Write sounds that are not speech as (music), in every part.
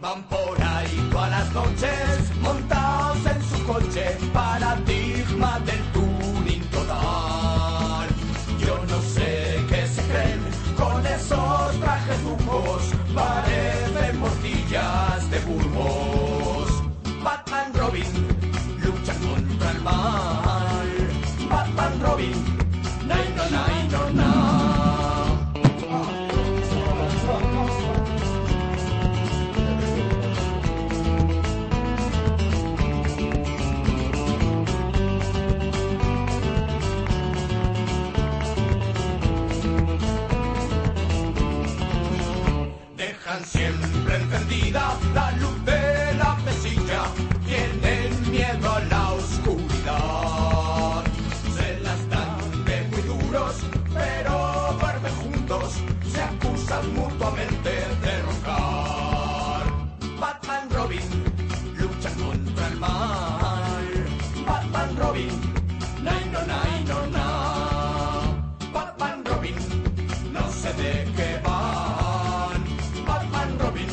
Van por ahí todas las noches, montados en su coche, paradigma del tuning total. Yo no sé qué se creen con esos trajes lujos, parecen morcillas de Burgos. Batman Robin luchan contra el mal. Batman Robin, nai, no, nai, no, na. Dejan siempre encendida la luz de la mesilla. Tienen miedo a la oscuridad. Se las dan de muy duros, pero duermen juntos. Se acusan mutuamente de rogar. Batman Robin luchan contra el mal. Batman Robin, oh nai no nai no na. Batman Robin, no sé de qué van. Batman Robin.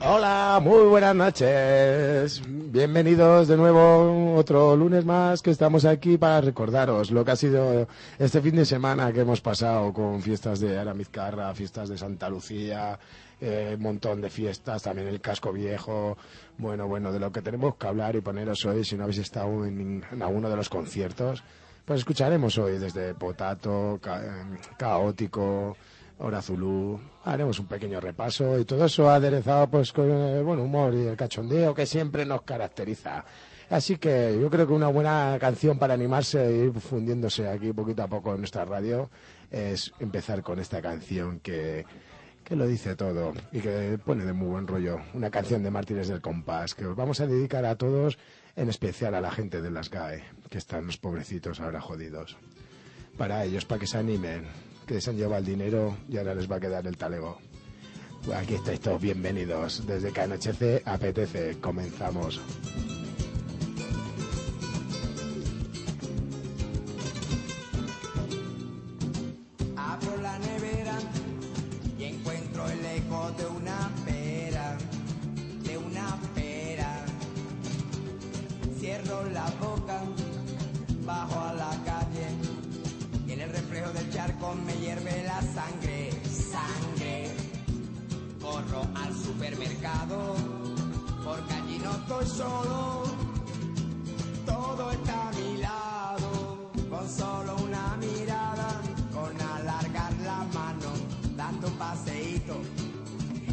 Hola, muy buenas noches. Bienvenidos de nuevo otro lunes más que estamos aquí para recordaros lo que ha sido este fin de semana que hemos pasado con fiestas de Aramizcarra, fiestas de Santa Lucía, eh, un montón de fiestas, también el casco viejo. Bueno, bueno, de lo que tenemos que hablar y poneros hoy si no habéis estado en, en alguno de los conciertos. Pues escucharemos hoy desde Potato, Ca- eh, Caótico, Hora Zulu. Haremos un pequeño repaso y todo eso aderezado pues con el buen humor y el cachondeo que siempre nos caracteriza. Así que yo creo que una buena canción para animarse e ir fundiéndose aquí poquito a poco en nuestra radio es empezar con esta canción que, que lo dice todo y que pone de muy buen rollo. Una canción de Mártires del Compás que os vamos a dedicar a todos, en especial a la gente de las GAE, que están los pobrecitos ahora jodidos. Para ellos, para que se animen, que se han llevado el dinero y ahora les va a quedar el talego. Pues aquí estáis todos bienvenidos. Desde que anochece apetece, comenzamos. Abro la nevera y encuentro el eco de una pera, de una pera. Cierro la boca, bajo a la calle y en el reflejo del charco me hierve la sangre, sangre. Corro al supermercado porque allí no estoy solo. Todo está a mi lado, con solo una mirada, con alargar la mano, dando un paseíto,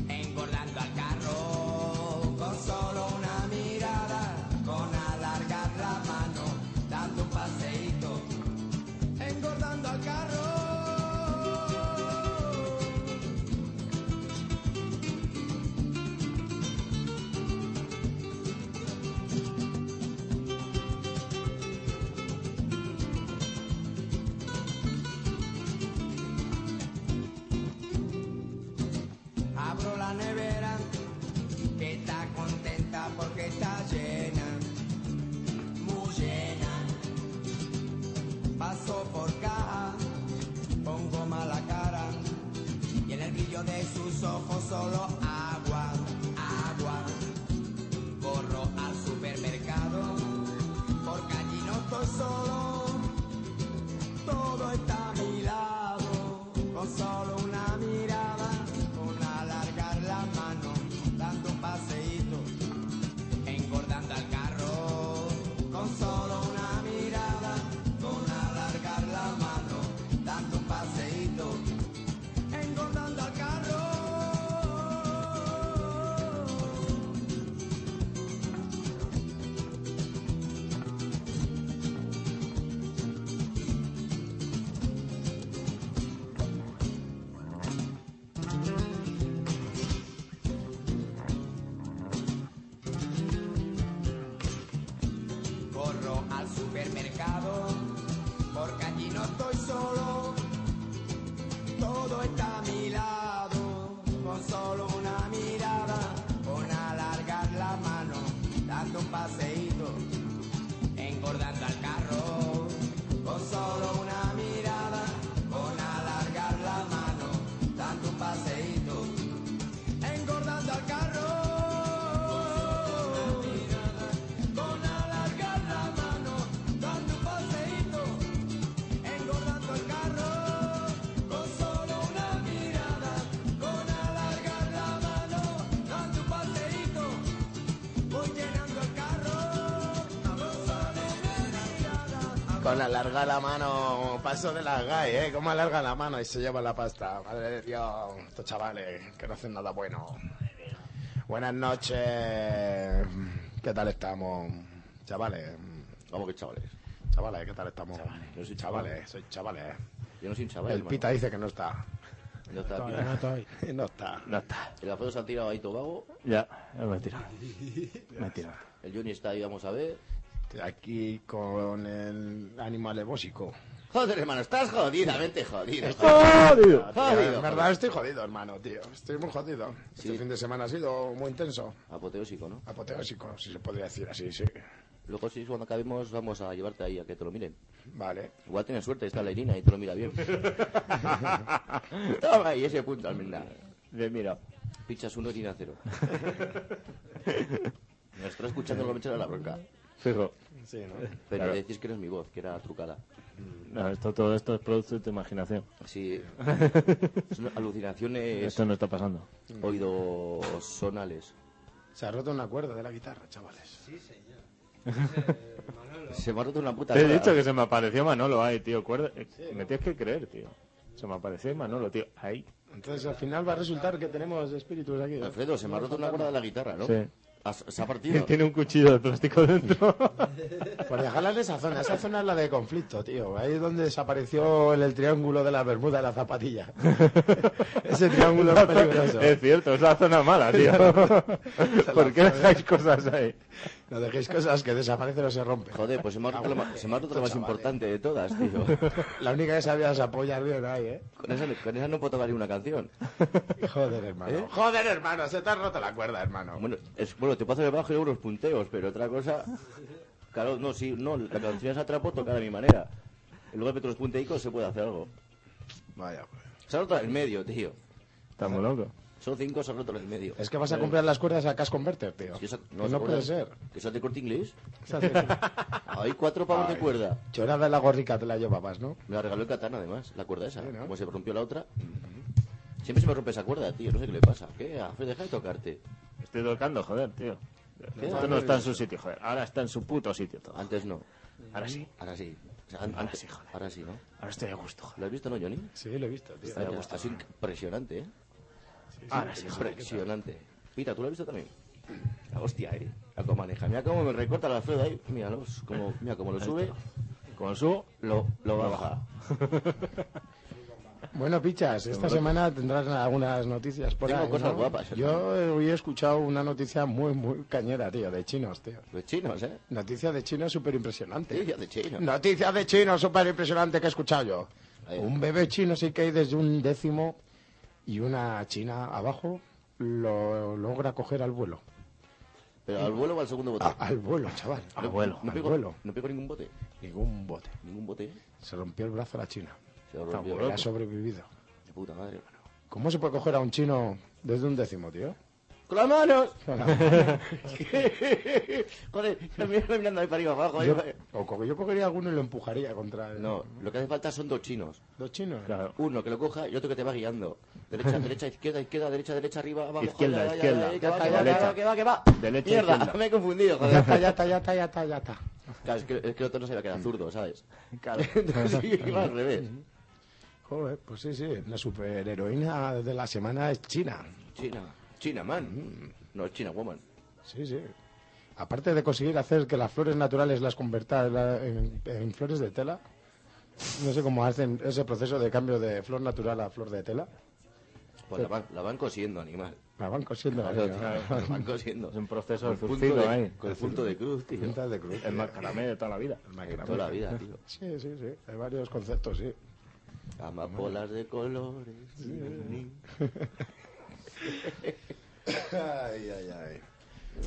engordando al carro. Con solo una mirada, con alargar la mano, dando un paseíto, engordando al carro. Abro la nevera, que está contenta porque está llena, muy llena. Paso por caja, pongo mala cara, y en el brillo de sus ojos solo agua, agua. Corro al supermercado, porque allí no estoy solo todo está a mi lado, con solo una mirada, con alargar la mano, dando un paseíto, engordando al carro, con solo una mirada, con alargar la mano, dando un paseíto, engordando al carro. Con alarga la mano, paso de las GAE, ¿eh? ¿Cómo alarga la mano y se lleva la pasta? Madre de Dios, estos chavales que no hacen nada bueno. Buenas noches. ¿Qué tal estamos, chavales? Vamos que chavales. Chavales, ¿qué tal estamos? Chavales, yo soy chaval. chavales, soy chavales. Yo no soy un chaval. El hermano. Pita dice que no está. (laughs) No está, Todavía tío. no estoy. No está. No está. El Alfredo se ha tirado ahí Tobago. Ya, es mentira. Mentira. El Juni está ahí, vamos a ver. Aquí con el ánimo alevósico. Joder, hermano, estás jodidamente jodido. ¡Jodido! Ah, Tío, Jodido. en verdad estoy jodido, hermano, tío. Estoy muy jodido. Sí. Este fin de semana ha sido muy intenso. Apoteósico, ¿no? Apoteósico, si se podría decir así, sí. Luego, si cuando acabemos, vamos a llevarte ahí a que te lo miren. Vale. Igual tienes suerte, está la Irina y te lo mira bien. Toma ahí ese punto, almendra. Bien, mira. Pichas uno, Irina cero. Nos está escuchando, lo me echará la bronca. Fijo. Sí, ¿no? Pero Claro. decís que no es mi voz, que era trucada. No, esto, todo esto es producto de tu imaginación. Así. Son alucinaciones Esto no está pasando. oidosonales. Se ha roto una cuerda de la guitarra, chavales. Se me ha roto una puta. Te he rueda. dicho que se me apareció Manolo ahí, tío. cuerda- eh, Me tienes que creer, tío. Se me apareció Manolo, tío. Ahí. Entonces al final va a resultar que tenemos espíritus aquí. ¿no? Alfredo, se me ha roto una cuerda de la guitarra, ¿no? Sí. Has- Se (laughs) ha partido. Tiene un cuchillo de plástico dentro. Por dejarla en esa zona. Esa zona es la de conflicto, tío. Ahí es donde desapareció el, el triángulo de la bermuda de la (laughs) zapatilla. Ese triángulo es peligroso. Es cierto, es la zona mala, tío. (laughs) ¿Por qué dejáis cosas ahí? ¿eh? No dejéis cosas que desaparecen o se rompen. Joder, pues se me ha roto, la, ma- se me ha roto la más Chavales. importante de todas, (laughs) tío. La única que sabía es apoyar bien ahí, ¿eh? Con esa, con esa no puedo tocar ni una canción. Joder, hermano. ¿Eh? Joder, hermano, se te ha roto la cuerda, hermano. Bueno, es, bueno te paso el bajo y unos punteos, pero otra cosa. Claro, no, sí, no, la canción es atrapo tocar a mi manera. En lugar de meter los punteicos se puede hacer algo. (laughs) (laughs) Vaya, pues. Se ha roto en el medio, tío. Estamos locos. Son cinco, se ha roto en el medio. Es que vas a comprar las cuerdas a Cash Converter, tío. Que esa- no ¿se puede acuerdan? ser. (laughs) ¿Que son de corte inglés? Esa es- Hay cuatro pavos de Ay. cuerda. Chorada la gorrica te la llevabas, ¿no? Me la regaló el Catán, además, la cuerda esa. Sí, ¿no? Como se rompió la otra. Siempre se me rompe esa cuerda, tío. No sé qué le pasa. ¿Qué? Alfred, deja de tocarte. Estoy tocando, joder, tío. Esto no está en su sitio, joder. Ahora está en su puto sitio todo. Antes no. Ahora sí. Ahora sí. O sea, an- antes, ahora sí, ¿no? Ahora estoy a gusto, joder. ¿Lo has visto, no, Johnny? Sí, lo he visto, tío. Vaya, ha sido impresionante, ¿eh? Ahora sí, joder. Impresionante. Mira, ¿tú lo has visto también? La hostia, ¿eh? La cómo maneja. Mira cómo me recorta la Alfredo ahí. Mira, como, mira cómo lo sube, Con su... lo, lo baja. Bueno, pichas, esta semana tendrás algunas noticias por Tengo ahí, cosas ¿no? guapas. Yo eh, hoy he escuchado una noticia muy, muy cañera, tío, de chinos, tío. Los chinos, ¿eh? Noticia de chinos súper impresionante. Sí, ya de chino. Noticia de chino súper impresionante que he escuchado yo. Ahí. Un bebé chino sí que hay desde un décimo y una china abajo lo logra coger al vuelo. Pero al vuelo va al segundo bote. A- al vuelo, chaval. Ah, Al vuelo. No Al pegó, vuelo. no pegó ningún bote. Ningún bote. Ningún bote, ¿eh? Se rompió el brazo a la china. Se lo rompió. Y ha sobrevivido. De puta madre, hermano. ¿Cómo se puede coger a un chino desde un décimo, tío? ¡Con las manos! (laughs) Con la- Joder, me estoy mirando ahí para arriba abajo. ahí Yo, para- o co- yo cogería alguno y lo empujaría contra el- No, lo que hace falta son dos chinos. los chinos. Claro. Uno que lo coja y otro que te va guiando. (laughs) Derecha, derecha, izquierda, izquierda, derecha, derecha, arriba, abajo. Izquierda, joder, izquierda. ay, ay, ay, que va, Derecha, que va, que va, que derecha. va, que va. Derecha, Mierda, (laughs) izquierda. me he confundido, Ya joder. está, (laughs) ya está, ya está, ya está, ya está. Claro, es que, es que el otro no se iba a quedar Mm. zurdo, ¿sabes? Claro. (laughs) Entonces iba (laughs) al revés. Joder, pues sí, sí. La superheroína de la semana es China. China, China Mm. man. No, es China woman. Sí, sí. Aparte de conseguir hacer que las flores naturales las converta la- en, en flores de tela, no sé cómo hacen ese proceso de cambio de flor natural a flor de tela. Pues la van, la van cosiendo, animal. La van cosiendo. ahí, ¿no? (laughs) La van cosiendo. Es un proceso de Con punto surcido de- ahí. Con punto de cruz, tío. Puntas de cruz. El macramé de toda la vida. De toda la vida, tío. Sí, sí, sí. Hay varios conceptos, sí. Amapolas de colores. Ay, ay, ay.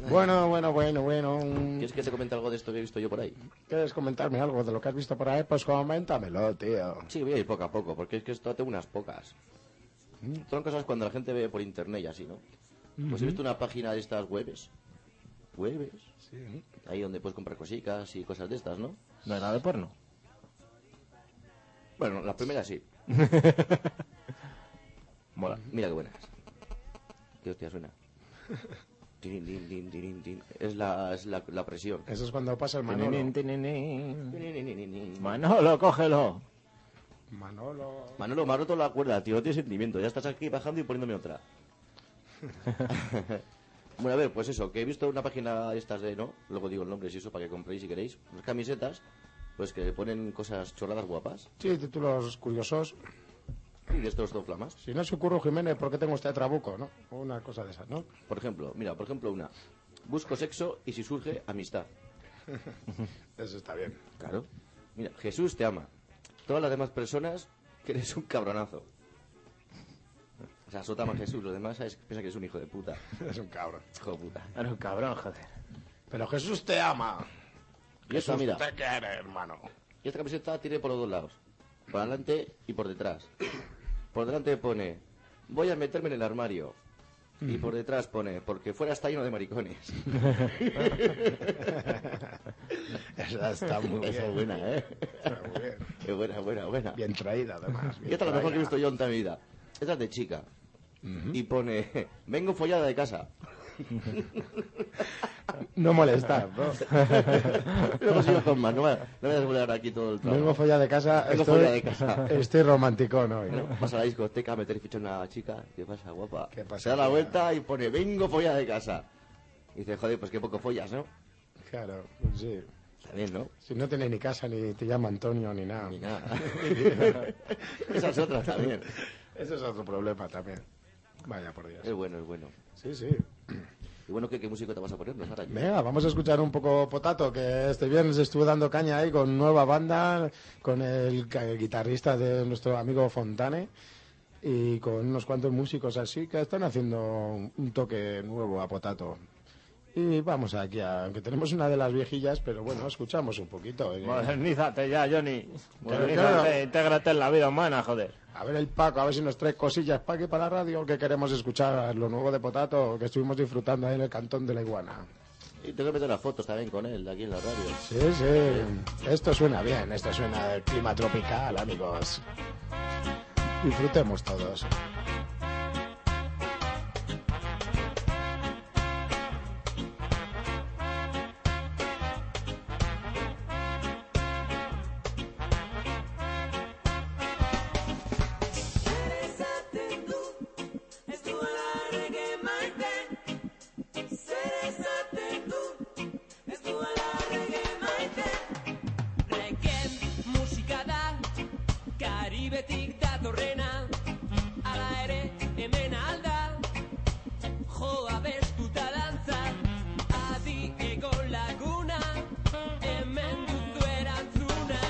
Bueno, bueno, bueno, bueno. ¿Quieres que te comente algo de esto que he visto yo por ahí? ¿Quieres comentarme algo de lo que has visto por ahí? Pues coméntamelo, tío. Sí, voy a ir poco a poco, porque es que esto tengo unas pocas. Mm. Son cosas cuando la gente ve por internet y así, ¿no? Pues he visto una página de estas webs. Webs. Ahí donde puedes comprar cositas y cosas de estas, ¿no? No era de porno. Bueno, la primera sí. Mola. Mira qué buenas. Qué hostia suena. tirin, tin, tin, tirin, tin. Es la, es la, la presión. Eso es cuando pasa el Manolo. (laughs) Manolo, cógelo. Manolo. Manolo, me ha roto la cuerda, tío, no tiene sentimiento. Ya estás aquí bajando y poniéndome otra. bueno, a ver, pues eso, que he visto una página de estas de, ¿no? Luego digo el nombre, si eso, para que compréis si queréis. Unas camisetas, pues que ponen cosas chorradas guapas. Sí, títulos curiosos. Y de estos dos flamas. Si no es Curro Jiménez, ¿por qué tengo usted trabuco, no? O Una cosa de esas, ¿no? Por ejemplo, mira, por ejemplo una. Busco sexo y si surge, amistad. Eso está bien. Claro. Mira, Jesús te ama. Todas las demás personas, que eres un cabronazo. O sea, sótama Jesús, los demás ¿sabes? piensan que eres un hijo de puta. (laughs) Es un cabrón. Hijo de puta. Era un cabrón, joder. Pero Jesús te ama. Y eso, Jesús mira. te quiere, hermano. Y esta camiseta tiene por los dos lados. Por adelante y por detrás. Por delante pone, voy a meterme en el armario. Y por detrás pone, porque fuera está lleno (laughs) de maricones. (laughs) Esa está muy bien. Esa es buena, ¿eh? Está muy (laughs) bien. Qué buena, buena, buena. Bien traída, además. Y esta es la mejor que he visto yo en toda mi vida. Esta es de chica. Y pone, (laughs) vengo follada de casa. (laughs) No (laughs) molestar, bro. Luego sigo con más, no me, no me voy a desvelar aquí todo el trabajo. Vengo follado de casa. Vengo estoy, follado de casa. Estoy romanticón hoy. Bueno, Vas a la discoteca a meter ficha a una chica. ¿Qué pasa, guapa? ¿Qué pasa, Se da la tía? vuelta y pone, vengo follada de casa. Y dice, joder, pues qué poco follas, ¿no? Claro, pues sí. También, ¿no? Si no tienes ni casa, ni te llama Antonio, ni nada. Ni nada. (laughs) Esa es otra también. Eso es otro problema también. Vaya por Dios. Es bueno, es bueno. Sí, sí. Y bueno, ¿qué, qué músico te vas a ponernos ahora? Venga, vamos a escuchar un poco Potato, que este viernes estuvo dando caña ahí con nueva banda, con el, ca- el guitarrista de nuestro amigo Fontane y con unos cuantos músicos así que están haciendo un toque nuevo a Potato. Y vamos aquí, a- aunque tenemos una de las viejillas, pero bueno, escuchamos un poquito. eh. Modernízate ya, Johnny. claro. Modernízate, intégrate en la vida humana, joder. A ver el Paco, a ver si nos trae cosillas para que para la radio, que queremos escuchar lo nuevo de Potato, que estuvimos disfrutando ahí en el Cantón de la Iguana. Y tengo que meter las fotos también con él, aquí en la radio. Sí, sí. Esto suena bien, esto suena del clima tropical, amigos. Disfrutemos todos. Esa actitud es tu alarde quemarte. Ser esa actitud es tu alarde quemarte. Reken musika da, Karibetik datorrena. Ala ere hemen alda, jo abestuta dantza. Adi egon laguna, hemen duzu erantzuna.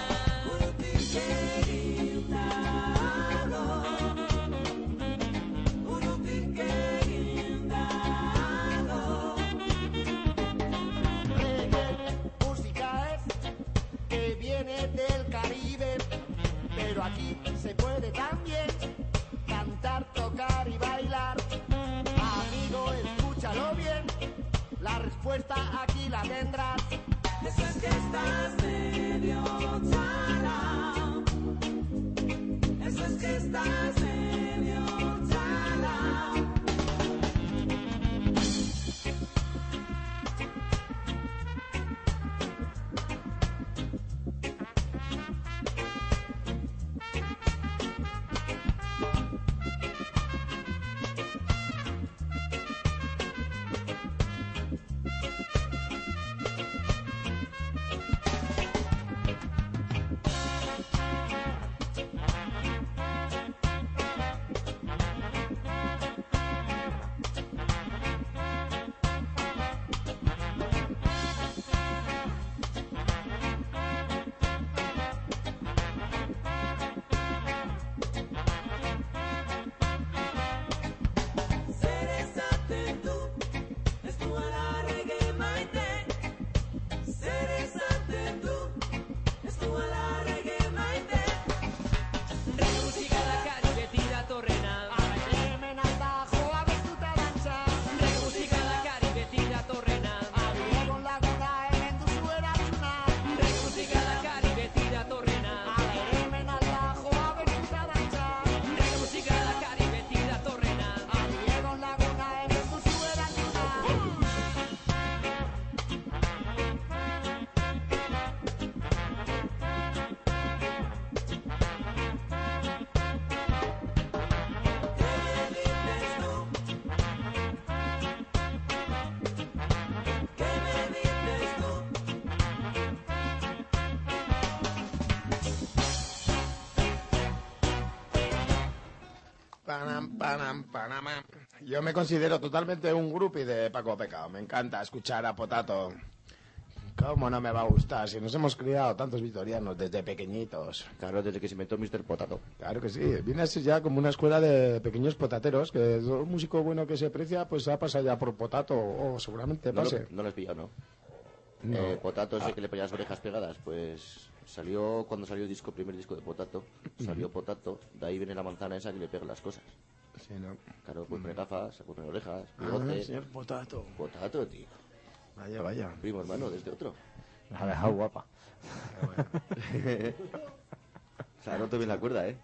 Urutik música es que viene del Caribe, pero aquí se puede también cantar, tocar y bailar. Amigo, escúchalo bien, la respuesta aquí la tendrás. Eso es que estás medio tarao. Eso es que estás medio tarao. panam, panam, panamam. Yo me considero totalmente un groupie de Paco Pecado. Me encanta escuchar a Potato. ¿Cómo no me va a gustar si nos hemos criado tantos vitorianos desde pequeñitos? Claro, desde que se inventó Mr. Potato. Claro que sí, viene a ser ya como una escuela de pequeños potateros, que todo músico bueno que se aprecia, pues ha pasado ya por potato, o seguramente No, lo, pase. no lo has pillado, ¿no? Eh, Potato, Ah. ese que le ponía las orejas pegadas, pues salió cuando salió el disco, primer disco de Potato, salió Potato, de ahí viene la manzana esa que le pega las cosas. Sí, ¿no? Claro, pues pone gafas, pone orejas, Mm. Ah, bigote. señor potato. Potato, tío. Vaya, vaya. Primo hermano de este otro. Ha dejado guapa. O sea, no te bien la cuerda, ¿eh?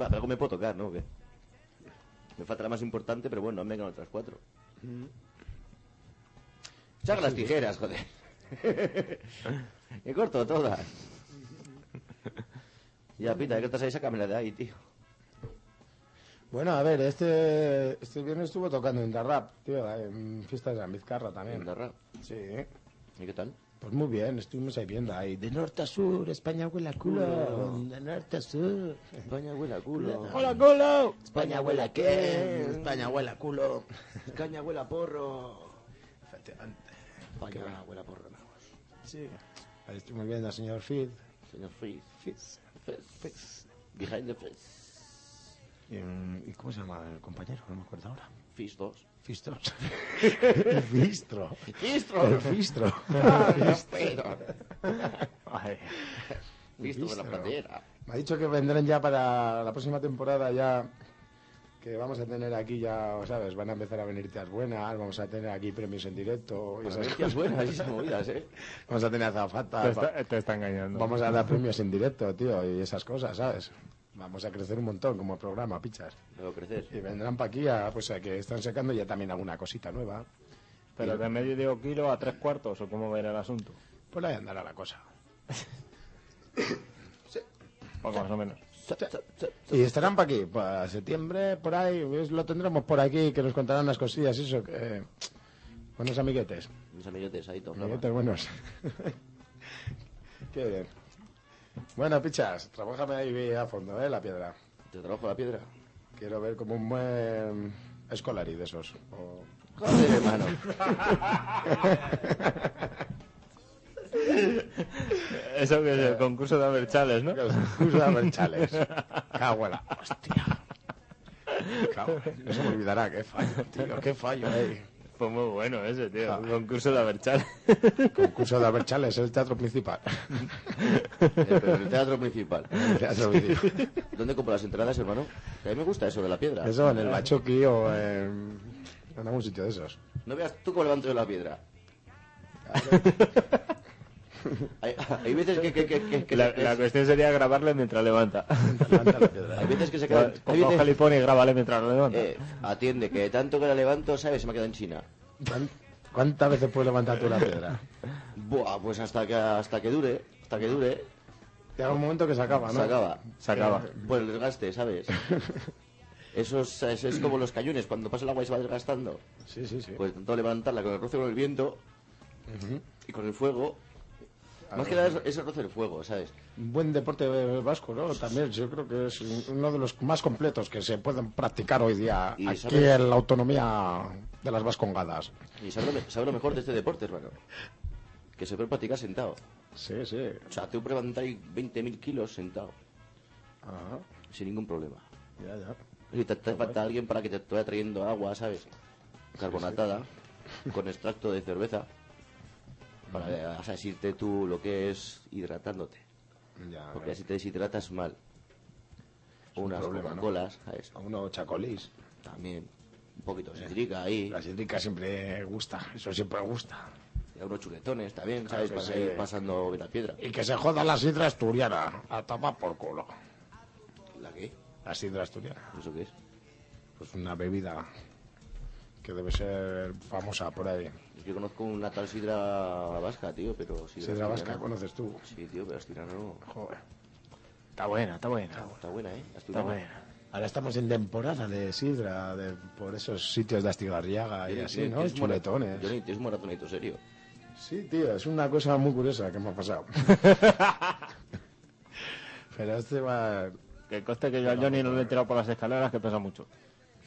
Va, pero algo me puedo tocar, ¿no? ¿O qué? Me falta la más importante, pero bueno, me quedan otras cuatro. Mm. Saca las tijeras, (laughs) joder. Me corto todas. Ya, pinta, que estás ahí, sácamela de ahí, tío. Bueno, a ver, este, este viernes estuvo tocando en Darrap, tío, en fiestas de Vizcarra también. Venga, ra. Sí, ¿Y qué tal? pues muy bien, estuvimos ahí viendo ahí. De norte a sur, España huele a culo. De norte a sur. España huele a culo. ¡Hola, culo! España huele a qué. España huele a culo. España huele a porro. Efectivamente. España huele a porro, no. Sí. Ahí estuvimos viendo al señor Fid. Señor Fizz. Fizz. Fizz. Behind the Fizz. ¿Y mm, ¿y cómo se llama el compañero? No me acuerdo ahora. Fizz 2. Fistro. (laughs) el Fistro. ¡Fistro! El Fistro. Fistro. Ay, Fistro de la pradera. Me ha dicho que vendrán ya para la próxima temporada ya que vamos a tener aquí ya, ¿sabes? Van a empezar a venir tías buenas, vamos a tener aquí premios en directo y esas Hostias cosas. buenas esas movidas, ¿eh? Vamos a tener te, azafatas, Ah, va- está, te está engañando. vamos a dar premios en directo, tío, y esas cosas, ¿sabes? Vamos a crecer un montón como programa, pichas. Luego crecer. Y vendrán para aquí a, pues a que están sacando ya también alguna cosita nueva. Pero de medio kilo a tres cuartos, o cómo verá el asunto. Pues ahí andará la cosa. Poco más o menos. Y estarán para aquí, para septiembre, por ahí, pues, lo tendremos por aquí, que nos contarán las cosillas, y eso, que... Buenos amiguetes. Mis amiguetes ahí, todos. Amiguetes buenos. (laughs) Qué bien. Bueno, pichas, trabájame ahí a fondo, ¿eh? La piedra. Te trabajo la piedra. Quiero ver como un buen escolari de esos. (laughs) o- (laughs) Joder, hermano. Eh, Eso que es el concurso de Aberchales, ¿no? Usa Berchales. Cago en la hostia. Cago, no se me olvidará, qué fallo, tío, qué fallo, eh. Fue Pues muy bueno ese, tío. El concurso de Aberchales. Concurso de Berchales, el teatro principal. Eh, Pero en el teatro principal. El teatro principal. ¿Dónde compro las entradas, hermano? Que a mí me gusta eso de la piedra. Eso en el Bachoqui o en, en algún sitio de esos. No veas tú cómo levanto yo (laughs) la piedra. Hay, hay veces que, que, que, que- que- La, que- la cuestión sería grabarle mientras levanta. Pues, Levanta la piedra. hay veces que se quedan. hay Coge un veces- jalipón y grábale mientras lo levanta. eh, atiende, que tanto que la levanto, ¿sabes? Se me ha quedado en China. ¿Cuán- ¿Cuántas veces puedes levantar tú la piedra? Buah, pues hasta que, hasta que dure, hasta que dure, Llega un momento que se acaba, Ah, ¿no? se acaba. Se acaba. Por el desgaste, ¿sabes? Eso es, es- es como los cañones, cuando pasa el agua y se va desgastando. Sí, sí, sí. Pues tanto levantarla con el roce con el viento y con el fuego. Más que nada es, es el roce del fuego, ¿sabes? Un buen deporte vasco, ¿no? También yo creo que es uno de los más completos que se pueden practicar hoy día Y aquí sabes- en la autonomía de las vascongadas. Y sabe lo, me- sabe lo mejor de este deporte, hermano. Que se puede practicar sentado. Sí, sí. O sea, te puedes levantar ahí 20.000 kilos sentado, Ajá. sin ningún problema. Ya, ya. Y te, te falta alguien para que te vaya trayendo agua, ¿sabes? Carbonatada, con extracto de cerveza, para eh, o sea, irte tú lo que es hidratándote. ya Porque así te deshidratas mal. un Unas problema, ¿no? Coca-Colas, ¿sabes? A uno chacolís. También un poquito de sidrica ahí, La sidrica siempre gusta, eso siempre gusta. y a unos chuletones también, Claro ¿sabes? que Para sí. Eh, ir pasando de la piedra. Y que se joda la sidra asturiana, a tapar por culo. ¿La qué? La sidra asturiana. ¿Eso qué es? Pues una bebida que debe ser famosa por ahí. Es que conozco una tal sidra vasca, tío, pero sidra, Sidra vasca, asturiana- conoces tú. Sí, tío, pero asturiana no. Joder. Está buena, está buena. Está buena, ¿eh? Está Asturiana. buena. Ahora estamos en temporada de sidra, de, por esos sitios de Astigarriaga y Yo- así, yo- ¿no? yo Y es mora- Chuletones. Yo ni- yo es moratonito, serio. Sí, tío, es una cosa muy curiosa que me ha pasado. Pero este va... Que conste que yo al Johnny no le he tirado por las escaleras, que pesa mucho.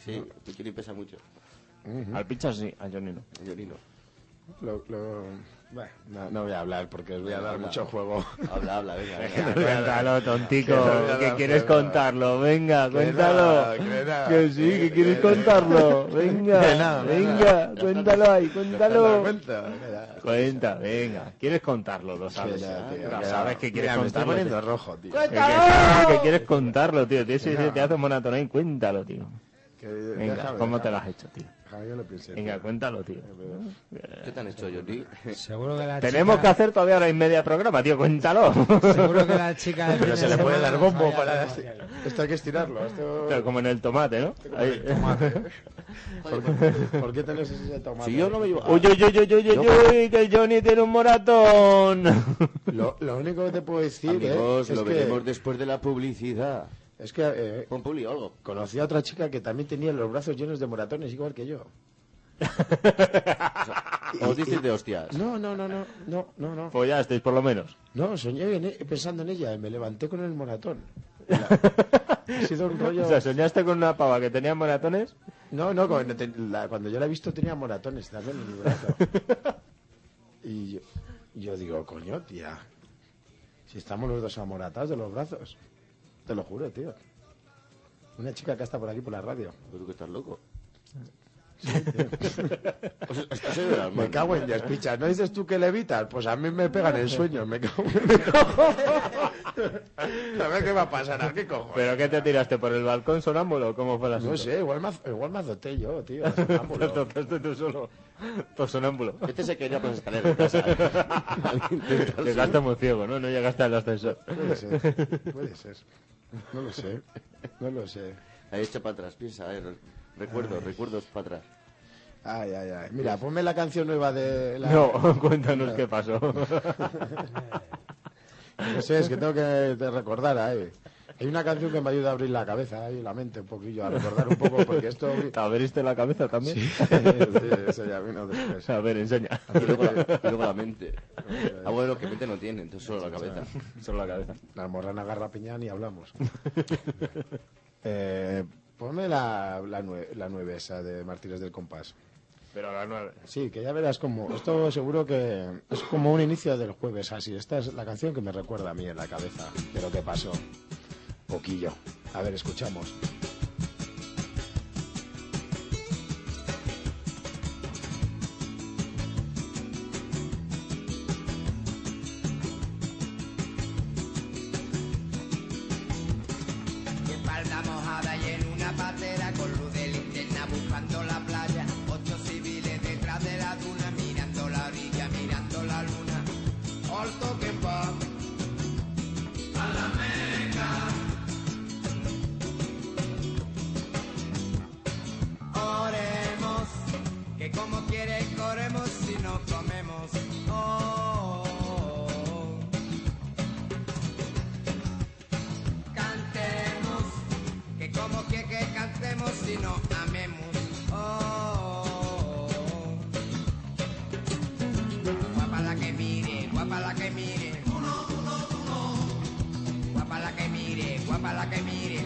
Sí, tu Johnny pesa mucho. Al pincha sí, al Johnny no. Johnny no. Lo- lo- bueno, no, no voy a hablar porque os voy a dar mucho juego. Habla, habla, venga. (laughs) venga. Cuéntalo, tontico, Que que quieres nada. contarlo, venga, nada, cuéntalo. que nada. Que sí, que quieres Que contarlo, Que venga, nada, venga, cuéntalo ahí, ¿Te has dado cuéntalo. cuenta? Que nada. Cuenta, venga, quieres contarlo, lo sabes. Que nada, tío, Lo que sabes nada. que quieres Mira, me está contarlo. poniendo tío. rojo, tío. Que- que- Que quieres contarlo, tío. Tío, si te haces monatón y cuéntalo, tío. Que- Venga, déjame, ¿cómo te déjame, lo has hecho, tío? déjame que lo piense. Venga, cuéntalo, tío. ¿Qué te han hecho, Johnny? Seguro que la Tenemos que chica, hacer todavía hora y media de programa, tío, cuéntalo. Seguro que la chica. del Pero fin se de le puede semana dar nos bombo vaya para... a tomar. Esto hay que estirarlo. Esto... Pero (laughs) como en el tomate, ¿no? Ahí. ¿Por qué, por qué tenés ese tomate? Si yo no me llevo... Ah, Uy, uy, uy, uy, uy, uy, uy, que el Johnny tiene un moratón. Lo, lo único que te puedo decir Amigos, eh, es, lo que, veremos después de la publicidad. es que eh, Pon publi o algo. conocí a otra chica que también tenía los brazos llenos de moratones, igual que yo. Os dices de hostias. Ah, No, no, no, no, no, no, no. (laughs) Follasteis, por lo menos. No, soñé en e- pensando en ella, me levanté con el moratón. Ha sido un rollo... O sea, soñaste con una pava que tenía moratones. No, no, cuando, te- la- cuando yo la he visto tenía moratones también en el brazo. Y yo, yo digo, coño, tía, si estamos los dos amoratados de los brazos. Te lo juro, tío. Una chica que está por aquí por la radio. Pero tú que estás loco. Os- os- os he de las Me manos. cago en Dios, picha. ¿No dices tú que levitas? Pues a mí me pegan en sueños, me cago en Dios. A ver qué va a pasar, ¿a qué cojo? ¿Pero qué te tiraste? ¿Por el balcón sonámbulo? ¿Cómo fue la No sé, igual me, az- igual me azoté yo, tío. (laughs) sonámbulo. tocaste tú solo. Por sonámbulo. Este se quería por las escaleras de (laughs) casa. (laughs) Llegaste muy ciego, ¿no? No llegaste al ascensor. Puede ser, puede ser. No lo sé, no lo sé. Ahí echa para atrás, piensa, eh. Recuerdos, recuerdos para atrás. Ay, ay, ay. Mira, ponme la canción nueva de la... No, (laughs) cuéntanos qué pasó. No sé, es que tengo que te recordar ahí. Hay una canción que me ayuda a abrir la cabeza y la mente un poquillo, a recordar un poco, porque (laughs) esto... ¿eh? ¿Te abriste la cabeza también? (laughs) Sí, eso ya vino después. A ver, (laughs) enseña. Y luego, la, y luego la mente. (laughs) Ah, bueno, que mente no tiene, entonces solo la cabeza. Solo la cabeza. La morrana agarra piñán y (laughs) hablamos. Eh, ponme la, la, nue- la nueve esa de Martínez del Compás. Pero a las nueve. Sí, que ya verás como... Esto seguro que es como un inicio del jueves así. Esta es la canción que me recuerda a mí en la cabeza de lo que pasó. Poquillo. A ver, escuchamos. y espalda mojada y en una patera con luz de linterna buscando la playa. Ocho civiles detrás de la duna mirando la orilla, mirando la luna. Alto que va a la meca. Oremos, que como quiere corremos si no comemos. Oh, oh, oh. cantemos, que como que, que cantemos si no amemos. Oh, oh, oh. Guapa la que mire, guapa la que mire. Guapa la que mire, guapa la que mire.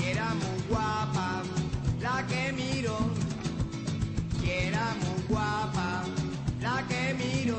Y era muy guapa la que miro. Y era muy guapa la que miro.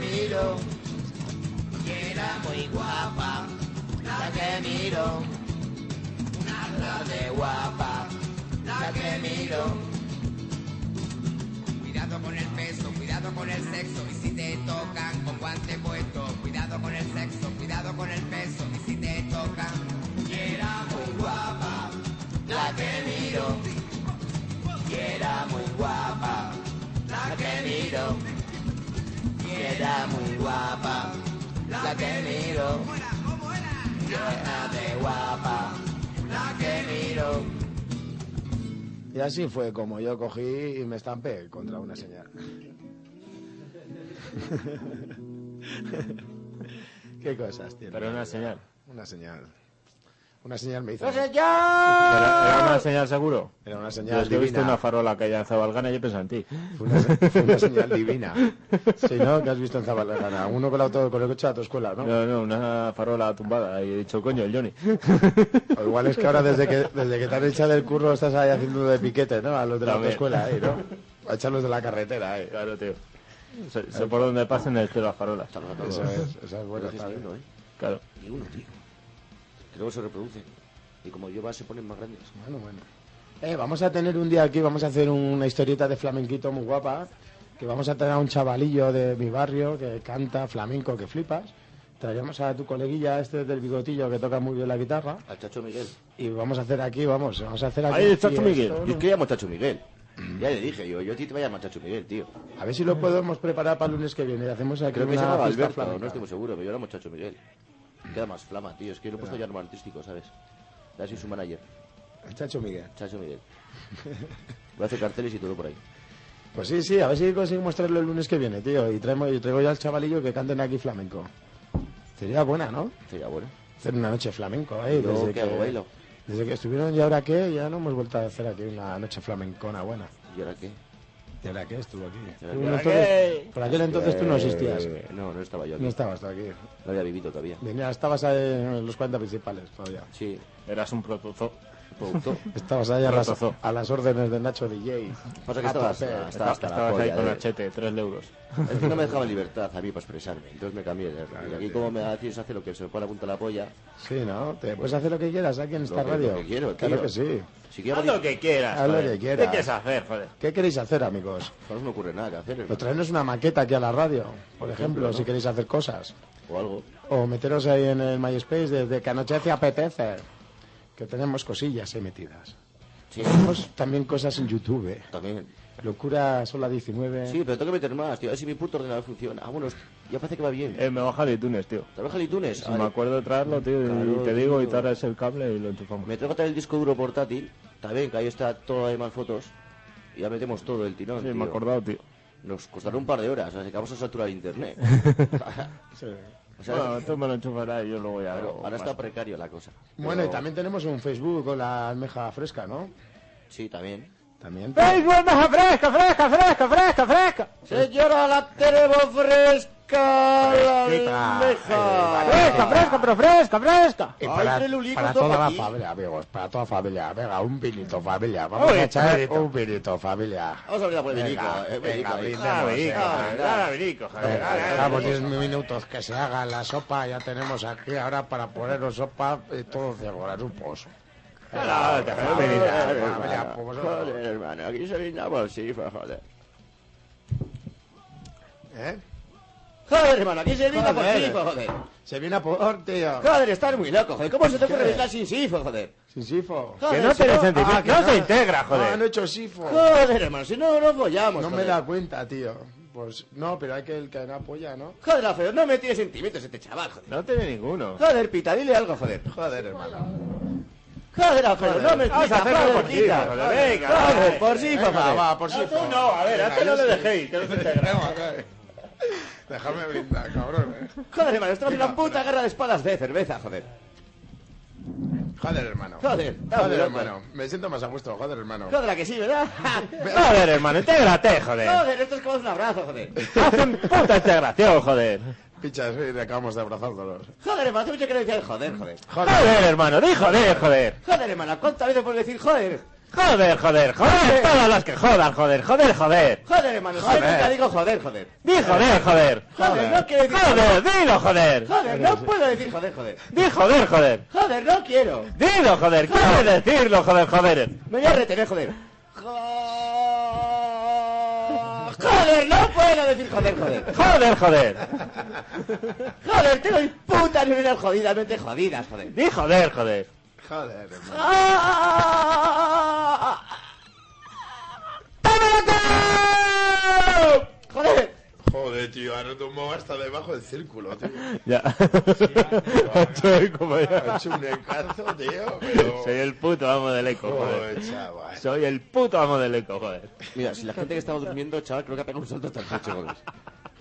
miro, que era muy guapa, la que miro, una de guapa, la que miro. Cuidado con el peso, cuidado con el sexo, y si te tocan con guante puesto, cuidado con el sexo, cuidado con el peso, y si te tocan, que era muy guapa, la que miro, que era muy guapa, la que miro, que era muy guapa, la que miro, que era de guapa, la que miro. Y así fue como yo cogí y me estampé contra una (laughs) señal. (laughs) ¿Qué cosas tiene? Pero una señal. Una señal. Una señal me hizo. ¿Era, era una señal seguro? Era una Yo señal es que he visto divina. una farola que hay en Zabalgana y yo pensé en ti. Fue una, se- fue una (laughs) señal divina. Sí, ¿no? Que has visto en Zabalgana. Uno con el auto, con el coche a tu escuela, ¿no? No, no, una farola tumbada. Y he dicho, coño, el Johnny. O igual es que ahora desde que, desde que te han echado del curro estás ahí haciendo de piquete, ¿no? A los de la También. autoescuela, ahí, ¿no? A echarlos de la carretera, ahí. Claro, tío. Sé, sé por dónde pasen el las farolas. Eso es, eso es bueno, Pero es que está ni bien. uno, ¿eh? Claro. Ni uno, tío. Que luego se reproducen. Y como lleva, se ponen más grandes. Bueno, bueno. Eh, vamos a tener un día aquí, vamos a hacer una historieta de flamenquito muy guapa, que vamos a traer a un chavalillo de mi barrio que canta flamenco que flipas. Traeremos a tu coleguilla este del bigotillo que toca muy bien la guitarra Al Chacho Miguel. y vamos a hacer aquí, vamos, vamos a hacer aquí. Ahí está aquí tu Miguel. esto, Yo es que llamo Chacho Miguel. Ya le dije yo, yo a ti te voy a llamar Chacho Miguel, tío. A ver si lo podemos preparar para el lunes que viene. Hacemos aquí Creo que se una llamaba fiesta Alberto, flamenca. no estoy muy seguro, pero yo era Chacho Miguel. Queda más flama, tío. Es que lo he puesto ya nombre artístico, ¿sabes? Ya soy su manager, Chacho Miguel. Chacho Miguel. Voy a hacer carteles y todo por ahí. Pues sí, sí, a ver si conseguimos traerlo el lunes que viene, tío. Y traemos, y traigo ya al chavalillo que canten aquí flamenco. Sería buena, ¿no? Sería bueno. Hacer una noche flamenco, ¿eh? Yo, ¿qué hago? ¿Bailo? Desde que estuvieron y ahora qué, ya no hemos vuelto a hacer aquí una noche flamencona buena. ¿Y ahora qué? ¿Y ahora qué estuvo aquí? ahora Tú qué? no ¿Ahora entonces- por aquel entonces tú no existías. Eh, No, no estaba yo aquí. No No, estabas tú aquí. había vivido todavía. Venía, estabas ahí en los 40 principales todavía. Sí, Eras un protozo. productor. Estabas ahí a las, Rotozó. a las órdenes de Nacho DJ. Pasa que A estabas- tope. ah, Estabas, hasta la ahí polla con de- achete, tres de euros. Es que no me dejaba libertad a mí para expresarme, entonces me cambié. de- y aquí como me decís hace lo que se me pone la punta de la polla, Sí, ¿no? Te puedes hacer lo que quieras aquí en esta que- radio. lo que quiero, claro tío. que sí. si quiero que quieras. Haz lo joder. que quieras. ¿Qué quieres hacer, joder? ¿Qué queréis hacer, amigos? ahora no ocurre nada que hacer, Pues hermano, traernos una maqueta aquí a la radio, por ejemplo, si queréis hacer cosas. o algo. O meteros ahí en el MySpace desde que anochece apetece. Que tenemos cosillas ahí metidas. (laughs) Sí, Tenemos también cosas en YouTube. ¿eh? también. Locura Sola 19. Sí, pero tengo que meter más, tío. A ver si mi puto ordenador funciona. Ah, bueno, ya parece que va bien. Eh, me baja de iTunes, tío. Trabaja el iTunes. Si Ah, me acuerdo de traerlo, tío, y Claro, te digo, y tío. te ahora es el cable y lo enchufamos. Me traigo también el disco duro portátil, también, que ahí está todas las demás fotos. Y ya metemos todo el tirón. Sí, me tío. he acordado, tío. Nos costará un par de horas, así que vamos a saturar (laughs) internet. (laughs) O sea, Bueno, tú me lo enchufarás y yo luego ya. claro, lo ahora está paso. precario la cosa. Bueno, y Pero- también tenemos un Facebook con la almeja fresca, ¿no? Sí, también. También. fresca, fresca, fresca, fresca, fresca! Señora, la tenemos fresca, la Eh. Fresquita. almeja. ¡Fresca, fresca, pero fresca, fresca! Eh, Y Ay, para, Relulito, para toma toda la aquí. familia, amigos, para toda familia. Venga, un vinito, familia. Vamos Oye, a echar vinito. un vinito, familia. Vamos a brindar por el Venga, Benico. eh, venga, Benico, ahí. brindemos, Ah, Benico, Ah, venga. venga. Venga, Estamos 10 minutos que se haga la sopa, ya tenemos aquí ahora para poneros sopa y todos de grupos. Claro, te joder, Venga, Joder, venga, venga, por hermano. vosotros. Joder, hermano, aquí se brinda por sí, pues, joder. ¿Eh? Joder, hermano, aquí se brinda por Joder. sí, pues, joder. Se viene a por, tío. Joder, estás muy loco, joder. ¿Cómo se te ocurre ¿Qué? brindar sin sifo, pues, joder? Sisifo. Joder, Que no si tiene sentido. Ah, que no, no. se integra, Ah, joder. no he hecho sifo. Joder, hermano, si no nos follamos, No me joder. da cuenta, tío. Pues no, pero hay que el que no apoya, ¿no? Joder, Alfredo, no me tiene sentimientos este chaval, joder. No tiene ninguno. Joder, Pita, dile algo, joder. Joder, hermano. Joder, Alfredo, no me Vamos a pita, hacerlo joder, por ti, pita. joder. Venga, Joder, joder. por sí, Venga, joder. va, por sifo. tú no, a ver, a este no le dejéis, que no se integra. (laughs) Déjame brindar, cabrón. eh. Joder, hermano, estamos en una puta guerra de espadas de cerveza, joder. Joder, hermano. Joder, está muy Joder, loco. hermano. Me siento más a gusto, joder, hermano. Joder, ¿a que sí, ¿verdad? Joder, hermano, intégrate, joder. Joder, esto es como un abrazo, joder. Haz un puta integración, joder. Pichas, eh, acabamos de abrazarnos. Joder, hermano, hace mucho que no decía el joder, joder. Joder, hermano, di joder, joder. Joder, hermano, ¿cuántas veces puedes decir joder? Joder, joder, joder, todos los que jodan, joder, joder, joder. Joder, hermano, siempre Joder. te digo joder, joder. Di joder, joder. Joder, no quiero decir Joder, dilo, joder. Joder, no puedo decir joder, joder. Di joder, joder. Joder, no quiero. Dilo, joder. Quiero decirlo, joder, joder. Me voy a retener, joder. Joder, no puedo decir joder, joder. Joder, joder. Joder, tengo mis putas neuronas jodidas, no te jodidas, joder. Di joder, joder. Joder, hermano. ¡Tómalo tú! ¡Joder! Joder, tío, ahora tu modo hasta debajo del círculo, tío. Ya. Hecho eco, pues. Ha hecho un encazo, tío, pero... Soy el puto amo del eco, joder. Joder, chaval. Soy el puto amo del eco, joder. Mira, si la gente que estaba durmiendo, chaval, creo que ha pegado un salto hasta el techo, joder.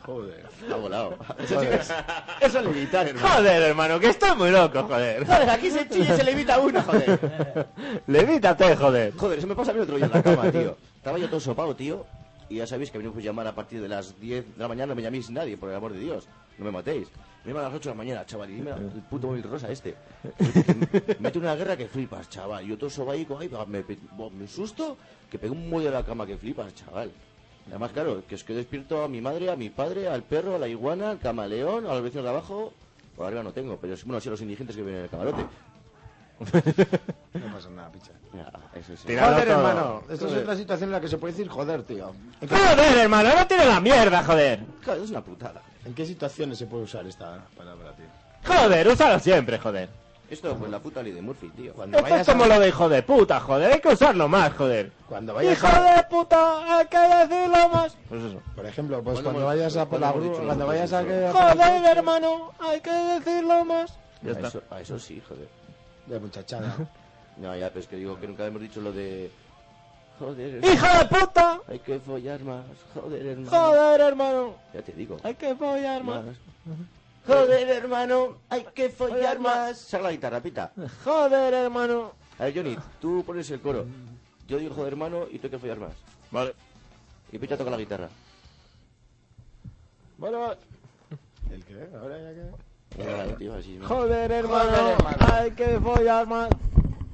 Joder. Ha volado. Eso, sí que es, eso es levitar, hermano. Joder, hermano, que está muy loco, joder. Joder, aquí se chilla y se levita uno, joder. Levítate, joder. Joder, eso me pasa a mí otro día en la cama, tío. Estaba yo todo sopado, tío. Y ya sabéis que me a llamar a partir de las 10 de la mañana. No me llaméis nadie, por el amor de Dios. No me matéis. Me llaman a las 8 de la mañana, chaval. Y dime el puto móvil rosa este. Mete una guerra que flipas, chaval. Yo todo sobaico, ahí, me, pe- bo- me susto que pego un mollo de la cama que flipas, chaval. Además, claro, que es que despierto a mi madre, a mi padre, al perro, a la iguana, al camaleón, a los vecinos de abajo. Por arriba no tengo, pero es bueno, así a los indigentes que vienen en el camarote. No pasa nada, picha. Mira, Ah, eso es. Tíralo Joder, todo. hermano. Esto es otra situación en la que se puede decir joder, tío. ¿En qué, Joder, hermano, no tiene la mierda, joder. Claro, es una putada. en qué situaciones se puede usar esta palabra, tío? Joder, úsalo siempre, joder. Esto, pues la puta ley de Murphy, tío. Cuando Esto es vayas a... como lo de hijo de puta, joder. Hay que usarlo más, joder. Cuando vayas Hijo a... de puta, hay que decirlo más. Pues eso. Por ejemplo, pues ¿Cuándo cuando hemos- vayas a por cuándo la hemos grúa, dicho cuando pues, nosotros vayas a eso? que... Joder, hermano, hay que decirlo más. Ya a, está. Eso, a eso sí, joder. De muchachada. No, ya, pero es que digo que nunca hemos dicho lo de... Joder, Hijo de puta, hay que follar más. Joder, hermano. joder, hermano, Ya te digo. hay que follar más. Joder, hermano, hay que follar más. Saca la guitarra, pita. Joder, hermano. A ver, Johnny, tú pones el coro. Yo digo joder, hermano, y tú hay que follar más. Vale. Y pita toca la guitarra. Bueno, ¿El qué? ¿Ahora ya qué? Claro, tío, así. ¿no? joder, hermano, Ah, hay que follar más.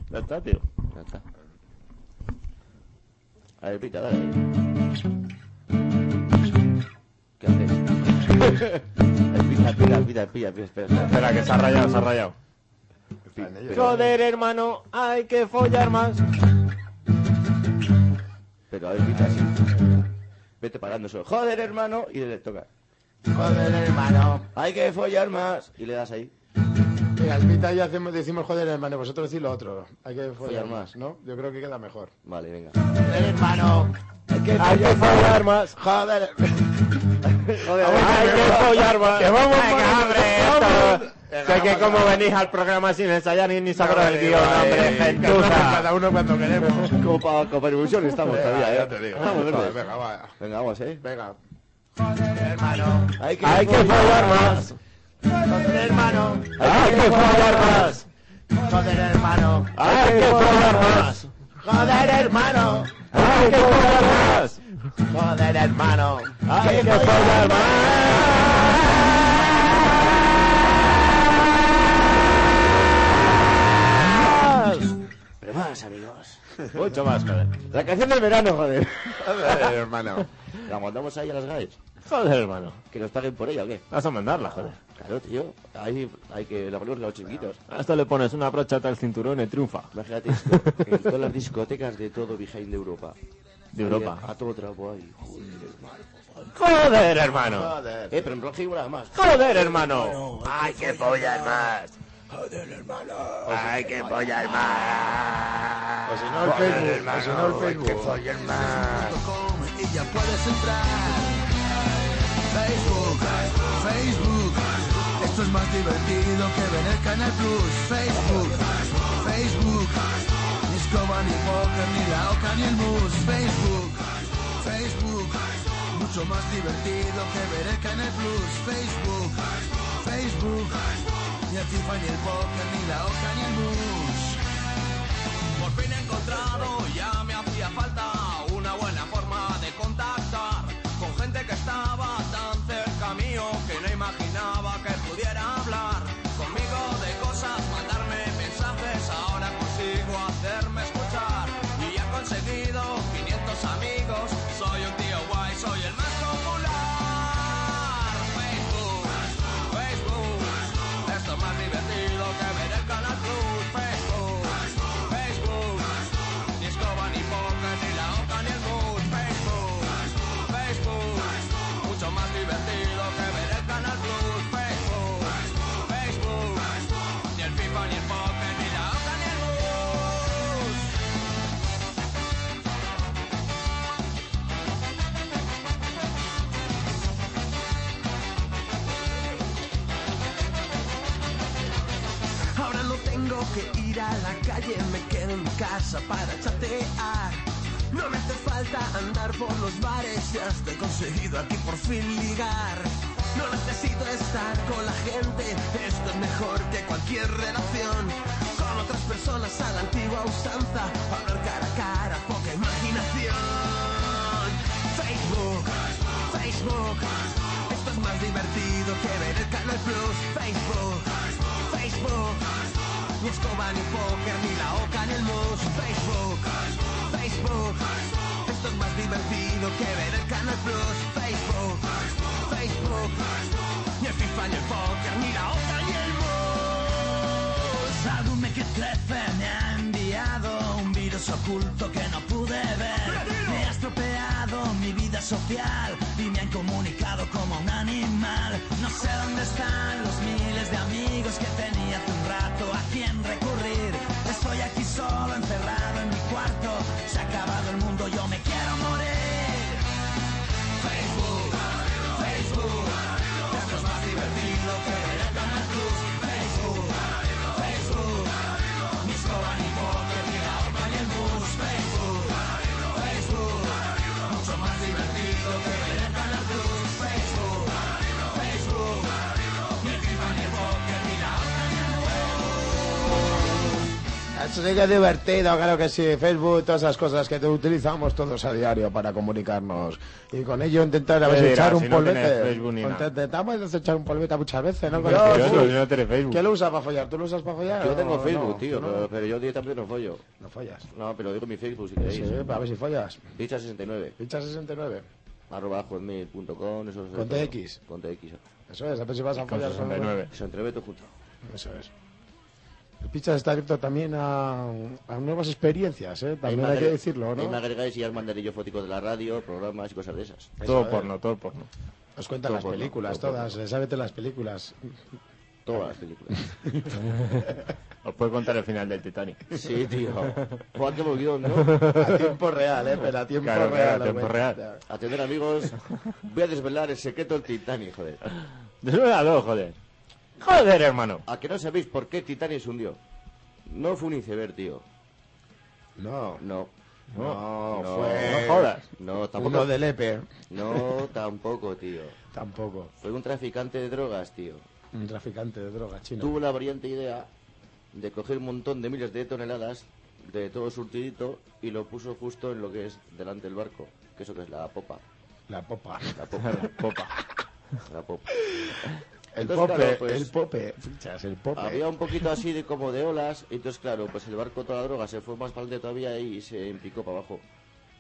Ya está, tío. Ya está. A ver, pita, dale. ¿Qué haces? Ay, Pita, pita, pita, pita, pita, espera, espera. Espera, que se ha rayado, se ha rayado. Están ellos. eh. Joder, hermano, hay que follar más. Pero a ver, pita así. Vete parando solo. Joder, hermano. Y le toca. Joder, hermano. Hay que follar más. Y le das ahí. Mira, el pita y yo hacemos, decimos joder, hermano. Vosotros decís lo otro. Hay que Follar follar más. más, ¿no? Yo creo que queda mejor. Vale, venga. Joder, hermano. Hay que Hay que follar más. Joder. Hay que follar más. Que vamos más. hombre, esto. Venga, Sé que vamos, como vamos. venís al programa sin ensayar ni, ni sacaros el vale, guión, vale, hombre, venga, gentuza. Cada uno cuando queremos. Como para Copa Evolución estamos todavía, Venga, ¿eh? ya te digo. Estamos Joder, verdes. Venga, va. Venga, vamos, ¿eh? Venga. Hay que, Hay que follar más. hermano. Hay que follar más. Joder, hermano. Hay que follar más. Joder, hermano. Hay que follar más. Joder, hermano. Hay que follar más. Pero más, amigos. Mucho más, joder. La canción del verano, joder. Joder, hermano. La mandamos ahí a las GAES. Joder, hermano. Que nos paguen por ella, ¿o qué? Vas a mandarla, joder. Claro, tío. Ahí hay que... La ponemos a los chiquitos. A esto le pones una brochata al cinturón y triunfa. Imagínate esto. En todas las discotecas de todo Behind de Europa. De Europa. A todo trapo ahí. Joder, hermano. Joder, hermano. Joder. Eh, pero en rojo igual más. Joder, hermano. Hay que follar más. O Pues si no, el Facebook. O si no, el Facebook. Facebook, Facebook. Esto es más divertido que ver el Canal Plus. Facebook, Facebook. Ni escoba, ni póker, ni la oca, ni el bus. Facebook, Facebook. Mucho más divertido que ver el Canal Plus. Facebook, Facebook. Ni el FIFA, ni el póker, ni la oca, ni el bus. Por fin he encontrado, ya me hacía falta una buena forma de contactar con gente que estaba tan cerca mío que no imaginaba que pudiera hablar conmigo de cosas, mandarme mensajes, ahora consigo hacerme escuchar y ya con salir a la calle, me quedo en casa para chatear. No me hace falta andar por los bares, ya estoy conseguido aquí por fin ligar. No necesito estar con la gente, esto es mejor que cualquier relación. Con otras personas a la antigua usanza, hablar cara a cara, poca imaginación. Facebook, Facebook, esto es más divertido que ver el Canal Plus. Facebook, Facebook, ni escoba ni póker, ni la oca ni el mus. Facebook, Facebook, esto es más divertido que ver el Canal Plus. Facebook, Facebook, ni el FIFA ni el póker, ni la oca ni el mus. Álbume que crece me ha enviado un virus oculto que no pude ver. Me ha estropeado mi vida social y me han comunicado como un animal. No sé dónde están los miles de amigos que tenía hace un rato a quien recurrir. Estoy aquí solo, encerrado en mi cuarto. Se ha acabado el mundo, yo me quiero morir. Facebook, Facebook, esto es más divertido que ver a Canal Plus. Facebook, Facebook, ni escoba ni póker, ni la opa ni el bus. Facebook, Facebook, mucho más divertido que ver a Canal Plus. Facebook, Facebook, ni el FIFA ni el póker, ni la opa ni el Eso sí que es divertido, claro que sí. Facebook, todas esas cosas que utilizamos todos a diario para comunicarnos. Y con ello intentar a ¿Qué veces dirás echar si un no tienes polvete. Facebook ni nada? Intentamos a veces echar un polvete muchas veces, ¿no? Con Pero el yo Facebook. no tengo Facebook. ¿Qué lo usas para follar? ¿Tú lo usas para follar? Yo tengo No, Facebook, no, tío, no. Pero, pero yo directamente no follo. No follas. No, pero digo mi Facebook si queréis. Sí, a ver si follas. Picha69. Picha69. Arroba hotmail.com, eso es. Con todo. TX. Con TX. Eso es, a ver si vas a follar. con- 69 todo junto. Eso es. El Pichas está abierto también a, a nuevas experiencias, ¿eh? También hay que decirlo, Ahí me ¿no? agregáis y ya os mandaré yo fotos de la radio, programas y cosas de esas. Todo Eso es. porno, todo porno. Os cuentan las películas todas, eh, sábete las películas. Todas las películas. Os puedo contar el final del Titanic. (laughs) Sí, tío. (laughs) Juan, qué movido, ¿no? A tiempo real, ¿eh? Pero a tiempo Claro, claro, real. a tiempo hombre. real. Atender amigos, voy a desvelar el secreto del Titanic, joder. De nueve a dos, joder. Joder, hermano. ¿A que no sabéis por qué Titanic se hundió? No fue un iceberg, tío. No. No. No, no, fue- no jodas. No, tampoco. Uno del EPE. No, tampoco, tío. Tampoco. Fue un traficante de drogas, tío. Un traficante de drogas chino. Tuvo la brillante idea de coger un montón de miles de toneladas de todo surtidito y lo puso justo en lo que es delante del barco. Que eso que es la popa. La (laughs) popa. La popa. La popa. La popa. El Entonces, pope, claro, pues, el pope, fichas, el pope. Había un poquito así de como de olas, y entonces claro, pues el barco toda la droga se fue más para adelante todavía y se empicó para abajo.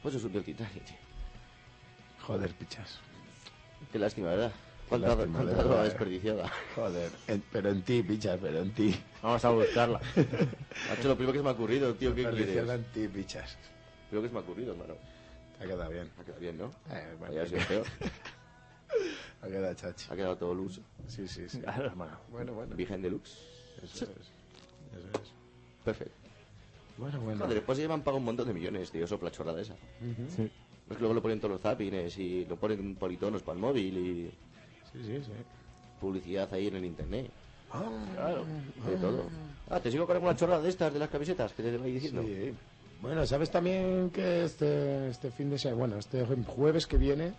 Pues se subió el Titanic. Joder, pichas. Qué lástima, ¿verdad? Cuánta, lástima, cuánta de verdad, droga eh. desperdiciada. Joder, en- pero en ti, pichas, pero en ti. Vamos a (laughs) buscarla. Macho, lo primero que se me ha ocurrido, tío, ¿qué quieres? Desperdiciarla en ti, pichas. Lo que se me ha ocurrido, hermano. Ha quedado bien. Ha quedado bien, ¿no? Eh, bueno. Ahí ha sido feo. (laughs) Ha quedado chachi. Ha quedado (laughs) todo luz. Sí, sí, sí. Claro, hermano. Bueno, bueno. Virgen de lux. Eso es. Eso es. Perfecto. Bueno, bueno. Joder, después se me han pagado un montón de millones, tío, eso, por la chorrada esa. Ujú. Sí, Es que luego lo ponen todos los zappings y lo ponen politonos para el móvil y sí, sí. sí. publicidad ahí en el internet. Ah. claro. De todo. Ah, te sigo con alguna chorrada de estas, de las camisetas que te voy diciendo. Sí. Bueno, ¿sabes también que este, este fin de semana, bueno, este jueves que viene,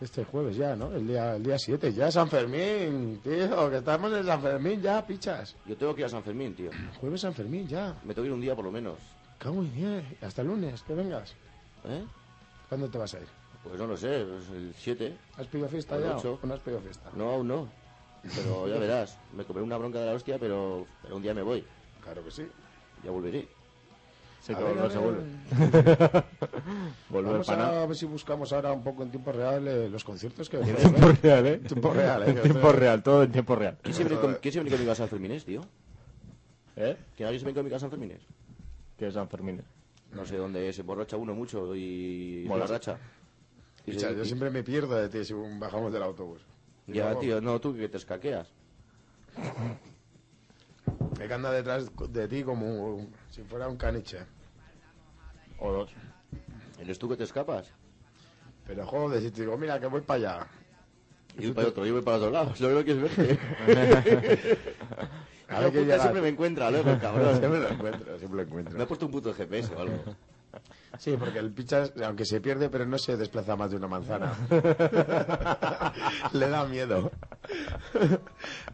este jueves ya, ¿no? El día el día 7, ya San Fermín, tío, que estamos en San Fermín ya, pichas. Yo tengo que ir a San Fermín, tío. Jueves San Fermín ya. Me tengo que ir un día por lo menos. Cago en diez. Hasta el lunes, que vengas. ¿Eh? ¿Cuándo te vas a ir? Pues no lo sé, es el 7. ¿Has pedido fiesta Al ya? ocho. ¿O no has pedido fiesta? No, aún no. Pero ya verás, me comeré una bronca de la hostia, pero, pero un día me voy. Claro que sí. Ya volveré. Sí, A que ver, a volver se ver. (laughs) vuelve. volver Vamos para nada. a ver si buscamos ahora un poco en tiempo real eh, los conciertos que En puede tiempo haber. real, ¿eh? Tiempo real, ¿eh? En tiempo real, todo en tiempo real. ¿Quién se viene con- quién se viene conmigo a San Fermines, tío? ¿Eh? ¿Quién alguien se viene conmigo a San Fermines? Que es San Fermín. (laughs) No sé dónde se borracha uno mucho y Mola. borracha. Y se- Pichas, yo y- siempre me pierdo de ti si bajamos del autobús. Ya, tío, no, tú que te escaqueas. Me anda detrás de ti como un- si fuera un caniche. O dos. ¿Eres tú que te escapas? Pero joder, si te digo, mira que voy para allá. (laughs) (laughs) Yo voy para otro, yo voy para otro lado. Lo que no quieres verte. A ver qué puta, llegas. siempre me encuentra luego, (laughs) cabrón. Siempre lo encuentro, siempre lo encuentro. Me ha puesto un puto GPS o algo. Sí, porque el pichas, aunque se pierde, pero no se desplaza más de una manzana. (laughs) Le da miedo.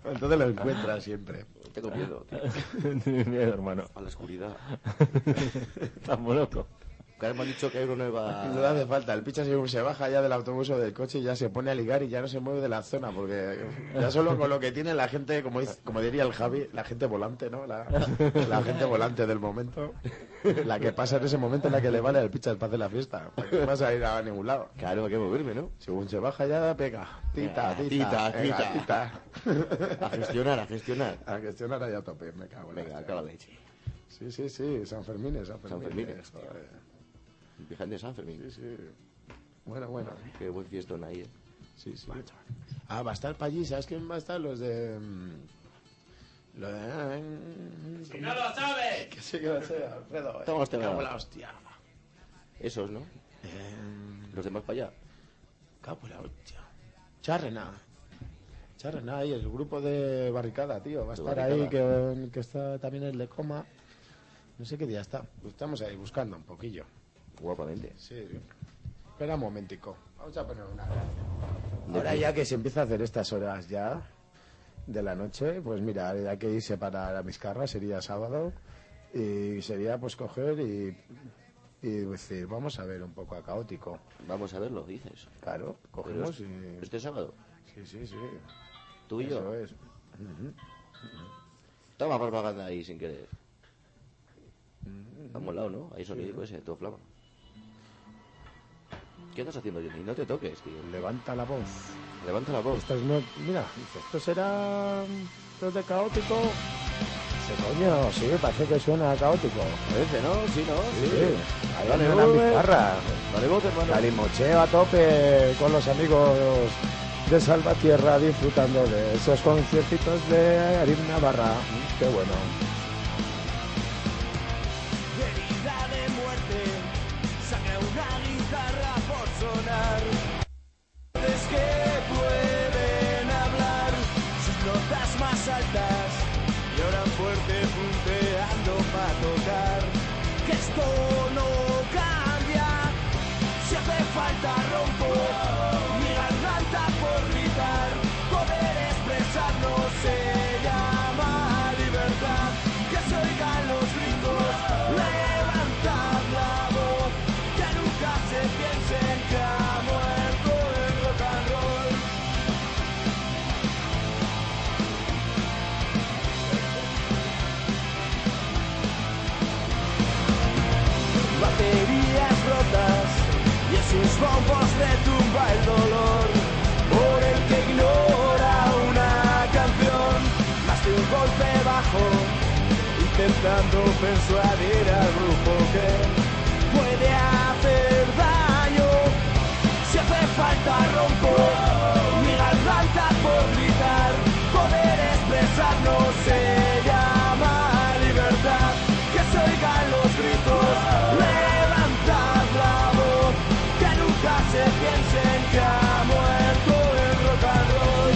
Entonces lo encuentra siempre. Tengo miedo, tío. Tienes miedo, hermano. A la oscuridad. Estamos locos. Claro, me han dicho que hay (laughs) una nueva... No le hace falta. El picha según se baja ya del autobús o del coche y ya se pone a ligar y ya no se mueve de la zona. Porque ya solo con lo que tiene la gente, como, dice- como diría el Javi, la gente volante, ¿no? La, la gente volante del momento. La que pasa en ese momento es la que le vale al picha para hacer la fiesta. Porque no vas a ir a ningún lado. Claro, hay que moverme, ¿no? Según se baja ya, pega. Tita, Ah, tita, tita, venga, tita. tita. (laughs) A gestionar, a gestionar. A gestionar allá a tope, me cago en la Venga, hostia. acá la leche. Sí, sí, sí, San Fermín, San Fermín. San Fermín, joder. Viajante de San Fermín. Sí, sí. Bueno, bueno. Qué buen fiestón ahí, eh. Sí, sí. Ah, va a estar para allí, ¿sabes quién va a estar? Los de... mm, Lo de... mm, ¿cómo? sabes! (laughs) Que sí que lo sé, Alfredo. eh. Toma este Me cago en grado. la hostia. Esos, ¿no? Los demás para allá. Capo la hostia. Charrena. Charrena y el grupo de Barricada, tío. Va a De estar ahí, que, que está también el de Coma. No sé qué día está. Estamos ahí buscando un poquillo. Guapamente. Sí. Espera un momentico. Vamos a poner una. Ahora ya que se empieza a hacer estas horas ya de la noche, pues mira, hay que irse para la Vizcarra, sería sábado, y sería pues coger y, y decir, vamos a ver un poco a caótico. Vamos a verlo, dices. Claro, Pero cogemos es- y... Este sábado. Sí, sí, sí. Tú y yo. Eso es. Ujú. Toma propaganda ahí sin querer. Mm. Ha molado, ¿no? Ahí sonido ese, todo flama. ¿Qué estás haciendo, Johnny? No te toques, tío. Levanta la voz. Levanta la voz. Esto es Pues no- Mira, dice, esto será... Esto es de caótico. Dice, coño, sí, parece que suena a caótico. Parece, ¿no? Sí, ¿no? Sí. Ahí Dale, una voz. pizarra. Dale voz, hermano. Calimocheo a tope con los amigos de Salvatierra disfrutando de esos conciertitos de Arim Navarra. Mm, Qué bueno. herida de muerte, saca una guitarra por sonar. Es que pueden hablar sus notas más altas, lloran fuerte punteando para tocar. Que esto no cambia, si hace falta rompo mi garganta por gritar, poder expresarnos se llama libertad. Que se oigan los gritos, levantad la voz, que nunca se piensen que ha muerto el rock and roll. baterías rotas y en sus bombos retumba el dolor por el que ignora una canción más de un golpe bajo intentando persuadir al grupo que puede hacer daño si hace falta rompo mi garganta por gritar poder expresarnos se llama libertad que se oigan los gritos levantad la voz que nunca se piensen que ha muerto el rock and roll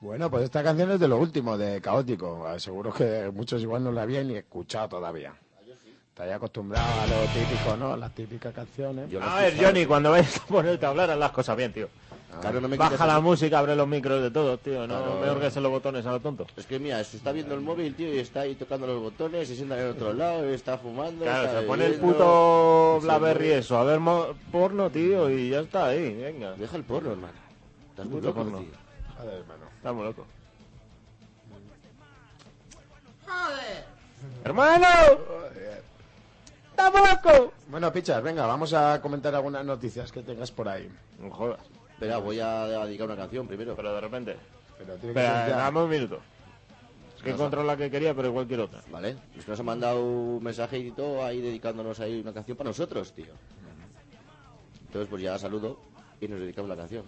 Bueno, pues esta canción es de lo último, de Caótico. Ah, Seguro que muchos igual no la habían ni escuchado todavía. Estáis acostumbrado a lo típico, ¿no? Las típicas canciones. A ver, Johnny, cuando vayas a ponerte a hablar, haz las cosas bien, tío. Claro, no me quites Baja la el- música, abre los micros de todos, tío. No, Claro. mejor que hacer los botones a lo tonto. Es que mira, se está viendo el móvil, tío, y está ahí tocando los botones, se sienta en el otro lado, y está fumando. Claro, está se pone el bebiendo. puto Sí, Blaberry no. eso. A ver, mo- porno, tío, y ya está ahí, venga. Deja el porno, hermano. Estás muy Puto loco, porno. tío. Joder, hermano. Estamos locos. Joder. ¡Hermano! ¡Estamos locos! Bueno, pichas, venga, vamos a comentar algunas noticias que tengas por ahí. No jodas. Espera, voy a dedicar una canción primero. Pero de repente. Pero tiene que Espera, ser ya. dame un minuto. Es que encontré la que quería, pero cualquier otra. Vale, es que nos han mandado un mensaje y todo ahí dedicándonos ahí una canción para nosotros, tío. Entonces, pues ya saludo y nos dedicamos la canción.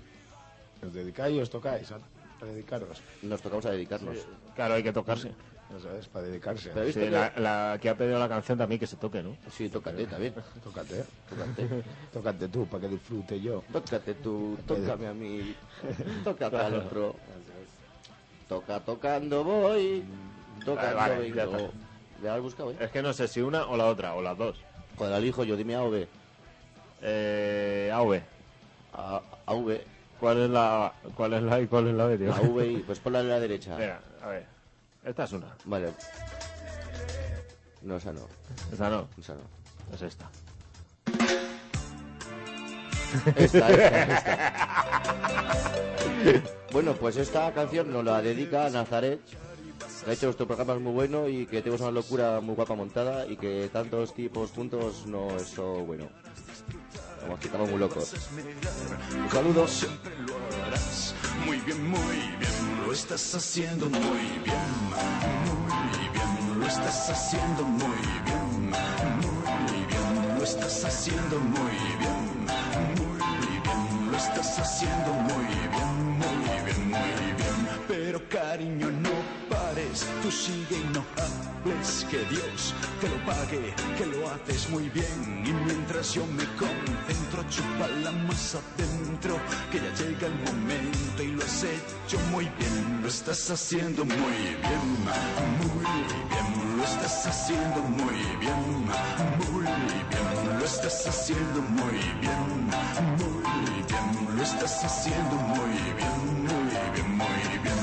Os dedicáis, os tocáis, a a dedicaros. Nos tocamos a dedicarnos. Claro, hay que tocarse. Eso es, para dedicarse. Pero viste Sí, que- la, la que ha pedido la canción también que se toque, ¿no? Sí, tócate también. Tócate. Tócate. Tócate tú, para que disfrute yo. Tócate tú, tócame a mí, tócate al otro. Toca tocando voy, Vale, tocando vale, ya vengo. está. Ya lo he buscado, ¿eh? Es que no sé si una o la otra, o las dos. Cuando elijo yo, dime A o B. Eh, AV. A, a V. ¿Cuál es la cuál es la A y cuál es la B, tío? A V y pues ponla en la derecha. Venga, a ver. Esta es una. Vale. No, esa no. Esa no, Esa no. es esta. Esta, esta, esta. (laughs) Bueno, pues esta canción nos la dedica Nazaret. De hecho, nuestro programa es muy bueno y que tenemos una locura muy guapa montada y que tantos tipos juntos no es todo bueno. Vamos, que estamos muy locos. Un saludo. Siempre lo harás muy bien, muy bien, lo estás haciendo muy bien, muy bien, lo estás haciendo muy bien, muy bien, lo estás haciendo muy bien, muy bien, lo estás haciendo muy bien, muy bien, muy bien. Pero cariño, no pares, tú sigue y no hables, que Dios te lo pague, que lo haces muy bien. Y mientras yo me concentro, chupa la masa adentro, que ya llega el momento y lo has hecho muy bien, lo estás haciendo muy bien, muy bien, lo estás haciendo muy bien, muy bien, lo estás haciendo muy bien, muy bien, lo estás haciendo muy bien, muy bien, muy bien.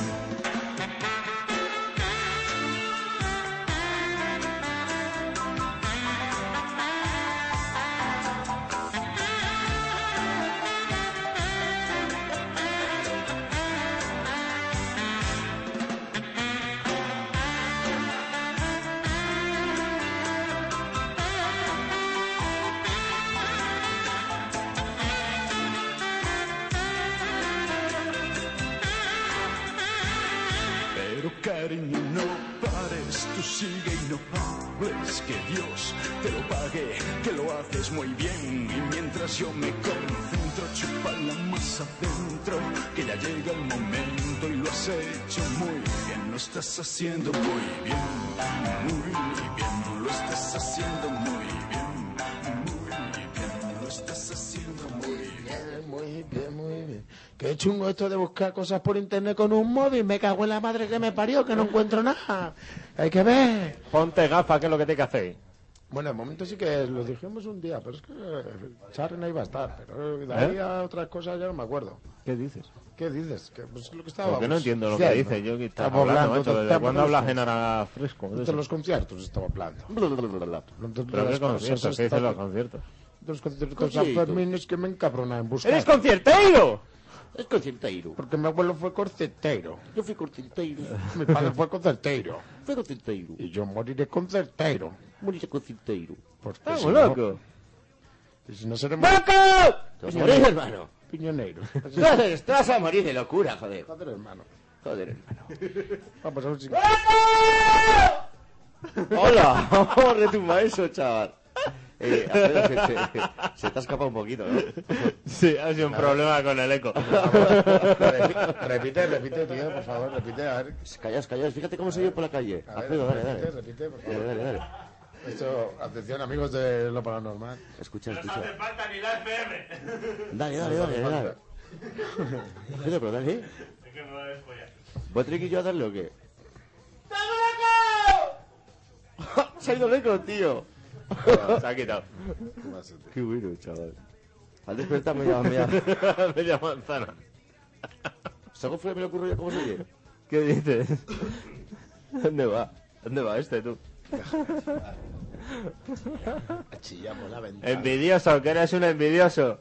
Pero cariño, no pares, tú sigue y no hables, que Dios te lo pague, que lo haces muy bien. Y mientras yo me concentro, chupa la masa adentro, que ya llega el momento y lo has hecho muy bien, lo estás haciendo muy bien, muy bien, lo estás haciendo muy bien, muy bien, lo estás haciendo muy bien. Muy bien, muy bien. Qué chungo esto de buscar cosas por internet con un móvil. Me cago en la madre que me parió, que no encuentro nada. Hay que ver. Ponte gafas, que es lo que te que hacer. Bueno, de momento sí que lo dijimos un día, pero es que Charly no iba a estar. Pero de ahí ¿Eh? a otras cosas ya no me acuerdo. ¿Qué dices? ¿Qué dices? Que, pues, lo que estábamos Porque no entiendo lo que diciendo. dices. Yo que estaba Estamos hablando, hablando, macho, ¿Desde estamos cuándo hablando. hablas en ara fresco? de De eso? los conciertos estaba hablando. ¿Pero qué Las conciertos? cosas ¿Qué dicen los están- conciertos? de los conciertos Concierto. sanfermines que me encabronan en buscar. Pues ¡Eres conciertero! Es concierteiro. Porque mi abuelo fue corcetero. Yo fui concierteiro. Mi padre fue concertero. Fui concierteiro. Y yo moriré concertero. Morirse concierteiro. Porque ¡Estamos si no- locos! si no seremos ¡Loco! Te vas a morir, hermano. (laughs) piñoneiros. Te vas a- te vas a morir de locura, joder. Joder, hermano. Joder, hermano. Vamos a ver si... ¡Hola! ¿Cómo retumba eso, chaval? Eh, Alfredo, se, se- se te ha escapado un poquito, ¿no? Sí, ha sido un problema con el eco. repite, repite, tío, por favor, repite. A ver, Callaos, callaos, Pues fíjate cómo se vive por la calle. a ver, Alfredo, dale, repite, dale. repite, por Dale, favor. dale, dale. Esto, atención, amigos de lo paranormal. Escucha, escucha. No hace falta ni la FM. Dale, dale, dale, dale. dale. Alfredo, pero dale. que me va a despollar. ¿Voy a tener que yo a darle o qué? (laughs) Se ha ido lejos, tío. Se ha quitado. Qué bueno, chaval. Al despertar me llama media, (laughs) media manzana. ¿Saco fuera me lo ocurrió cómo se oye? ¿Qué dices? ¿Dónde va? ¿Dónde va este tú? Chillamos la ventana. Envidioso, que eres un (laughs) envidioso.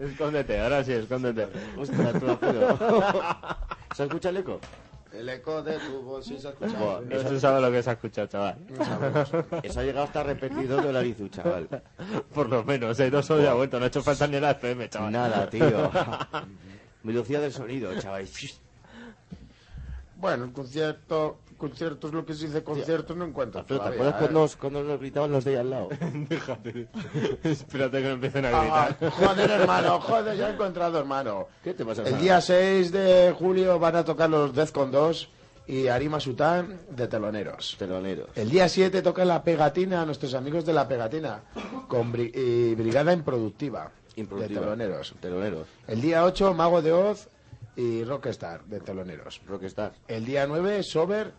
Escóndete, ahora sí, escóndete. Hostia, tú la puedo. ¿Se escucha el eco? El eco de tu voz, sí se ha escuchado. Buah, no se sabe lo que se ha escuchado, chaval. Eso ha llegado hasta repetido de la Arizu, chaval. Por lo menos, eh, no solo de vuelta, no ha hecho falta ni la FM, chaval. Nada, (laughs) tío. Velocidad del sonido, chaval. Bueno, un concierto, conciertos, lo que se dice conciertos, no encuentro. Pero ¿Te todavía, acuerdas ¿eh? cuando, os- cuando nos gritaban los de ahí al lado? (laughs) Déjate. Espérate que no empiecen a Ah, gritar. joder, hermano, joder, ya he encontrado, hermano. ¿Qué te pasa? El día 6 de julio van a tocar los Death con 2 y Arima Sután de teloneros. Teloneros. El día 7 toca la pegatina, nuestros amigos de la pegatina, con Bri- y Brigada Improductiva, Improductiva. de teloneros. Teloneros. El día 8, Mago de Oz y Rockstar, de teloneros. Rockstar. El día 9, Sober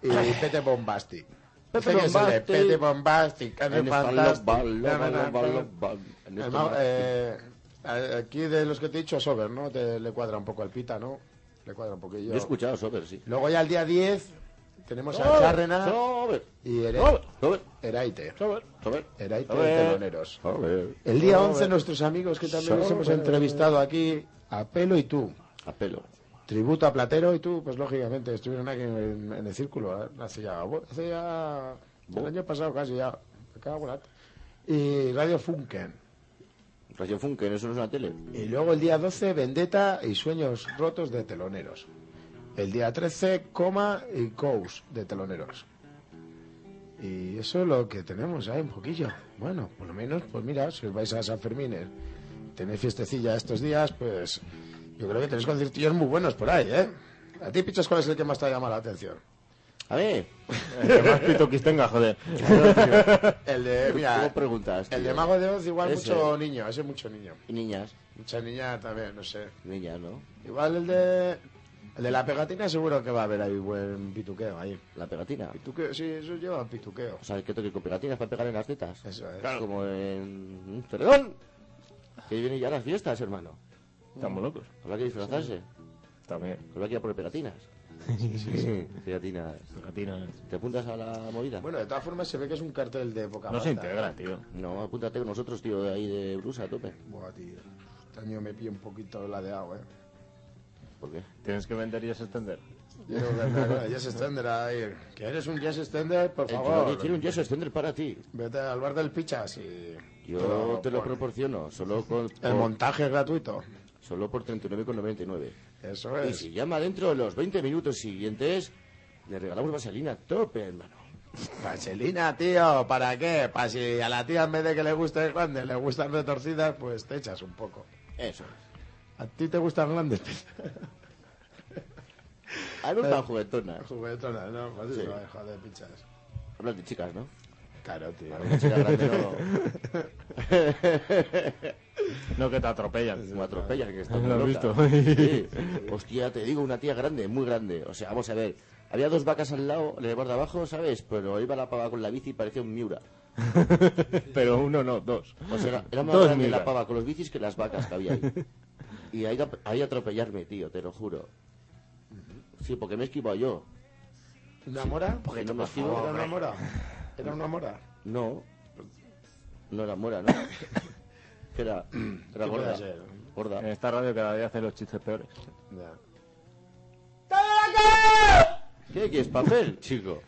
y (laughs) Pete Bombastic. Pete Este que es el de Pete Bombastic. Bombastic, hace En fantástico. Estaloba, Na, na, na, loba, na. loba, en este El estos mago- mapas. eh, a- aquí de los que te he dicho, Sober, ¿no? Te- le cuadra un poco al pita, ¿no? Le cuadra un poquillo. Yo he escuchado Sober, sí. Luego ya el día 10 tenemos a Sober, Charrena Sober, y Ere- Sober, Sober, Eraite. Sober, Sober. Eraite de Sober, Teloneros. Sober. El día Sober. 11 nuestros amigos que también los Sober. hemos entrevistado aquí, a Pelo y tú. A pelo. Tributo a Platero y tú, pues lógicamente, estuvieron aquí en, en el círculo ¿eh? hace ya, hace ya el año pasado casi ya. Me cago en la- Y Radio Funken. Radio Funken, eso no es una tele. Y luego el día 12, Vendetta y Sueños Rotos de Teloneros. El día 13, Coma y Coast de Teloneros. Y eso es lo que tenemos ahí un poquillo. Bueno, por lo menos, pues mira, si os vais a San Fermín, eh, tenéis fiestecilla estos días, pues yo creo que tenéis conciertillos muy buenos por ahí, ¿eh? A ti, Pichos, ¿cuál es el que más te ha llamado la atención? (laughs) A ver. Que más pitoquis (laughs) tenga, joder. El de, ¿Cómo mira, preguntas? el de tío? Mago de Oz igual Ese. mucho niño, ese mucho niño. Y niñas. Mucha niña también, no sé. Niñas, ¿no? Igual el de. El de la pegatina seguro que va a haber ahí buen pituqueo ahí. La pegatina. Pituqueo, sí, eso lleva pituqueo. O sea, Pues que toque con pegatinas para pegar en las tetas. Eso es. Como en Perdón. Que vienen ya las fiestas, hermano. Estamos locos. Habrá que disfrazarse. También. Habrá que ir a por pegatinas. (laughs) Pegatinas. Pegatinas. ¿Te apuntas a la movida? Bueno, de todas formas se ve que es un cartel de poca No monta, se integra, ¿eh? tío. No, apúntate con nosotros, tío, de ahí de brusa, a tope. Buah, tío. Este año me pillo un poquito la de agua, eh. ¿Por qué? Tienes que vender y extender. Yo creo que nada, nada, Jazz Extender ahí. Que eres un Jazz Extender, por Eh, yo favor. quiero un yeso extender para ti. Vete al bar del Pichas y. Yo Pero, te lo por- proporciono, solo, con, El por- montaje es gratuito. solo por 39,99. Eso Y es. si llama dentro de los 20 minutos siguientes, le regalamos vaselina a tope, hermano. Vaselina, tío, ¿para qué? Para si a la tía en vez de que le guste grande, le gustan retorcidas, pues te echas un poco. Eso es. ¿A ti te gustan grandes? A mí me gustan juguetonas. (laughs) Juguetonas, ¿no? Pues Joder, Sí. no, hijo de pichas. Hablas de chicas, ¿no? Claro, tío. Una chica grande (laughs) no... No que te atropellan. Me atropella que está Lo muy he loca. visto. Sí. (laughs) Hostia, te digo, una tía grande, muy grande. O sea, vamos a ver. Había dos vacas al lado, en el borde de abajo, ¿sabes? Pero iba la pava con la bici y parecía un Miura. (laughs) Pero uno no, dos. O sea, era- era más Dos grande la migas. pava con los bicis que las vacas que había (laughs) ahí. Y ahí, a- ahí a atropellarme, tío, te lo juro. Sí, porque me he esquivado yo. ¿Una mora? Porque no me esquivo. ¿Era una mora? ¿Era una mora? No. No era (coughs) mora, ¿no? Era, era ¿Qué gorda. puede ser? Gorda. En Eh. esta radio cada día hacen los chistes (laughs) peores. Ya. ¿Qué quieres, papel, chico?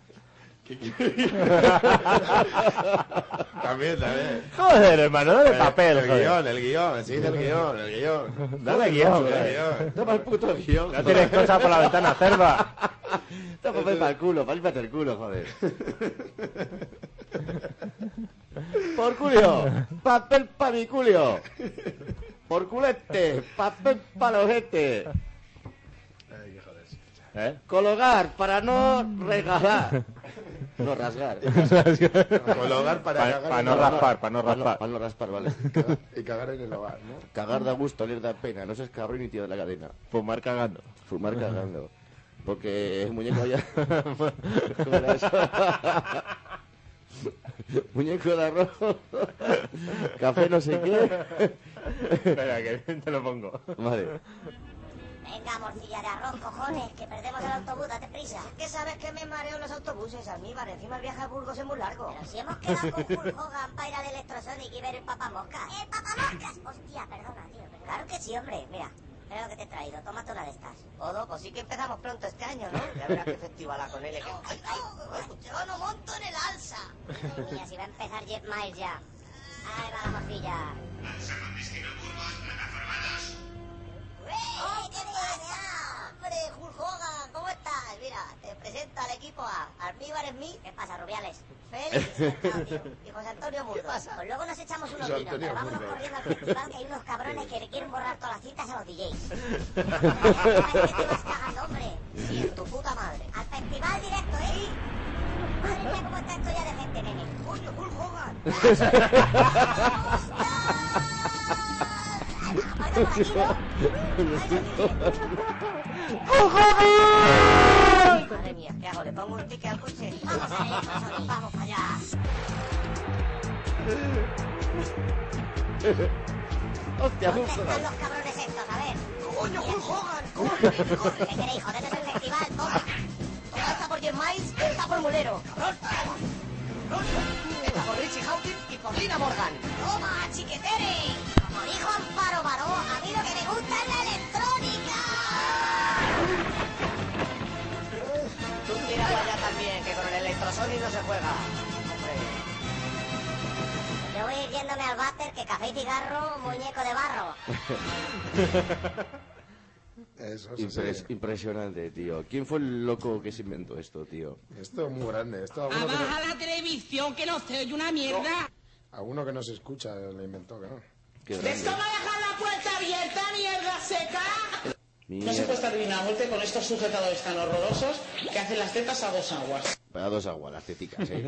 También, también. Joder, hermano, dale el guión, el guión, sí, del guión, el guión. Dale guión, El joder. guión. Toma el puto guión. No tienes cosas por la ventana, cerva. Toma papel para el culo, para el culo, (laughs) joder. Por culio, papel para mi culio. Por culete, papel para el ojete. ¿Eh? Colocar para no regalar. No, (laughs) rasgar. Con hogar para Pa- cagar pa en no el hogar. raspar, pa no Para no, raspar. pa no raspar, vale. (laughs) Y cagar en el hogar, ¿no? Cagar da gusto, oler da pena. No seas cabrón y tío de la cadena. Fumar cagando. Fumar cagando. Porque el muñeco ya... (laughs) ¿Cómo era eso? muñeco de arroz. Café no sé qué. Espera, que te lo pongo. Vale. Venga, morcilla de arroz, cojones, que perdemos el autobús, date prisa. ¿Qué sabes que me mareo en los autobuses, almíbar? Encima el viaje a Burgos es muy largo. Pero si hemos quedado con Hulk Hogan para ir al Electrosonic y ver el papamoscas. ¡El papamoscas! Hostia, perdona, tío. perdona. Claro que sí, hombre. Mira, mira lo que te he traído. Tómate una de estas. Odo, pues sí que empezamos pronto este año, ¿no? Ya verás qué festivala con él. ¡Ay, ay! ¡Yo no monto en el alza! Madre mía, si va a empezar Jeff Miles ya. Ahí va la morcilla. ¡Ey, qué pasa! ¡Hombre, Hulk Hogan! ¿Cómo estás? Mira, te presento al equipo A. Almíbar es mí. ¿Qué pasa, Rubiales? Félix y José Antonio (laughs) Murdo. Pues luego nos echamos unos José vinos, Antonio pero vámonos Murdo. corriendo al festival que hay unos cabrones que le quieren borrar todas las citas a los DJs. ¿Qué vas cagando, hombre? Sí, en tu puta madre. Al festival directo, ¿eh? Madre mía, cómo está esto ya de gente, nene. ¡Coño, Hulk Hogan! Madre mía, ¿qué hago? ¿Le pongo un ticket al coche? Vamos a ir, vamos para allá. Hostia, ¿Dónde justo. están los cabrones estos? A ver. ¡Coño, Hulk Hogan! ¿Qué queréis? Joderos el festival, toma. Está por Jen Miles, está por Mulero. ¡Cabrón! ¡Cabrón! Está por Richie Hawkins y por Lina Morgan. Toma, chiquetere. Como dijo Amparo Baró, a mí lo que me gusta es la electrónica. Tú tira para allá también, que con el electrosonic no se juega. Hombre, Yo voy a ir yéndome al váter que café y cigarro, muñeco de barro. Eso sí. Impres- Impresionante, tío. ¿Quién fue el loco que se inventó esto, tío? Esto es muy grande. Esto a uno, que Abaja no- la televisión que no se oye una mierda. a uno que no se escucha le inventó, claro. Esto va a dejar la puerta abierta, mierda seca. No se puede estar bien a muerte con estos sujetadores tan horrorosos que hacen las tetas a dos aguas. Para dos aguas, las teticas, (laughs) Turra,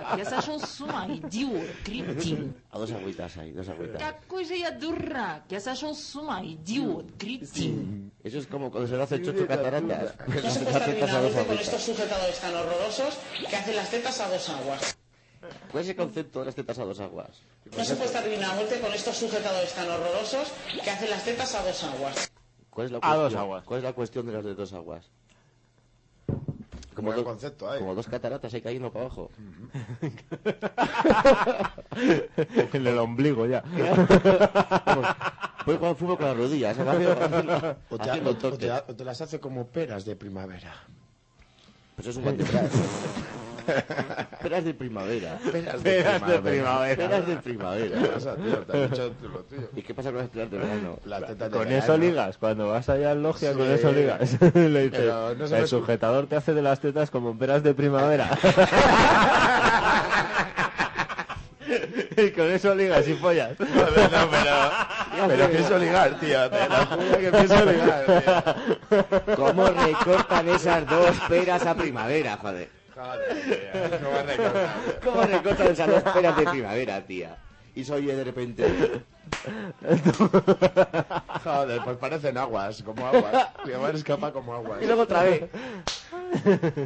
eh. que esas son sumas, idiota, crítico. A dos agüitas ahí, dos agüitas. Какой дурак, я сошел с ума, идиот, Sí. Eso es como cuando se le hace chocho Idiota, cataratas. No Las (laughs) se puede estar bien tetas a a dos gusto con estos agüitas. sujetadores tan horrorosos que hacen las tetas a dos aguas. ¿Cuál es el concepto de las tetas a dos aguas? No se puede estar bien a muerte con estos sujetadores tan horrorosos que hacen las tetas a dos aguas. ¿Cuál es la A cuestión? dos aguas. ¿Cuál es la cuestión de las de dos aguas? Como, dos, ¿eh? como dos cataratas ahí cayendo para abajo. Mm. El del ombligo ya. (laughs) Vamos, puedes jugar al fútbol con las rodillas. ¿eh? (laughs) Haciendo- O te, haciendo o te- torque. o te las hace como peras de primavera. Pero Pues eso es un (laughs) guantepras. Peras de primavera. Peras de Peras de primavera. primavera. Peras de primavera. ¿Qué pasa, tío? Te has dicho tú lo tuyo. ¿Y qué pasa con las tetas de verano? Las tetas de Con verano. eso ligas, cuando vas allá al logia, Sí. con eso ligas. (laughs) Le dices, Pero no se me el escu- sujetador te hace de las tetas como peras (laughs) de primavera. y con eso ligas y follas. no, pero, pero pienso ligar, tío. Te la juro que pienso ligar, tío. ¿Cómo recortan esas dos peras a primavera, joder? Joder, tío, ¿cómo recortar? ¿Cómo recortan esas dos peras de primavera, tía? Y soy de repente... Joder, pues parecen aguas, como aguas. Mi amor escapa como aguas. Y luego otra vez.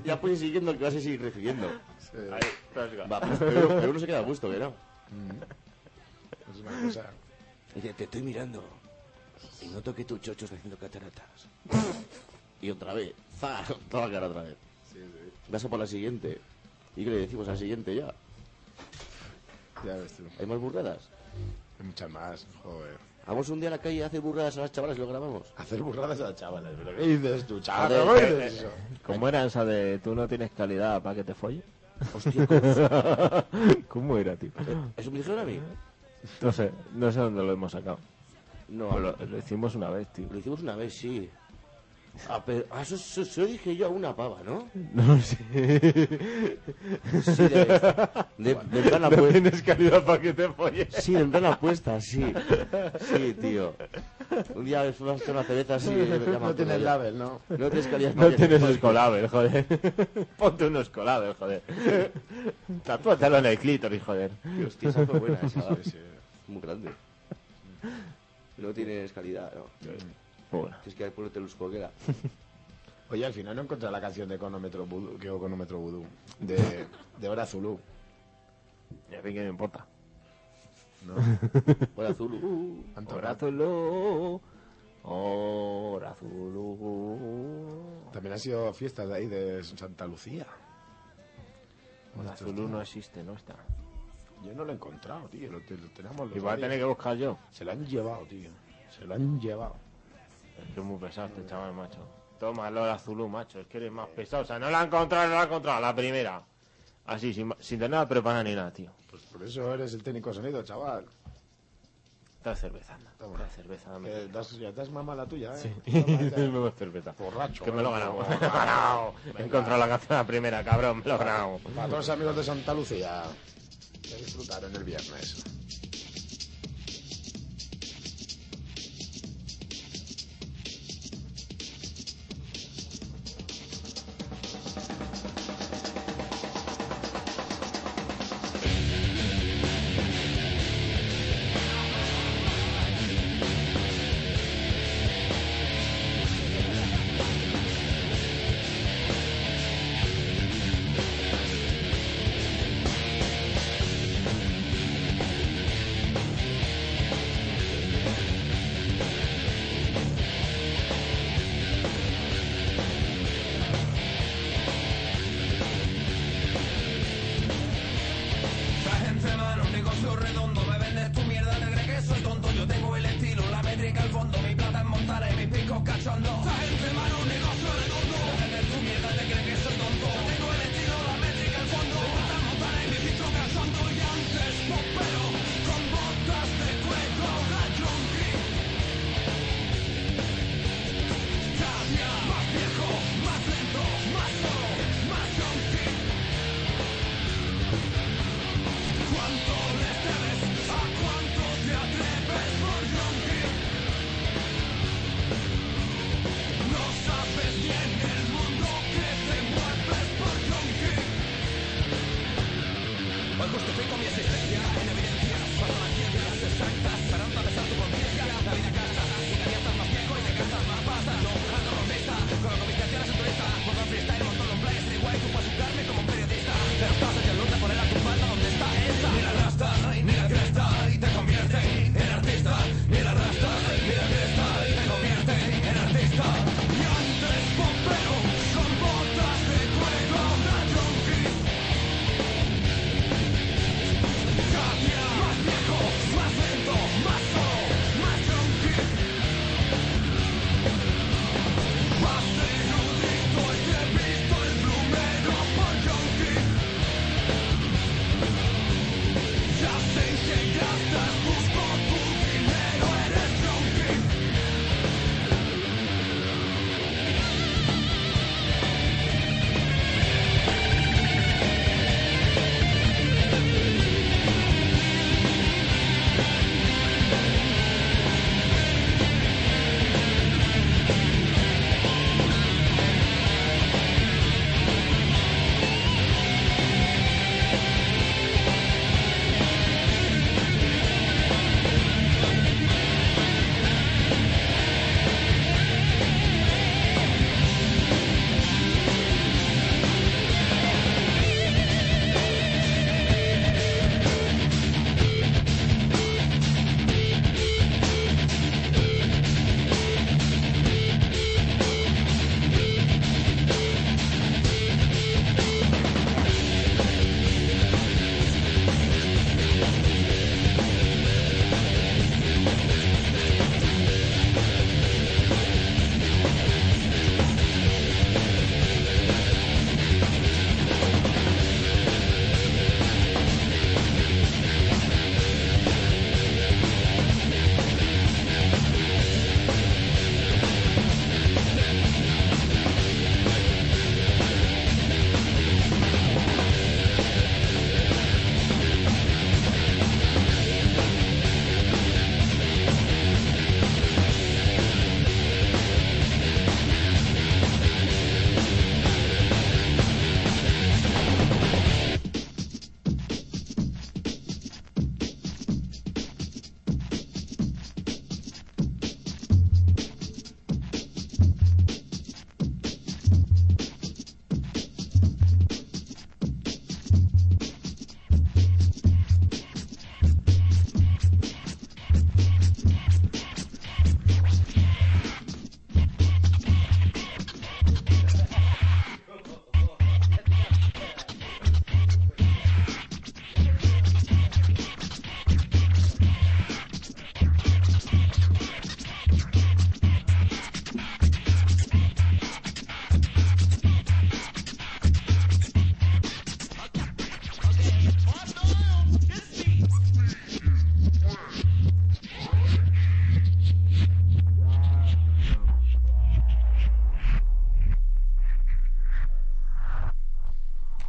Ya puedes ir siguiendo el que vas a seguir recibiendo. Va, pero, pero- pero uno se queda a gusto, ¿verdad? Es una cosa. Dice, te estoy mirando y noto que tu chocho está haciendo cataratas. (laughs) y otra vez, ¡za! Toda la cara otra vez. Sí, sí. Vas a por la siguiente. ¿Y qué le decimos a la siguiente ya? Ya ves tú. ¿Hay más burradas? Hay muchas más, joder. Vamos un día a la calle a hacer burradas a las chavalas y lo grabamos. Hacer burradas a chavales, pero ¿qué dices tú, chaval? Joder, ¿Cómo pero- dices eso? ¿Cómo era esa de tú no tienes calidad para que te folle? Hostia, (laughs) ¿cómo- (laughs) ¿Cómo era, tío? ¿Eso me dijeron a mí? No sé, no sé dónde lo hemos sacado. No, Pues Lo, lo hicimos una vez, tío. (laughs) lo hicimos una vez, sí. Ah, pero ah, eso, eso- eso dije yo a una pava, ¿no? No sé. Sí, de, (laughs) de, de entrar la No puerta. tienes calidad para que te folles. Sí, de entrar la puesta, sí. Sí, tío. Un día vas a hacer una cerveza (laughs) así. No tienes label, ¿no? No tienes calidad. No tienes escolabel, joder. (laughs) Ponte unos colabel, joder. Tatúatelo en el clítoris, joder. Hostia, esa fue buena esa. Muy grande. No tienes calidad, no. Bueno. Tienes que ponerte luz coquera. Oye, al final no encontré la canción de Económetro Vudú, que Económetro Vudú, de, de Hora Zulu. Ya ven que me importa. ¿no? Hora Zulu. Antonio. Hora Zulu. Hora Zulu. También ha sido fiestas de ahí, de Santa Lucía. Hora Estos Zulu días. no existe, no está. Yo no lo he encontrado, tío. Lo, te- lo tenemos los Y voy a varios. tener que buscar yo. Se lo han llevado, tío. Se lo han llevado. Es que es muy pesado este chaval, macho. Toma, Lola Zulu, macho. Es que eres más pesado. O sea, no la ha encontrado, no la ha encontrado. La primera. Así, sin, sin tener nada preparada ni nada, tío. Pues por eso eres el técnico de sonido, chaval. Está cerveza, anda. Toma. Está cerveza, dame. (laughs) Que das, ya das mamá la tuya, ¿eh? Toma, ya. me voy a cerveza. Borracho, Que me lo he eh, (laughs) ganado. Me borracho. lo he ganado. Venga. (laughs) He encontrado la canción la primera, cabrón. Me lo he ganado. Para todos los amigos de Santa Lucía, que disfrutaron el viernes. La gente mano, un negocio redondo, me vendes tu mierda, te crees que soy tonto. Yo tengo el estilo, la métrica al fondo, mi plata en montar y mis picos cachondo. La gente mano, un negocio redondo, me vendes tu mierda, te crees que soy tonto. Yo tengo el estilo, la métrica al fondo, mi plata en montar y mis picos cachondo. Y antes popero, con botas de cuero, la yunqui. Cada día más viejo, más lento, más solo, más yonki. ¿Cuánto les debes? ¿A cuánto te atreves por Yonki? No sabes bien el mundo que te mueves por Yonki. Hoy justifico mi existencia en evidencia. Cuando las ciencias exactas harán atravesar tu conciencia. La vida cansa, y cada día estás más viejo y te cansas más. Basta, no, no lo mesa. Con la conversación es un turista. Por la freestyle, montón los planes, igual tú para sucarme como un periodista. Pero estás allá en lucha, poner a tu falda donde está esa. Ni la rasta, ni la cresta, y te convierte en artista. Ni la rasta, ni la cresta, y te convierte en artista. Y antes pompeo, con botas de cuero, una yonki. Cada día más viejo, más lento, más solo, más yonki. Más erudito y he visto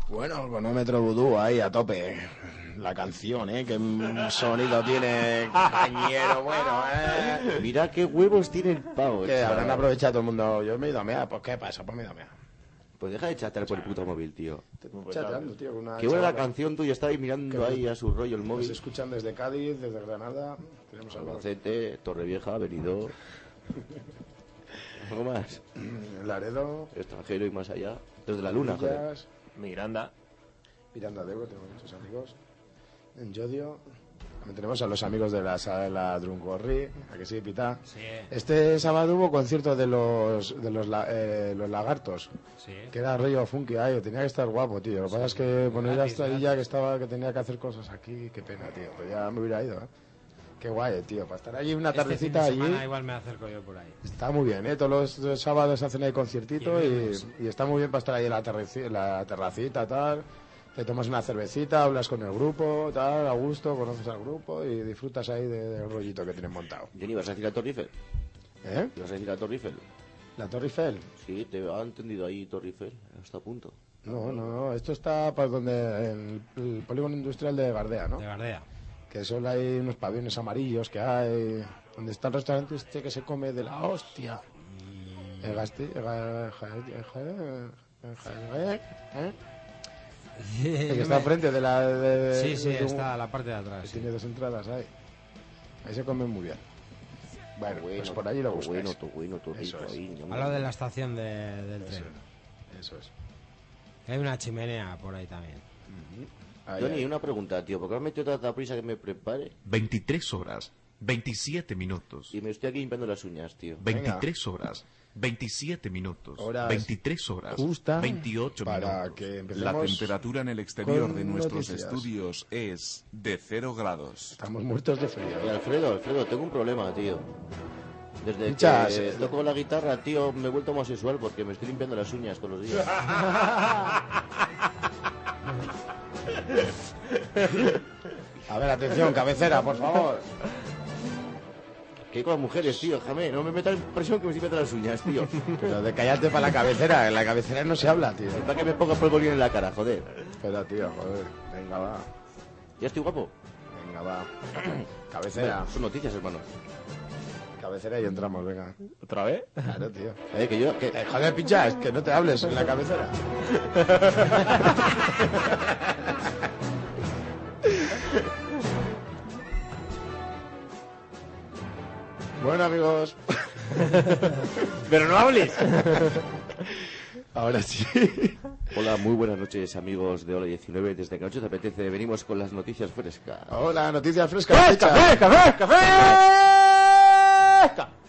Bonómetro vudú ahí a tope. La canción, ¿eh? Qué sonido tiene cañero bueno, ¿eh? Mira qué huevos tiene el pavo. Que chaval. habrán aprovechado todo el mundo. Yo me he ido a mear. Pues qué pasa, pues me he ido a mear. Pues deja de chatear por el puto móvil, tío. Pues Pues Chateando, tío, con una Qué buena la chavala. canción tuya, estaba ahí mirando Qué ahí bueno. a su rollo el Nos móvil. escuchan desde Cádiz, desde Granada. Tenemos algo. Albacete, Torrevieja, Benidorm. ¿Algo más? Laredo. Extranjero y más allá. Desde la luna, joder. Villas, Miranda. Miranda de Ebro, tengo muchos amigos. En Yodio. También tenemos a los amigos de la sala de la Drunkorri, a que sí, Pita. Este sábado hubo concierto de los de los, la- eh, los lagartos. Que era rollo funky, ay, tenía que estar guapo, tío. Lo que pasa es que poner Gratis, hasta ahí ya que estaba que tenía que hacer cosas aquí, qué pena, tío. Pues ya me hubiera ido, ¿eh? Qué guay, tío, para estar allí una Este fin de tardecita allí. semana igual me acerco yo por ahí. Está muy bien, ¿eh? Todos los, los sábados hacen el conciertito Y y, vemos. y está muy bien para estar ahí en la, terreci- la terracita, tal. Te tomas una cervecita, hablas con el grupo, tal, a gusto, conoces al grupo y disfrutas ahí de- del rollito que tienen montado. Jenny, ¿vas a decir la Torre Eiffel? ¿Eh? ¿Ibas a decir la Torre Eiffel? ¿La Torre Eiffel? Sí, te ha entendido ahí Torre Eiffel, hasta punto. No, no, no. Esto está para donde el, el polígono industrial de Bardea, ¿no? De Bardea. Que solo hay unos pabellones amarillos que hay. Donde está el restaurante este que se come de la hostia. Mm. El gasti... el ga- ja- ja- ja- ja- ¿eh? (laughs) El que está enfrente de la. de- de- Sí, sí, de- de- está a la parte de atrás. que Tiene dos entradas ahí. Ahí se comen muy bien. Bueno, pues por allí lo tu buscáis. bueno, tu bueno, tu Eso rico es. ahí, ñam, Al lado de la estación de- del Eso tren. Eso es. Que Hay una chimenea por ahí también. Ahí, Johnny, ahí. una pregunta, tío, ¿por qué me has metido tanta prisa que me prepare? 23 horas, 27 minutos. Y me estoy aquí limpiando las uñas, tío. 23 horas, 27 minutos. Horas 23 horas, justa 28 para minutos. que La empecemos temperatura en el exterior con de nuestros noticias. estudios es de 0 grados. Estamos muertos de frío. Y Eh, Alfredo, Alfredo, tengo un problema, tío. Desde Pinchas, que eh. toco la guitarra, tío, me he vuelto homosexual porque me estoy limpiando las uñas todos los (laughs) días. A ver, atención, cabecera, por favor. ¿Qué con las mujeres, tío? Déjame, no me metas en presión que me estoy limpiando las uñas, tío. Pero de callarte para la cabecera, en la cabecera no se habla, tío. Para que me pongas polvorín en la cara, joder. Espera, tío, joder. Venga, va. ¿Ya estoy guapo? Venga, va. Cabecera. Venga, son noticias, hermano. Cabecera y entramos, venga. ¿Otra vez? Claro, tío. Eh, que yo... Que... Eh, joder, pinchas, que no te hables en la cabecera. bueno, amigos, Pero no hables. (laughs) ahora sí. Hola, muy buenas noches, amigos de Hola 19. Desde que noche te apetece, venimos con las noticias frescas. Hola, noticias frescas. pinchas.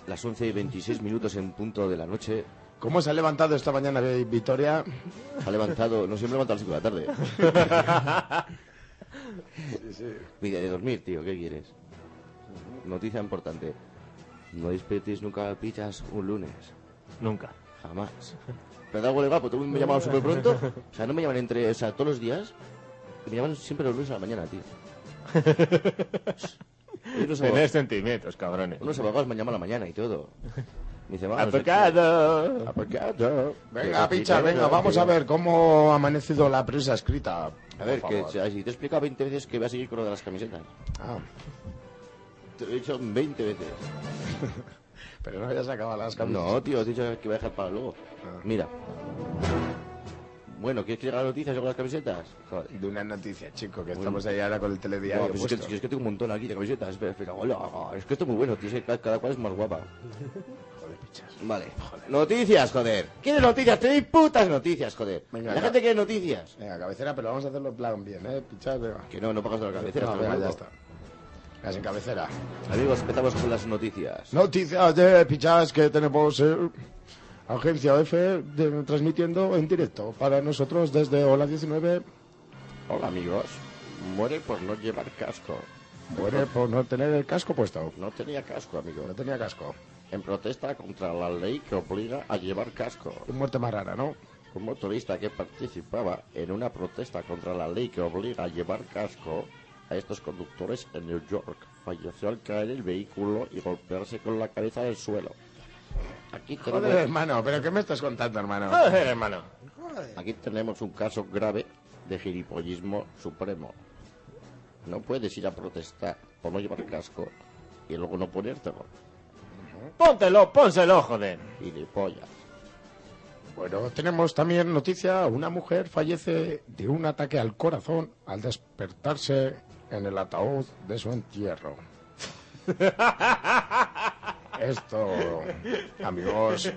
Las 11 y 26 minutos en punto de la noche. ¿Cómo se ha levantado esta mañana eh, Victoria? Ha levantado, no siempre levanta a las 5 de la tarde. Mira, de dormir, tío, ¿qué quieres? Noticia importante. No despertéis nunca pichas un lunes. Nunca. Jamás. Me da huele guapo, todo el mundo me llamaba súper pronto. O sea, no me llaman entre, o sea, todos los días. Me llaman siempre los lunes a la mañana, tío. Hoy los Tener abogados, sentimientos, cabrones. unos abogados me llaman a la mañana y todo. Me dice, vamos, Apocado. apocado. Venga, pincha, venga, vamos a ver cómo ha amanecido la prensa escrita. A ver, por que favor. si te he explicado 20 veces que voy a seguir con lo de las camisetas. Ah, Te lo he dicho 20 veces. pero no hayas acabado las camisetas. No, tío, has dicho que voy a dejar para luego. Ah. Mira. Bueno, ¿quieres que llegue a las noticias sobre las camisetas? Joder. De una noticia, chico, que Uy. estamos ahí ahora con el telediario. Buah, pues es, puesto. que, es que tengo un montón aquí de camisetas. Espera, espera, hola. Es que esto es muy bueno, tío. es que cada, cada cual es más guapa. Joder, pichas. Vale. Noticias, joder. ¿Quieres noticias? Tenéis putas noticias, joder. Venga, la ya. gente quiere noticias. Venga, cabecera, pero vamos a hacerlo en plan bien, ¿eh? Pichas, venga. Que no, no pagas de la cabecera. No, estás venga, ya loco. está. Venga, sin cabecera. Amigos, empezamos con las noticias. Noticias de pichas que tenemos... eh, Agencia F de- transmitiendo en directo para nosotros desde Hola 19. Hola, amigos. Muere por no llevar casco. Muere por no tener el casco puesto. No tenía casco, amigo. No tenía casco. En protesta contra la ley que obliga a llevar casco. Qué muerte más rara, ¿no? Un motorista que participaba en una protesta contra la ley que obliga a llevar casco a estos conductores en New York falleció al caer el vehículo y golpearse con la cabeza del suelo. Aquí Joder, tenemos, Ah, hermano, ¿pero qué me estás contando, hermano? Joder, hermano. aquí tenemos un caso grave de gilipollismo supremo. No puedes ir a protestar por no llevar casco y luego no ponértelo. Póntelo, pónselo, joder. Gilipollas. Bueno, tenemos también noticia, una mujer fallece de un ataque al corazón al despertarse en el ataúd de su entierro. (laughs) Esto, amigos,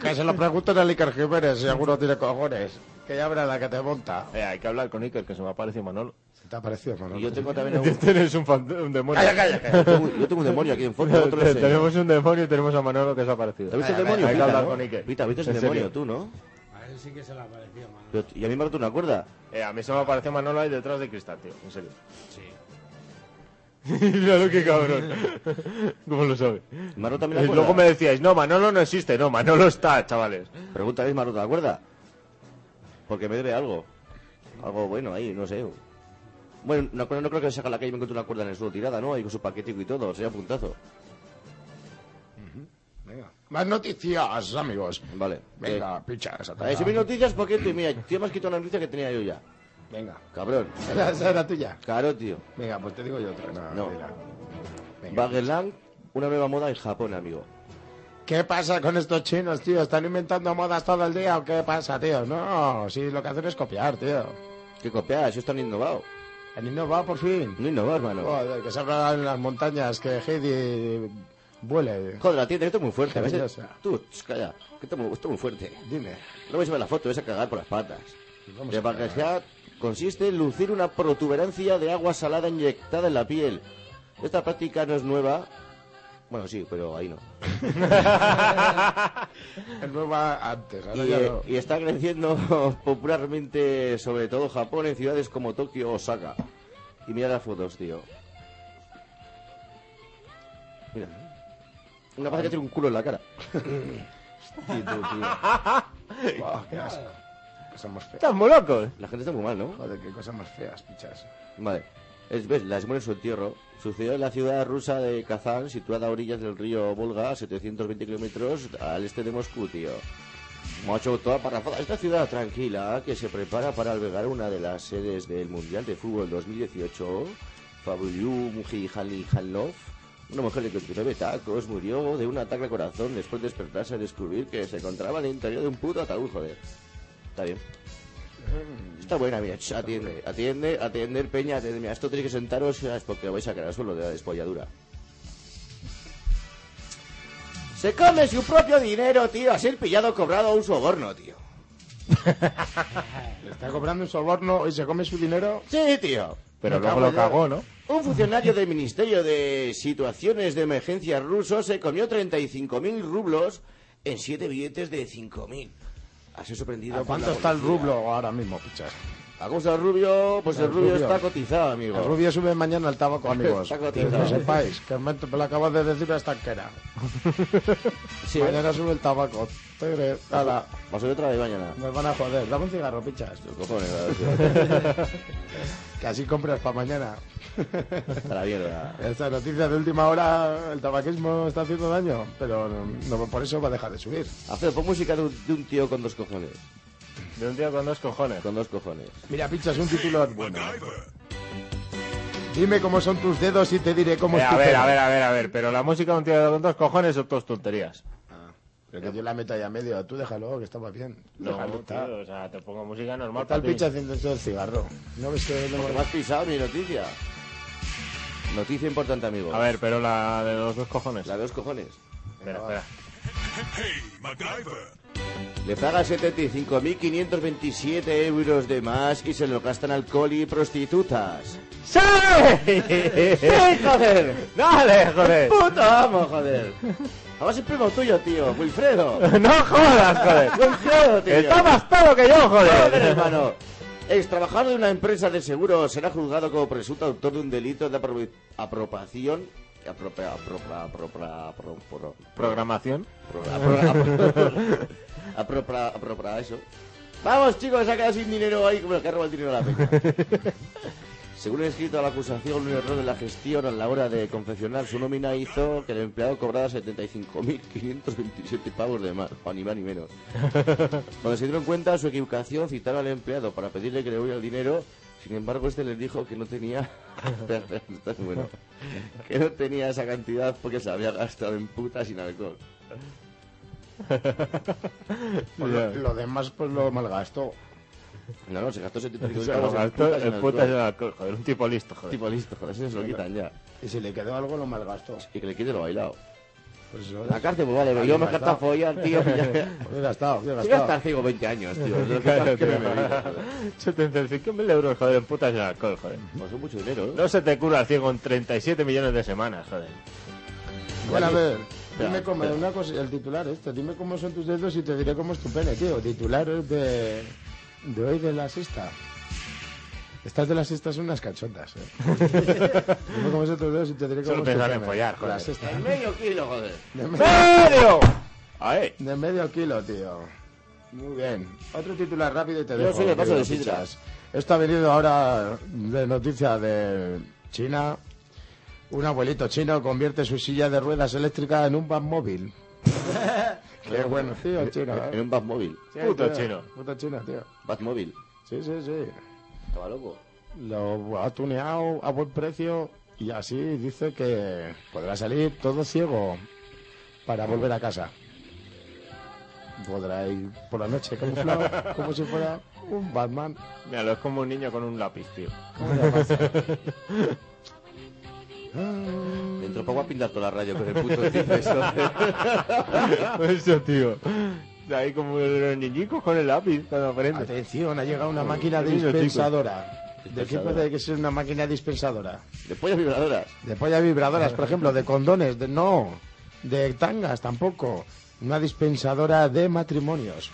que se lo pregunten a Iker Jiménez si alguno tiene cojones, que ya habrá la que te monta. Eh, hay que hablar con Iker, que se me ha parecido Manolo. ¿Se te ha parecido, Manolo? Y yo tengo también (laughs) algún- (laughs) Tienes un, fan- un demonio. Calla, calla, calla. Tengo- yo tengo un demonio aquí en fondo, otro (laughs) es el- tenemos un demonio y tenemos a Manolo que se ha parecido. ¿Has visto el Hay- demonio? Hay que Pita, hablar ¿no? con Iker. Pita, ¿viste el En serio. demonio tú, no? A él sí que se le ha parecido, man. Pero- y a mí me ha roto una cuerda. Eh, a mí se me ha parecido Manolo ahí detrás de cristal, tío. En serio. Sí. (laughs) Claro que cabrón. (laughs) ¿Cómo lo sabe? Maro también Y la cuerda. luego me decíais, no, Manolo no existe. No, Manolo está, chavales. Pregunta ¿habéis me ha roto la cuerda? Porque me debe algo. Algo bueno ahí, no sé. Bueno, no, creo- no creo que se haga la calle y me encuentre una cuerda en el suelo tirada, ¿no? Ahí con su paquetico y todo, sería puntazo. Más noticias, amigos. Vale. Venga, Eh, pichas. A ver, si mis noticias, ¿por qué tú? Mira, tío, me has quitado una noticia que tenía yo ya. Venga. Cabrón. Esa esa era tuya. Claro, tío. Venga, pues te digo yo otra. No. mentira. Bagelang, una nueva moda en Japón, amigo. ¿Qué pasa con estos chinos, tío? ¿Están inventando modas todo el día o qué pasa, tío? No, si lo que hacen es copiar, tío. ¿Qué copiar? Si están innovados. Han innovado por fin. No innovado, hermano. Joder, que se abran en las montañas, que Heidi vuele. Joder, la tienda, esto es muy fuerte. a veces- Maravillosa. Tú, ch, calla, que esto es muy- esto es muy fuerte. Dime. No vais a ver la foto, vais a cagar por las patas. Pues vamos De a cagar. Bagelang consiste en lucir una protuberancia de agua salada inyectada en la piel. Esta práctica no es nueva. Bueno, sí, pero ahí no. Es nueva antes, ahora Y, ya eh, no. y está creciendo (laughs) popularmente, sobre todo Japón, en ciudades como Tokio o Osaka. Y mira las fotos, tío. Mira. Una paz que tiene un culo en (laughs) la cara. Y tú, tío. Buah, qué asco. Qué Cosas más feas. Están muy locos. La gente está muy mal, ¿no? Joder, qué cosas más feas, pichas. Vale. Es, ¿Ves? La muere en su entierro. Sucedió en la ciudad rusa de Kazán, situada a orillas del río Volga, a 720 kilómetros al este de Moscú, tío. Macho, toda parrafada. Esta ciudad tranquila que se prepara para albergar una de las sedes del Mundial de Fútbol 2018, Fabuliu Mujihalov, una mujer de 29 tacos, murió de un ataque al corazón después de despertarse a descubrir que se encontraba en el interior de un puto ataúd, joder. Está bien. Está buena, mira, ch, atiende, atiende, atender peña, atender, mira, esto tenéis que sentaros ¿sabes? porque vais a quedar solo de la despolladura. Se come su propio dinero, tío, a ser pillado cobrado un soborno, tío. Le está cobrando un soborno y se come su dinero. Sí, tío. Pero Me luego cago lo en cagó, ¿no? Un funcionario del Ministerio de Situaciones de Emergencia ruso se comió 35.000 rublos en siete billetes de 5.000. Ha sido sorprendido. ¿A por la cuánto está el policía. rublo ahora mismo, pichas? ¿A cómo está el rubio? Pues el, El rubio, rubio. está cotizado, amigo. El rubio sube mañana al (laughs) tabaco, amigos. Está que cotizado. lo sepáis, que me me lo acabas de decir una (laughs) estanquera. Sí, ¿eh? mañana sube el tabaco. Tere, ala, Va a subir otra vez mañana. nos van a joder. Dame un cigarro, pichas. Los cojones, a ver, Que así compras para mañana. (laughs) tío. Hasta la mierda. Esta noticia de última hora, el tabaquismo está haciendo daño, pero no, no por eso va a dejar de subir. Alfredo, pon música de un, de un tío con dos cojones. De un tío con dos cojones. Con dos cojones. Mira, pichas un titular bueno. Dime cómo son tus dedos y te diré cómo Eh, es a tu ver, pene. a ver, a ver, a ver. Pero la música de un tío con dos cojones son todas tonterías. Pero que yo la meto ahí a medio, tú déjalo, que está más bien. No, déjalo, está. tío, o sea, te pongo música ¿Qué normal tal para ti. picha haciendo eso del cigarro? ¿No ves que Porque me has pisado mi noticia. Noticia importante, amigo. A ver, pero la Ah. de los dos cojones. La de dos cojones. Espera, espera. Le paga 75.527 euros de más y se lo gastan alcohol y (laughs) prostitutas. ¡Sí! joder! ¡Dale, (laughs) joder! ¡Puto amo, joder! Además es primo tuyo, tío. Wilfredo. (laughs) ¡No jodas, (laughs) joder! Wilfredo, tío. ¡Está más todo que yo, Joder, joder! hermano. Ex trabajador de una empresa de seguros será juzgado como presunto autor de un delito de apro- apropiación. apropia- apropia- apropia- apro- pro- Programación. pro- apro- apro- apropia- apropia- eso. Vamos, chicos, se ha quedado sin dinero ahí. Bueno, que ha robado el dinero a la peña. Según el escrito de la acusación, un error en la gestión a la hora de confeccionar su nómina hizo que el empleado cobrara 75.527 pavos de más, o ni más ni menos. Cuando se dieron cuenta de su equivocación, citaron al empleado para pedirle que le devolviera el dinero. Sin embargo, este les dijo que no tenía... (laughs) Esto es bueno. Que no tenía esa cantidad porque se la había gastado en puta sin alcohol. Pues lo, lo demás pues lo malgastó. No, no, se gastó (laughs) 75 Se lo euros gastó putas y en putas y en alcohol. Joder, un tipo listo, joder. Tipo listo, joder, eso se lo quitan ya. Y si le quedó algo, lo malgastó. Y que le quite lo bailado. Pues La cárcel, pues vale, pero yo me he gastado follar, tío. (laughs) y ya- Me he gastado, me he Yo voy a gastado. estar ciego 20 años, tío. (laughs) Claro, ¿Qué me tío. medís, joder? (laughs) 75.000 euros, joder, en putas y en alcohol, joder. Pues es mucho dinero, ¿no? No se te cura el ciego en 37 millones de semanas, joder. Bueno, a ver, Espera, dime cómo, espera. una cosa, el titular este, dime cómo son tus dedos y te diré cómo es tu pene, tío. Titulares de, de hoy de la sexta. Estas de la sexta son unas cachotas, (laughs) eh. dime cómo son tus dedos y te diré cómo Solo es tu pensar pene. en follar, La joder. sexta. (laughs) En medio kilo, joder. De medio. De medio kilo, tío. Muy bien. Otro titular rápido y te Yo dejo. soy de paso de querido sidra. Pichas. Esto ha venido ahora de noticia de China. Un abuelito chino convierte su silla de ruedas eléctrica en un móvil. Qué bueno, tío, chino. ¿eh? En un Batmóvil. Sí, puto tío. chino. Puto chino, tío. Batmóvil. Sí, sí, sí. Estaba loco. Lo ha tuneado a buen precio y así dice que podrá salir todo ciego para volver a casa. Podrá ir por la noche camuflado como si fuera un Batman. Míralo, es como un niño con un lápiz, (laughs) tío. ¿Cómo le pasa? Dentro poco a pintar toda la radio con el puto (laughs) este, tipo eso. Eso, tío. Ahí como los niñicos con el lápiz cuando (laughs) aprende. Ah, Atención, ha llegado una máquina Niño chico. dispensadora. ¿De qué Dispensadora. puede que ser una máquina dispensadora? De pollas vibradoras. De pollas vibradoras, por ejemplo, de condones, de no, de tangas tampoco. Una dispensadora de matrimonios.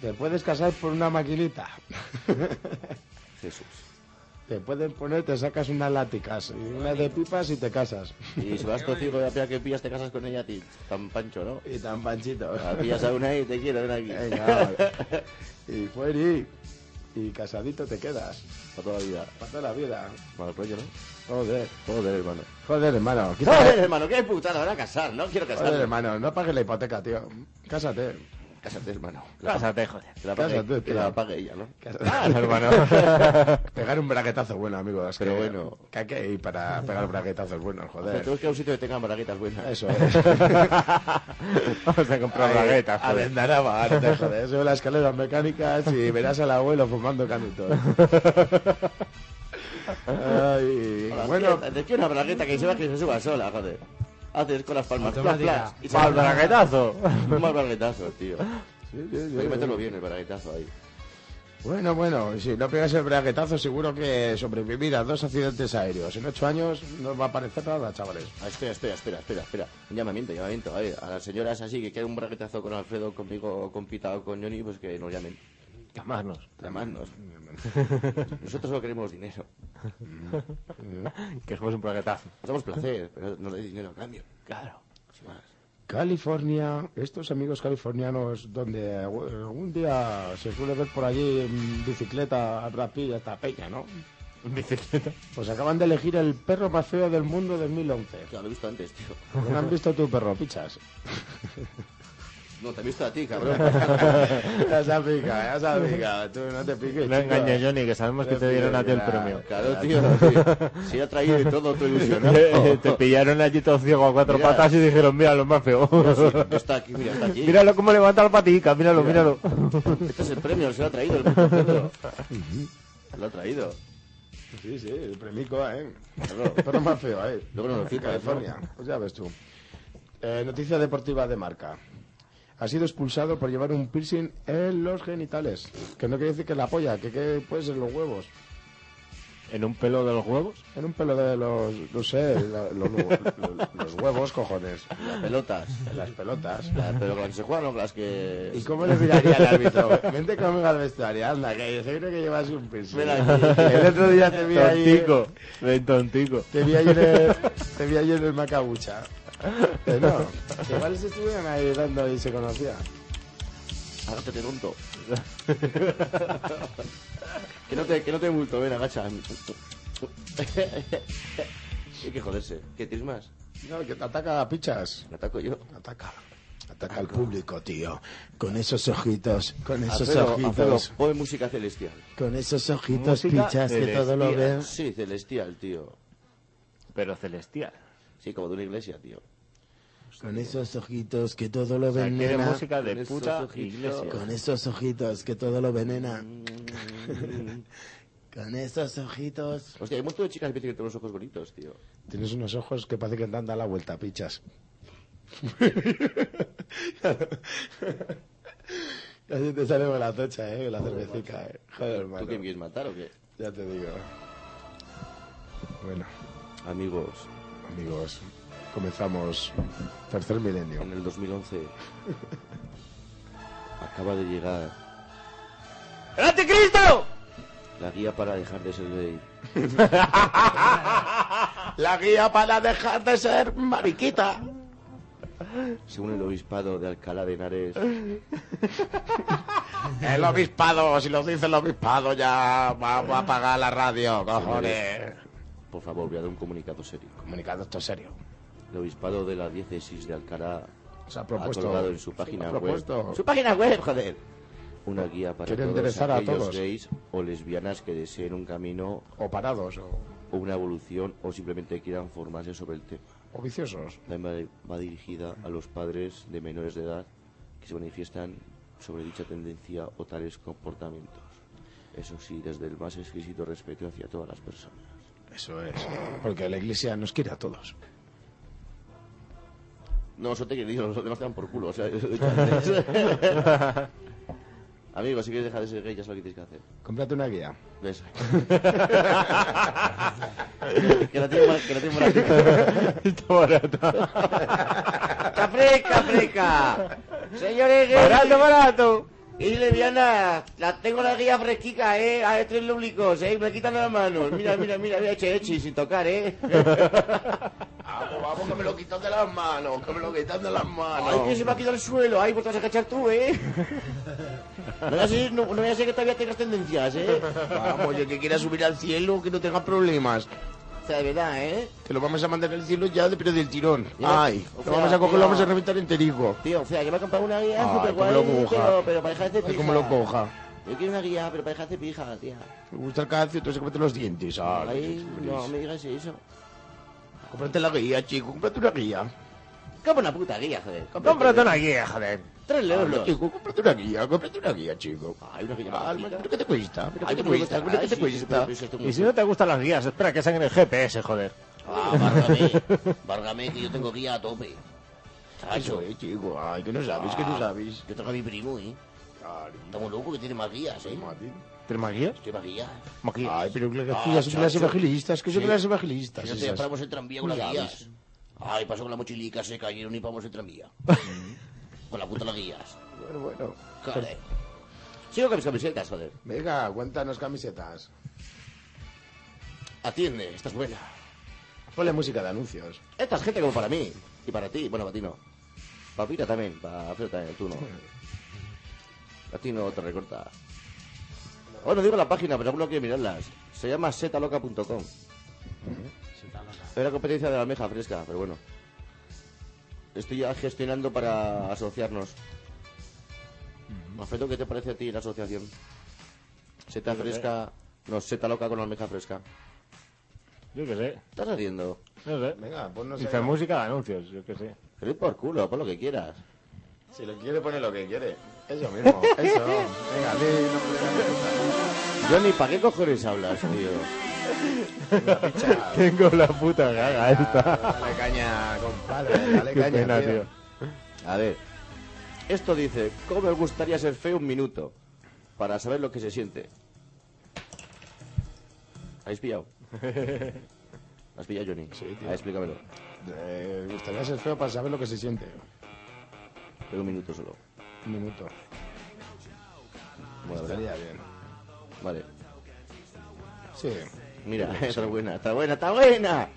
Te puedes casar por una maquinita. (laughs) Jesús. Te pueden poner, te sacas unas láticas, y una de pipas y te casas. Y si vas con cinco de la pena que pillas, te casas con ella, ti. Tan pancho, ¿no? Y tan panchito. La pillas a una y te quiero, ven aquí. (laughs) Venga, vale. y fueri. Y casadito te quedas. Para toda la vida. Para toda la vida. Mal rollo, ¿no? Joder. Joder, hermano. Joder, Eh. hermano. quita- (laughs) Joder, hermano, qué putada, van a casar, no quiero casarme. Joder, hermano. No pagues la hipoteca, tío. Cásate. Cásate, hermano. Que la- Cásate, joder. Que la pague, Cásate, que la tío. pague ella, ¿no? Cásate. hermano. (laughs) Pegar un braguetazo bueno, amigo. Es Pero que- bueno. Que hay que ir para pegar braguetazos buenos, O sea, (laughs) (laughs) joder. tenemos que ir a un sitio que tenga braguetas buenas. Eso eh. es. Vamos a comprar braguetas, pues. A joder. Vendaraba, no te jodas. Sube las escaleras mecánicas y verás al abuelo fumando canutos. Ay, Hola, bueno, tío, te quiero una bragueta que se va que se suba sola, joder. Haces con las palmas. Plas, Automática. plas, y se- ¡Mal braguetazo! Un (laughs) mal braguetazo, tío. sí, sí, sí. Hay que meterlo bien el braguetazo ahí. bueno, bueno, si no pegas el braguetazo, seguro que sobrevivir a dos accidentes aéreos en ocho años no va a parecer nada, chavales. Ah, espera, espera, espera, espera, espera. Un llamamiento, llamamiento. A ver, a las señoras así que quieren un braguetazo con Alfredo, conmigo, o con Pita o con Johnny, pues que nos llamen. Llamarnos. (laughs) Llamadnos. Nosotros no queremos dinero. Que somos un braguetazo. Nos damos placer, pero no dais dinero a cambio. Claro. Sin más. California, estos amigos californianos, donde algún día se suele ver por allí en bicicleta, rapilla, hasta peña, ¿no? Bicicleta. Pues acaban de elegir el perro más feo del mundo 2011. Ya, lo he visto antes, tío. ¿No han visto tu perro, pichas? No, te he visto a ti, (laughs) cabrón. ya se ha picado, ya se ha picado. Tú no te piques. No chico. engañes, Johnny, que sabemos que te dieron a ti el premio. eh. Claro, tío. tío. Si ha traído y todo, estoy (laughs) ilusionado. eh, (laughs) Te pillaron allí todo ciego a cuatro Mira. patas y dijeron, mira lo más feo. No está aquí, mira, está aquí. (laughs) Míralo cómo levanta la patica, míralo, míralo. Este es el premio, se lo ha traído el puto Pedro. Se lo ha traído. Sí, sí, el premico, ¿eh? Claro. Perro más feo, ¿eh? Luego nos lo citas, California, pues ya ves tú. Eh, noticia deportiva de marca. Ha sido expulsado por llevar un piercing en los genitales. Que no quiere decir que la polla, que, que puede ser los huevos. ¿En un pelo de los huevos? En un pelo de los, no sé, la- los, los- los huevos, cojones. Las pelotas. Las pelotas. Las- pero con las que se juegan o con las que. ¿Y cómo le miraría al árbitro? Vente conmigo al vestuario, anda, que yo creo que llevas un piercing. Ven aquí. El otro día te vi ahí... Tontico, ven tontico. Te vi ayer en el, te vi ayer en el Macabucha. Eh, no, igual se estuvieron ahí dando y se conocían. (laughs) Agáchate, tonto. que, no te, que no te multo, ven, agacha. (laughs) Hay que joderse. ¿Qué tienes más? No, que te ataca a pichas. Me ataco yo. Ataca. Ataca al público, tío. Con esos ojitos, con esos Alfredo, Alfredo, ojitos. pon música celestial. Con esos ojitos Música pichas que todo lo celestial. ven. Sí, celestial, tío. Pero celestial. Sí, como de una iglesia, tío. Con esos ojitos que todo lo sea, ven, quiere nena. música de Pues Con esos puta ojitos. iglesia. Con esos ojitos que todo lo ven, nena. Mm. (laughs) Con esos ojitos. Hostia, hay un montón de chicas que piensan que tengo los ojos bonitos, tío. Tienes unos ojos que parece que te han dado la vuelta, (laughs) pichas. Así te sale con la tocha, eh, con la cervecita, eh. Joder, ¿Tú hermano. qué me quieres matar o qué? Ya te digo. Bueno, Amigos, amigos, comenzamos tercer milenio. en el 2011 acaba de llegar ¡El anticristo! la guía para dejar de ser gay. (laughs) La guía para dejar de ser mariquita. Según el obispado de Alcalá de Henares, El obispado, si lo dice el obispado ya vamos a apagar la radio, cojones. por favor, voy a dar un comunicado serio. Comunicado esto serio. El obispado de la diócesis de Alcalá Se ha ha propuesto. colgado en se su ha página web. propuesto. ¡Su página web, joder! Una guía para Quiere todos enderezar a aquellos todos. gays o lesbianas que deseen un camino O parados, o, o una evolución o simplemente quieran formarse sobre el tema. o viciosos. También va va dirigida a los padres de menores de edad que se manifiestan sobre dicha tendencia o tales comportamientos. Eso sí, desde el más exquisito respeto hacia todas las personas. Eso es. Porque la iglesia nos quiere a todos. No, eso te quiero decir, los demás te dan por culo. o (laughs) sea, (laughs) yo lo he dicho antes. Amigo, si quieres dejar de ser gay, ya sabes lo que tienes que hacer. Cómprate una guía. Ves. (laughs) que la tengo, que la tengo barata. (laughs) Está barato. (laughs) ¡Caprica, frica! Señores gays Barato, barato. y lesbianas, la tengo la guía fresquica, eh, a estos lúblicos, eh, me quitan las manos. Mira, mira, mira, mira, eche, eche, sin tocar, (laughs) eh. Vamos, vamos, que me lo quitan de las manos, que me lo quitan de las manos. Ay, que se me ha quitado el suelo, ay, pues te vas a cachar tú, eh. No voy a ser, no, no voy a ser que todavía tengas tendencias, eh. Vamos, el que quiera subir al cielo, que no tenga problemas. O sea, de verdad, eh. Te lo vamos a mandar al cielo ya, pero del tirón. Ya, Ay, o lo sea, vamos a coger, lo vamos a ya. reventar enterico. Tío, o sea, que me ha comprado una guía Ay, súper guay, cómo lo coja. pero, pero para dejar de Ay, pija. cómo lo coja. Yo quiero una guía, pero para dejar de pija, tía. Me gusta el calcio, entonces cómprate los dientes. Ay, Ay, qué chulis. no me digas eso. Cómprate la guía, chico, cómprate una guía. Compra una puta guía, joder. Compra Cómprate una guía, joder. Tres Habla, euros. chico, cómprate una guía, cómprate una guía, chico. Ay, una guía. Ah, más ¿Pero chica. qué te cuesta? ¿Pero qué te Ay, pero me cuesta? ¿Pero gusta, qué te ay, sí, sí, cuesta? pero eso está muy Y si bien. no te gustan las guías, espera que sangre el GPS, joder. Ah, bárgame. Bárgame, que yo tengo guía a tope. Eso Chacho, es, chico. Ay, que no sabes, que Ah. no sabes. yo tengo a mi primo, ¿eh? Está muy loco que tiene más guías, ¿eh? ¿Tienes más guías? Tiene más guías. Más guías. Ay, pero que las Ah, guías son las chacho. evangelistas, que son Sí. las Que evangelistas. no te esas. paramos en tranvía con las Ya guías. Ay, pasó con la mochilica, se cayeron y paramos en tranvía. con la puta las guías. Bueno, bueno. Joder. Sigo con mis camisetas, joder. Venga, cuéntanos camisetas. Atiende, esta es buena. Ponle música de anuncios. Esta es gente como para mí. Y para ti, bueno, para ti no. Para Pira también, para Fred también, tú no. A ti no te recorta. Bueno, digo la página, pero alguno quiere mirarlas. Se llama setaloca.com. Es la competencia de la almeja fresca, pero bueno. Estoy ya gestionando para asociarnos. Alfredo, ¿qué te parece a ti la asociación? Seta fresca. No, seta loca con almeja fresca. Yo qué sé. ¿Qué estás haciendo? No sé. Venga, ponnos Dice música de anuncios, yo qué sé. Que le den por culo, pon lo que quieras. Si lo quiere, pone lo que quiere. Eso mismo, eso. Venga, di nombre de la Johnny, ¿para qué cojones hablas, tío? (laughs) Tengo la puta gaga empresa. esta. Dale caña, compadre, dale Qué caña, pena, tío. tío. A ver, esto dice, ¿cómo me gustaría ser feo un minuto? Para saber lo que se siente. ¿Habéis (laughs) pillado? ¿Has pillado, Johnny? Sí, tío. explícamelo. Eh, me gustaría ser feo para saber lo que se siente. Tengo un minuto solo. Un minuto. Bueno, ¿verdad? Estaría bien. Vale. Sí. Mira, (laughs) está buena, está buena, está buena.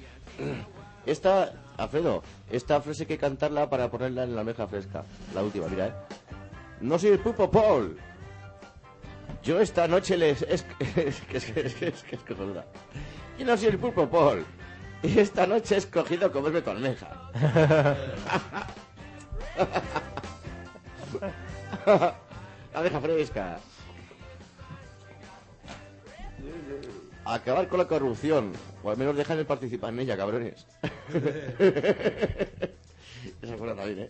Esta, Alfredo, esta frase hay que cantarla para ponerla en la meja fresca. La última, mira, eh. No soy el Pupo Paul. Yo esta noche les... (laughs) Es, es que es que es que es que es cojonuda. Yo no soy el Pupo Paul. Y esta noche he escogido comerme tu almeja. La deja fresca. Acabar con la corrupción. O al menos dejarme participar en ella, cabrones. Esa fuera también, ¿eh?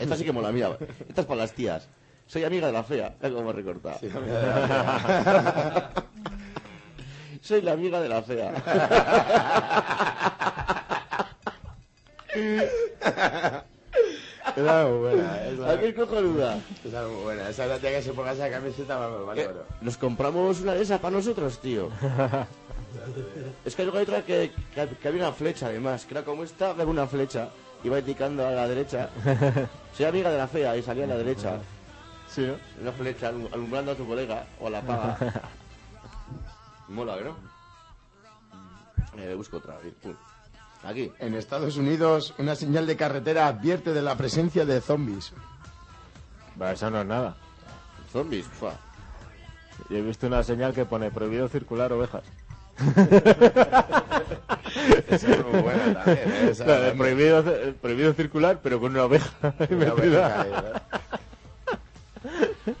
Esta sí que mola, mira. Esta es para las tías. Soy amiga de la fea. Mira cómo recortar. (laughs) Soy la amiga de la fea. Era muy buena. Esa, Aquí es cojonuda. esa era muy buena. Esa es la tía que se ponga esa camiseta, vamos, vale, Eh, bueno. Nos compramos una de esas para nosotros, (laughs) tío. es que luego hay otra que, que, que había una flecha, además. Que era como esta, había una flecha. Iba indicando a (laughs) la derecha. Soy amiga de la fea y salía a la derecha. Sí, ¿no? Una flecha alum- alumbrando a tu colega o a (laughs) la paga. Mola, ¿no? Mm. Eh, busco otra. a ver, pum. Aquí. En Estados Unidos, una señal de carretera advierte de la presencia de zombies. Va, eso no es nada. Zombies, fa. (laughs) Yo he visto una señal que pone prohibido circular ovejas. Esa es muy buena también, ¿eh? Esa La de también. prohibido, eh, prohibido circular, pero con una oveja. Una (laughs) metida. oveja ahí, eh,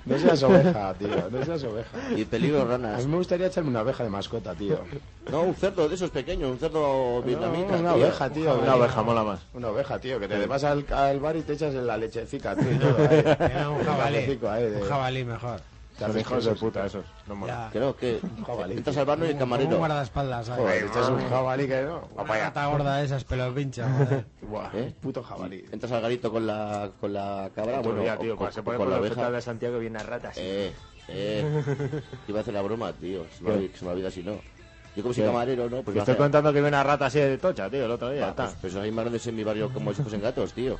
No seas oveja, tío. No seas oveja. Y peligro A ranas. mí me gustaría echarme una oveja de mascota, tío. No, un cerdo de esos pequeños, un cerdo vietnamita. una tío. oveja, tío. Una oveja mola más. Una oveja, tío, que te vas al, al bar y te echas en la lechecica, (laughs) tío. y todo ahí. Era un jabalí. cafecito ahí de- Un jabalí mejor. Son Son hijos de puta esos. No mola. Ya. Creo que jabalí, entras al barrio y el Como un camarero. guardaespaldas. ahí. Joder, este es Ah. un jabalí que no. Una gata gorda de esas pelos pinchas. joder. Buah, ¿Eh? puto jabalí. Entras al garito con la, con la cabra, Otro bueno, día, o con, tío, cuando se o pone con por la la oveja. oveja de Santiago viene a ratas. Eh, (laughs) eh. Iba a hacer la broma, tío. Se me, ¿Qué? olvida- se me olvida si no. Yo como soy ¿Qué? camarero, ¿no? Pues Te estoy imagina- contando que vi una rata así de tocha, tío, el otro día. Ah, pues, pues hay marones en mi barrio como si fuesen gatos, (laughs) tío.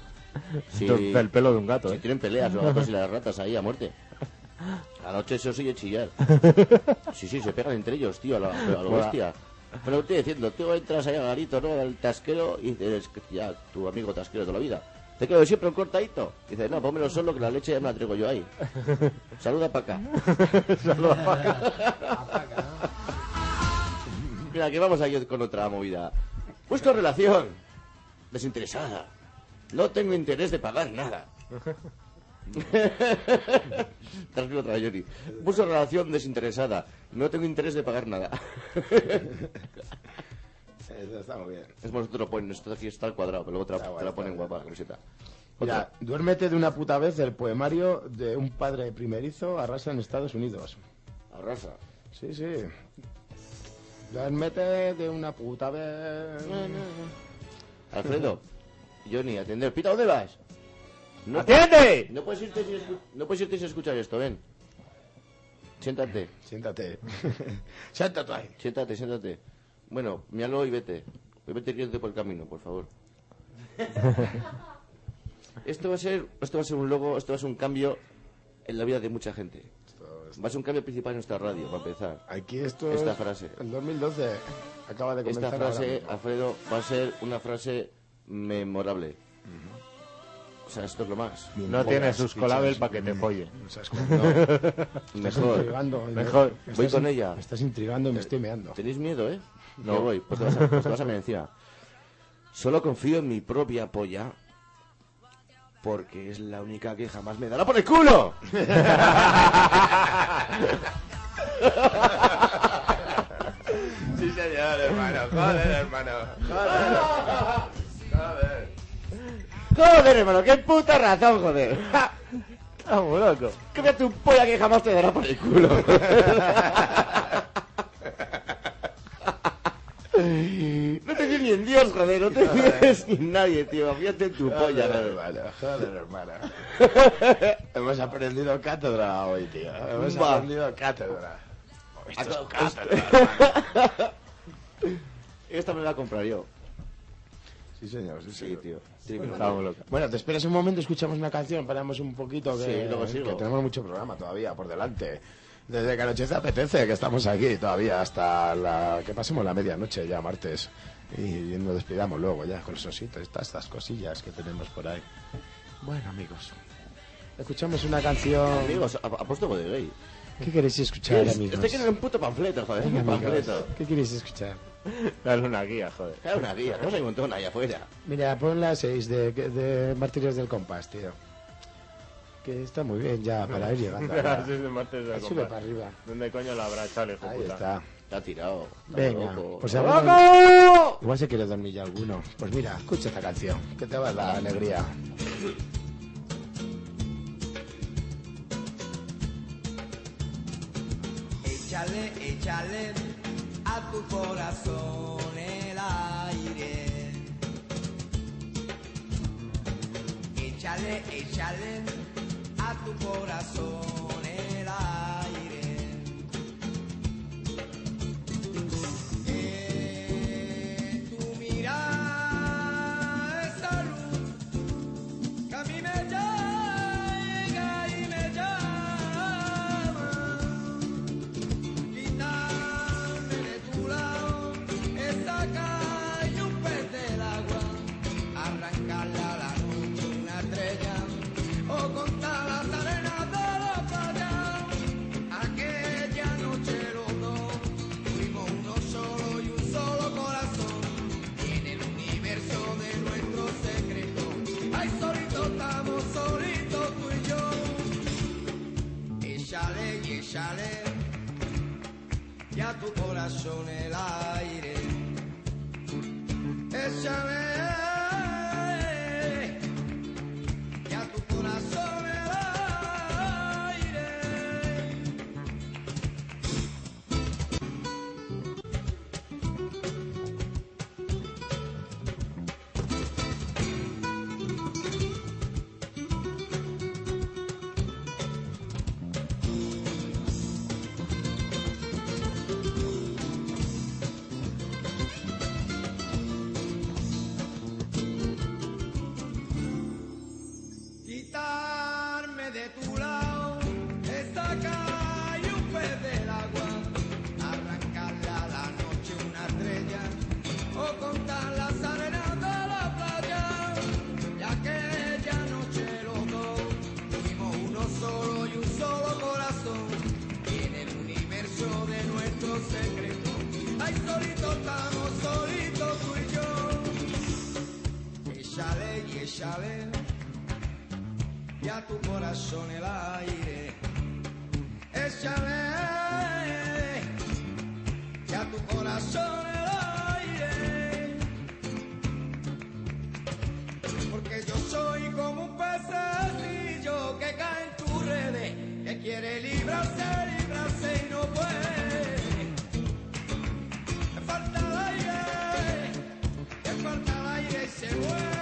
Si, El pelo de un gato, si ¿eh? tienen peleas los gatos y las ratas ahí a muerte. A la noche se os oye chillar. Sí, sí, se pegan entre ellos, tío, a lo, a lo Mola. bestia. Bueno, te estoy diciendo, tú entras ahí al garito, ¿no? Al tasquero y dices, ya, tu amigo tasquero de toda la vida. Te quedo siempre un cortadito. Dices, no, pónmelo solo que la leche ya me la traigo yo ahí. Saluda para acá. Saluda para acá. Mira, que vamos aquí con otra movida. Busco relación. Desinteresada. No tengo interés de pagar nada. (laughs) Transmito otra Johnny. Busco relación desinteresada. No tengo interés de pagar nada. Eso está muy bien. es más, te lo ponen. Esto de aquí está al cuadrado, pero luego te la, Está guay, te la está ponen guay. guapa la camiseta. Mira, Otra. duérmete de una puta vez el poemario de un padre primerizo arrasa en Estados Unidos. Arrasa. Sí, sí. Duérmete de una puta vez. Alfredo. Johnny, atender. Pita, ¿dónde vas? No, ¡Atiende! no puedes irte sin escu- no puedes irte sin escuchar esto, ven. Siéntate. Siéntate. (laughs) Siéntate ahí. Siéntate, siéntate. Bueno, míralo y vete. Y Vete riéndote por el camino, por favor. esto va a ser, esto va a ser un logo, esto va a ser un cambio en la vida de mucha gente. Va a ser un cambio principal en nuestra radio, para empezar. Aquí esto Esta es- frase. El 2012 acaba de comenzar Esta frase, ahora mismo. Alfredo, va a ser una frase memorable. O sea, esto es lo más. No tiene sus colabel para que te folle. No seas como- no, estás Mejor. intrigando. Mejor. Me Voy estás- con ella. Me estás intrigando y me estoy meando. ¿Tenéis miedo, eh? No Me voy, pues te vas a, pues te vas a venir encima. Solo confío en mi propia polla porque es la única que jamás me dará por el culo. Sí, señor, hermano. Joder, hermano. Joder. Joder. Joder, hermano, qué puta razón, joder. Ja, Estamos loco. Cómprate un polla que jamás te dará por el culo. No te fíes ni en Dios, joder, no te fíes ni en nadie, tío. Fíjate en tu polla, Joder, joder. hermano. Joder, hermano. (laughs) Hemos aprendido cátedra hoy, tío. Hemos Va. aprendido cátedra. Esto es Acá- cátedra. (laughs) Esta me la compraré yo. Sí, señor. Sí, Sí, señor. tío. Tiene que Estamos locos. Bueno, te esperas un momento, escuchamos una canción, paramos un poquito, que, Sí, luego sigo. que tenemos mucho programa todavía por delante. Desde que anochece apetece, que estamos aquí todavía hasta la, que pasemos la medianoche ya, martes. Y nos despidamos luego ya con los ositos, estas, estas cosillas que tenemos por ahí. Bueno, amigos, Escuchamos una canción. Amigos, a- apuesto que de gay. ¿Qué queréis escuchar, Es- amigos? Este que era un puto panfleto, joder. Venga, Un panfleto. amigos, ¿Qué queréis escuchar? Dale una guía, joder. Era una guía, no hay un montón ahí afuera. Mira, pon la 6 de, de Martirios del Compás, tío. Que está muy bien ya para ir (laughs) llegando. (laughs) ahora. Sí, de martes de Sube compás. para arriba. ¿Dónde coño la habrá echado el hijo Ahí puta? está. Te ha tirado. Venga, loco. pues ¡Loco! ahora- Igual se quiere dormir ya alguno. Pues mira, escucha esta canción, que te va a dar alegría. Échale, échale a tu corazón el aire. Échale, échale a tu corazón el aire. En tu mirada esa luz que a mí me llega y me llama. Quitarme de tu lado esa calle, un pez del agua, arrancarla a la noche una estrella, o contar las arenas de la playa. Aquella noche los dos fuimos uno solo y un solo corazón, y en el universo de nuestro secreto, ay solito estamos, solitos tú y yo. Échale y échale y a tu corazón el aire. Échame y a tu corazón el aire. Quitarme de tu lado esa calle, un pez del agua. Arrancarle a la noche una estrella o contar las arenas de la playa. Y aquella noche los dos fuimos uno solo y un solo corazón. Y en el universo de nuestro secreto, ay, solito estamos, solito tú y yo. Échale y échale y a tu corazón el aire. Échale y a tu corazón el aire. Porque yo soy como un pececillo que cae en tus redes, que quiere librarse, librarse y no puede. Me falta el aire, me falta el aire y se muere.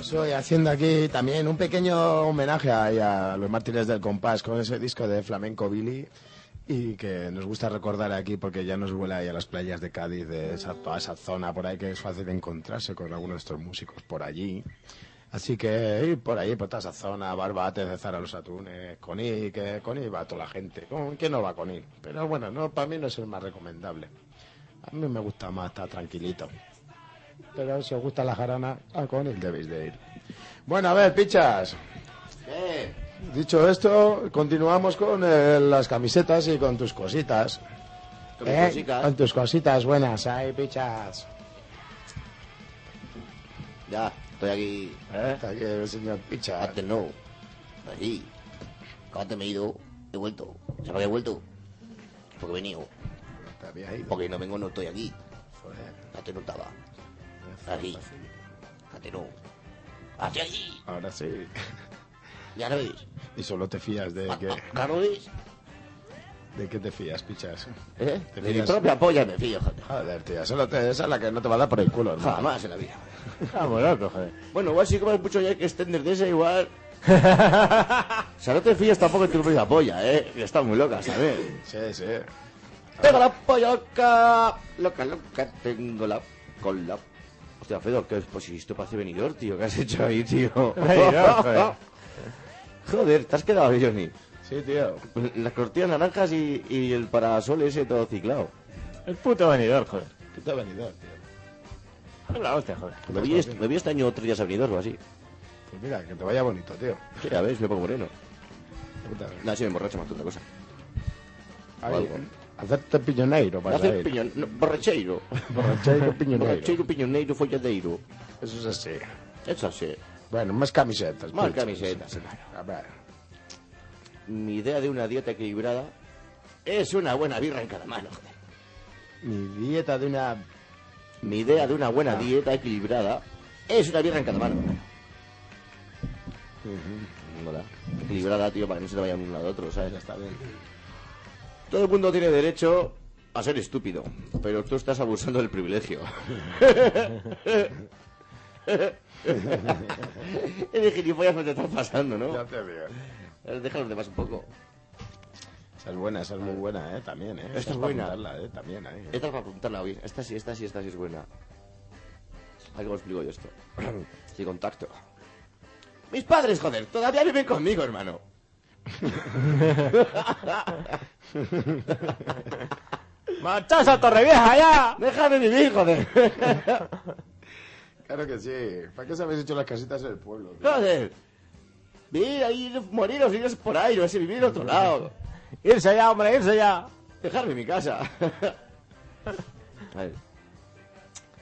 Estoy Pues haciendo aquí también un pequeño homenaje ahí a, los mártires del compás con ese disco de Flamenco Billy y que nos gusta recordar aquí porque ya nos vuela ahí a las playas de Cádiz, de esa, toda esa zona por ahí que es fácil encontrarse con algunos de estos músicos por allí. Así que ir por ahí, por toda esa zona, Barbate, Cezar a los Atunes, Conil, que Conil va toda la gente. ¿Con ¿Quién no va a Conil? Pero bueno, no, para mí no es el más recomendable. A mí me gusta más estar tranquilito. Pero si os gusta la jarana, a Conil debéis de ir. Bueno, a ver, pichas. Eh, Dicho esto, continuamos con eh, las camisetas y con tus cositas. Con mis ¿Eh? cositas. Con tus cositas buenas, ahí, pichas. Ya, estoy aquí. Está aquí el señor Picha. Antes no. Allí. Antes me he ido, he vuelto. ¿Sabes por qué he vuelto? Porque he venido. Te había ido. Porque no vengo, no estoy aquí. Antes no estaba. Así. Continúo. Hacia allí. Ahora sí. Ya lo veis. Y solo te fías de que. ¿Ya lo veis? ¿De qué te fías, pichas? ¿Eh? ¿Te De mi fías? propia polla me fío, joder. Joder, tío, solo te, esa es la que no te va a dar por el culo, hermano. Jamás en (laughs) la vida. Vamos, loco, joder. Bueno, igual si comes mucho ya que extender de (laughs) ese, igual. o sea, no te fíes tampoco de tu propia polla, ¿eh? Que está muy loca, ¿sabes? Sí, sí. Tengo la polla loca. Loca, loca, tengo la cola. Hostia, Fedor, que pues si esto parece venidor, tío, ¿qué has hecho ahí, tío? (laughs) Benidorm, joder. (laughs) Joder, te has quedado, Johnny. Pues Sí, tío. Las cortinas naranjas y, y el parasol ese todo ciclado. El puto venidor, joder. Puto venidor, tío. Es la hostia, joder. Me vi, este, me vi este año otro día venidor o así. Pues mira, que te vaya bonito, tío. Sí, a ver, si me pongo moreno. Puta madre. No, si me emborracho más que otra cosa. Ahí, algo. Hacerte piñoneiro para Hace salir. piñon... no, borracheiro. (laughs) Borracheiro, piñoneiro. Borracheiro, piñoneiro, folladeiro. Eso es así. Es así. Bueno, más camisetas. Más pichas. camisetas, A ver. Mi idea de una dieta equilibrada es una buena birra en cada mano, joder. Mi dieta de una... Mi idea de una Ah. buena dieta equilibrada es una birra en cada mano. Mm. Mola. Equilibrada, tío, para que no se te vaya de un lado a otro, ¿sabes? Ya está bien. Todo el mundo tiene derecho a ser estúpido, pero tú estás abusando (laughs) del privilegio. (laughs) El de gilipollas no te estás pasando, Ya ¿no? te digo. Deja a los demás un poco. Esa es buena, esa es muy buena, eh, también, eh. Esta es para buena. apuntarla, eh, también, eh. Esta es para apuntarla hoy. Esta sí, esta sí, esta sí es buena. Ay, ¿cómo explico yo esto? (clears throat) Sin contacto. Mis padres, joder, todavía viven conmigo, (laughs) hermano. ¡Marchaos a Torrevieja ya! Déjame vivir, joder. Claro que sí. ¿Para qué os habéis hecho las casitas en el pueblo? (laughs) tío? Joder. Vivir ahí, moriros, iros por ahí, no sé, vivir en otro lado. ¡Irse ya, hombre, irse ya! Dejarme en mi casa. (laughs) A ver.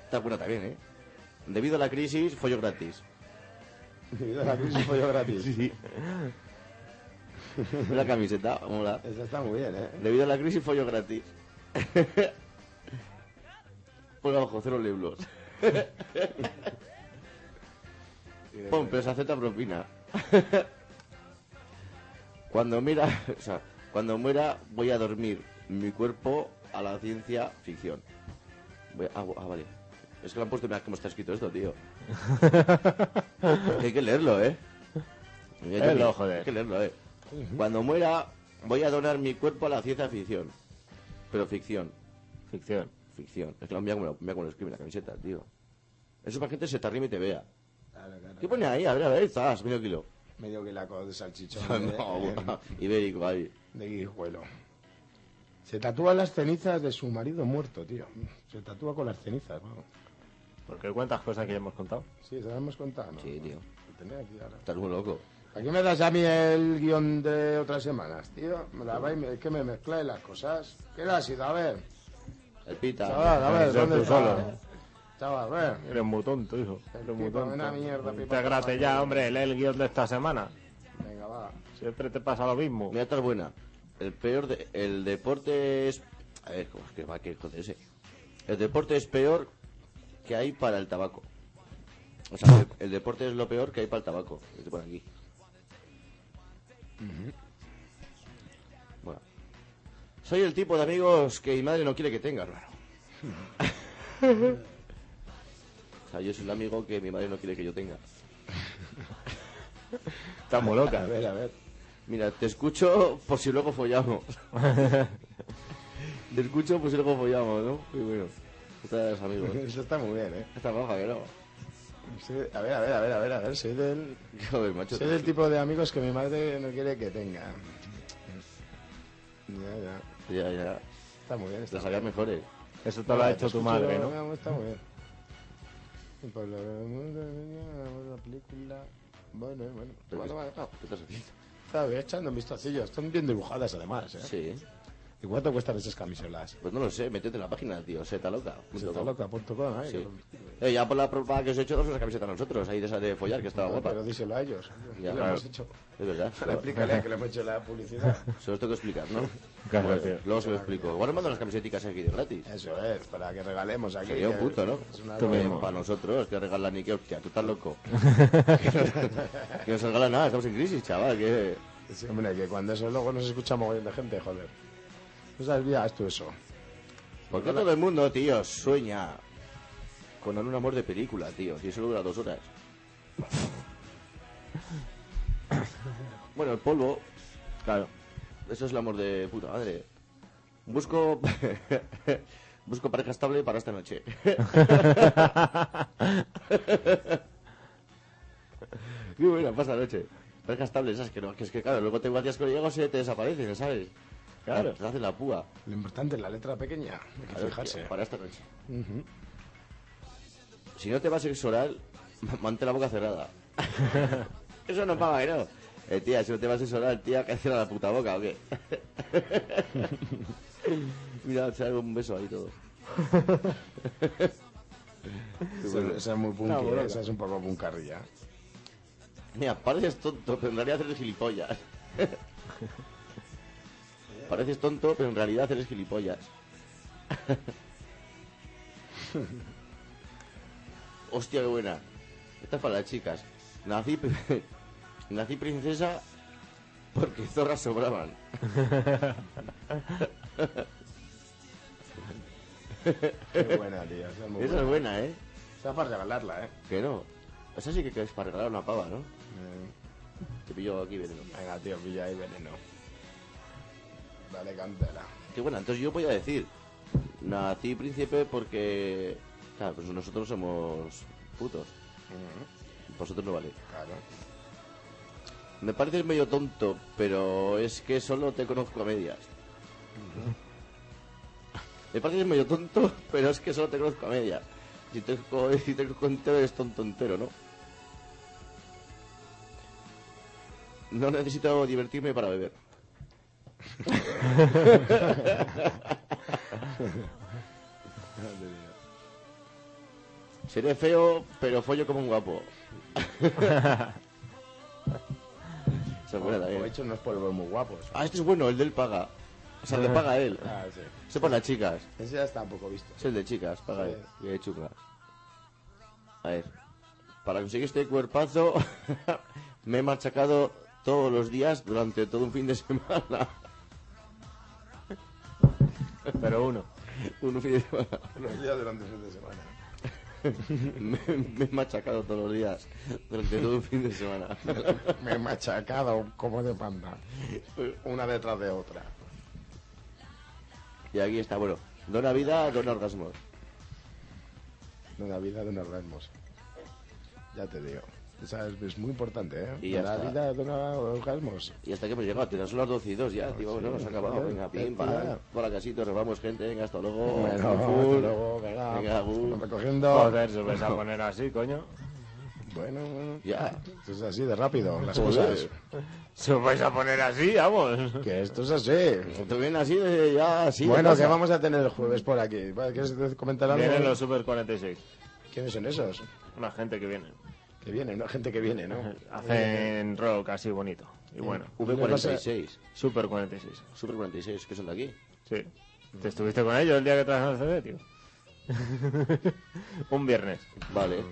Está buena también, ¿eh? Debido a la crisis, follo gratis. Debido a la crisis pollo gratis. (laughs) sí. Una camiseta, mola. Esa está muy bien, eh. Debido a la crisis, follo gratis. (laughs) Pon abajo cero euros. Pon, pero se acepta propina. (laughs) cuando mira, (laughs) o sea, cuando muera voy a dormir mi cuerpo a la ciencia ficción. Voy a- ah, bu- ah, vale. Es que lo han puesto, mira cómo está escrito esto, (laughs) tío. Que hay que leerlo, ¿eh? Mira, Léelo, Johnny, joder. Hay que leerlo, ¿eh? Cuando muera voy a donar mi cuerpo a la ciencia ficción. Pero ficción Ficción. ficción. Es que la mía como lo, mira cómo lo escribe en la camiseta, tío. Eso para gente se te arrime y te vea. ¿Qué pone ahí? A ver, a ver, estás, medio kilo. Medio que la cosa de (laughs) salchichón. eh, (laughs) No, (laughs) ibérico ahí. de guijuelo. Se tatúa las cenizas de su marido muerto, tío. Se tatúa con las cenizas, vamos. Porque cuántas cosas que le hemos contado. Sí, se las hemos contado, ¿no? Sí, tío. Lo tenía aquí ahora. Estás muy loco. ¿A qué me das a mí el guión de otras semanas, tío? Me la vais, es que me mezcláis las cosas. ¿Qué le ha sido? A ver, El pita. chaval, a ver, Ser ¿dónde tú está? solo. ¿eh? Chaval, a ver. Eres muy tonto, hijo. Eres muy Pipa, una tonto. mierda, pipa. Intégrate ya, hombre, lee el guión de esta semana. Venga, va. Siempre te pasa lo mismo. Mira, estás buena. El peor de, El deporte es... A ver, ¿cómo es que va? ¿Qué joder ese? El deporte es peor que hay para el tabaco. O sea, el, el deporte es lo peor que hay para el tabaco. Este por aquí. Bueno. Soy el tipo de amigos que mi madre no quiere que tenga, hermano. o sea, yo soy el amigo que mi madre no quiere que yo tenga. Está muy loca. A ver, a ver. Mira, te escucho por si luego follamos. te escucho por si luego follamos, ¿no? Muy bueno. Estás (laughs) amigo. ¿eh? (laughs) Eso está muy bien, ¿eh? Esta baja que no. Sí, a ver, a ver, a ver, a ver, a ver. Soy del, Joder, macho. soy del tipo de amigos que mi madre no quiere que tenga. Ya, ya. Ya, ya. Está muy bien. Está Las había mejores. Eso Pues te lo ha Vale, hecho te tu escucho, madre, ¿no? vamos, Está muy bien. Y por pues lo demás, la película. Bueno, bueno. Pero Vale, que- vale, ¿Qué estás haciendo? Está bien, echando un vistacillo. Están bien dibujadas, además. ¿eh? Sí. ¿Y cuánto cuestan esas camisolas? Pues no lo sé, métete en la página, tío, setaloca.com. Setaloca.com, ¿eh? Pues Sí. Eh, ya por la propaganda que os he hecho, daros una camiseta a nosotros, ahí de esa de follar, que estaba guapa. Pero díselo a ellos. Ya, Ya, lo claro. hemos hecho. (laughs) Es verdad. Ahora explícale a que le hemos hecho la (laughs) publicidad. Se los tengo que (laughs) explicar, ¿no? Claro, Bueno, tío. Luego se lo explico. Igual os mando las camisetas aquí de gratis. Eso es, para que regalemos aquí. Sería un que punto, ¿no? eh, es una Que cosa- para nosotros, que regalan ni que hostia, tú (laughs) estás loco. (laughs) que no se regala nada, estamos en crisis, chaval. Que... Sí, hombre, que cuando eso luego nos escucha mogollón de gente, joder. No sabías tú eso. Porque todo el mundo, tío, sueña con un amor de película, tío. Si eso dura dos horas. Bueno, el polvo. Claro. Eso es el amor de puta madre. Busco. (laughs) Busco pareja estable para esta noche. (laughs) Qué buena pasa la noche. Pareja estable, esas que no. Que es que, claro, luego te guateas con ellos y te desaparecen, ¿sabes? Claro. Te hacen la púa. Lo importante es la letra pequeña. Hay que Claro, fijarse. tío, para esta noche. Ujú. Si no te va sexo oral, ma- (laughs) mantén la (laughs) boca cerrada. Eso no paga, que ¿no? Eh, tía, si no te va sexo oral, tía, que cierra la puta boca, (laughs) ¿o qué? Mira, se da un beso ahí (laughs) todo. Esa- esa es muy punky, eh, Está bueno. esa es un poco puncarrilla. Mira, pareces tonto, pero en realidad eres gilipollas. pareces tonto, pero en realidad eres gilipollas. Hostia, qué buena. Esta es para las chicas. Nací, pri- (laughs) nací princesa porque zorras sobraban. Qué buena, tío. Esa es muy Esa es buena, ¿eh? Esa es para regalarla, ¿eh? Que no. Esa sí que es para regalar una pava, ¿no? Te pillo aquí veneno. Venga, tío, pilla ahí veneno. Dale, cantela. Que bueno, entonces yo voy a decir, nací príncipe porque, claro, pues nosotros somos putos. Vosotros no vale. Claro. Me pareces medio tonto, pero es que solo te conozco a medias. Me pareces medio tonto, (laughs) pero es que solo te conozco a medias. Si te, co- si te conozco entero, eres tonto entero, ¿no? No necesito divertirme (laughs) para beber. Seré feo, pero follo como un (laughs) guapo. Se acuerda Como también. Oh, he hecho unos polvos muy guapos. Ah, este es bueno, el del paga. O (laughs) sea, le paga él. Ah, sí. Este para las chicas. Ese ya está un poco visto. Es el de chicas, paga Sí. él. Y hay chungas. A ver. Para conseguir este cuerpazo, (laughs) me he machacado todos los días durante todo un fin de semana. (laughs) Pero uno. un fin de semana. (laughs) (laughs) Los días durante el fin de semana. me, me he machacado todos los días durante todo un fin de (laughs) semana. Me he machacado como de panda. Una detrás de otra. y aquí está, bueno. Dona vida, dona orgasmos. De una vida de un orgasmos. Ya te digo. Esa es, es muy importante, ¿eh? Y ya la está. vida de un orgasmos. Y hasta que hemos llegado, tío, son las 12 y 2 ya, tío, bueno, nos ha acabado, joder, venga, ya, pim, pam, ya. por la casita, nos vamos, gente, venga, hasta luego, Bueno, Full. hasta luego, venga, venga, full. recogiendo. Joder, se vais a poner así, coño. Bueno, bueno. Ya. Esto es así de rápido, Ah, las Joder. cosas. Se os vais a poner así, vamos. Que esto es así. Esto viene así, de, ya, así de bueno, que casa. vamos a tener el jueves por aquí. Vale, ¿Quieres comentar algo? Vienen los Super 46. ¿Quiénes son esos? Una gente que viene. Que vienen, ¿no? Gente que viene, ¿no? Hacen rock así bonito. Y bueno. V46, Super 46. Super 46, que son de aquí. Sí. ¿Te estuviste con ellos el día que trajeron el CD, tío? (laughs) Un viernes. Vale,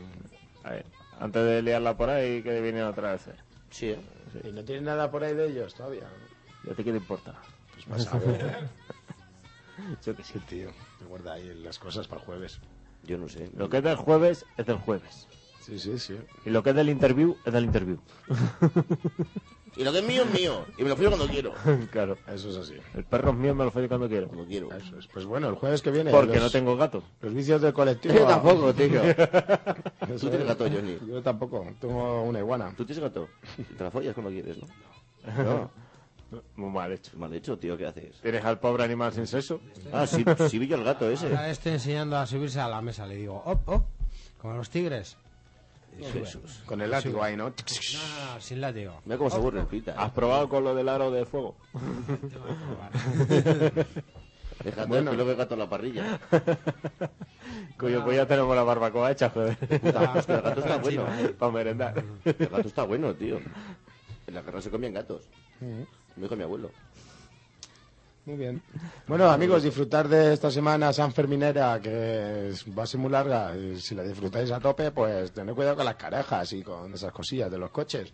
A ver, antes de liarla por ahí, que vienen otra vez. ¿eh? sí, ¿eh? Y no tienen nada por ahí de ellos todavía. ¿Y a ti qué te importa? Pues más a ver. Yo qué sé. Tío, recuerda ahí las cosas para el jueves. yo no sé. Lo que es del jueves es del jueves. Sí, sí, sí. Y lo que es del interview es (laughs) del interview. Y lo que es mío es mío, y me lo fío cuando quiero. claro. Eso es así. El perro es mío, me lo fui cuando quiero. Cuando (laughs) quiero. Eso es. Pues bueno, el jueves que viene. Porque los- no tengo gato. Los vicios del colectivo. Yo tampoco, (laughs) tío. Eso Tú tienes es. gato, Johnny. Yo tampoco. Tengo una iguana. ¿Tú tienes gato? Te la follas cuando quieres, ¿no? Pues No. Muy mal hecho. Mal hecho, tío, ¿qué haces? ¿Tienes al pobre animal sin sexo? Ah, sí, sí vi yo el (laughs) gato ese. Ahora le estoy enseñando a subirse a la mesa. Le digo, op, op, como los tigres. Jesús. Con el látigo Sube. ahí, ¿no? No, no, sin látigo. Mira cómo se burla el pita. eh. ¿Has probado con lo del aro de fuego? Déjate Bueno. el pelo que gato en la (laughs) parrilla. Cuyo pues ya tenemos la barbacoa hecha, joder. Puta, hostia, el gato está bueno. Para merendar. El gato está bueno, tío. En la guerra se comían gatos. Mm. Me dijo mi abuelo. Muy bien. Bueno, amigos, disfrutar de esta semana sanferminera, que es- va a ser muy larga. Eh, Si la disfrutáis a tope, pues tened cuidado con las carejas y con esas cosillas de los coches.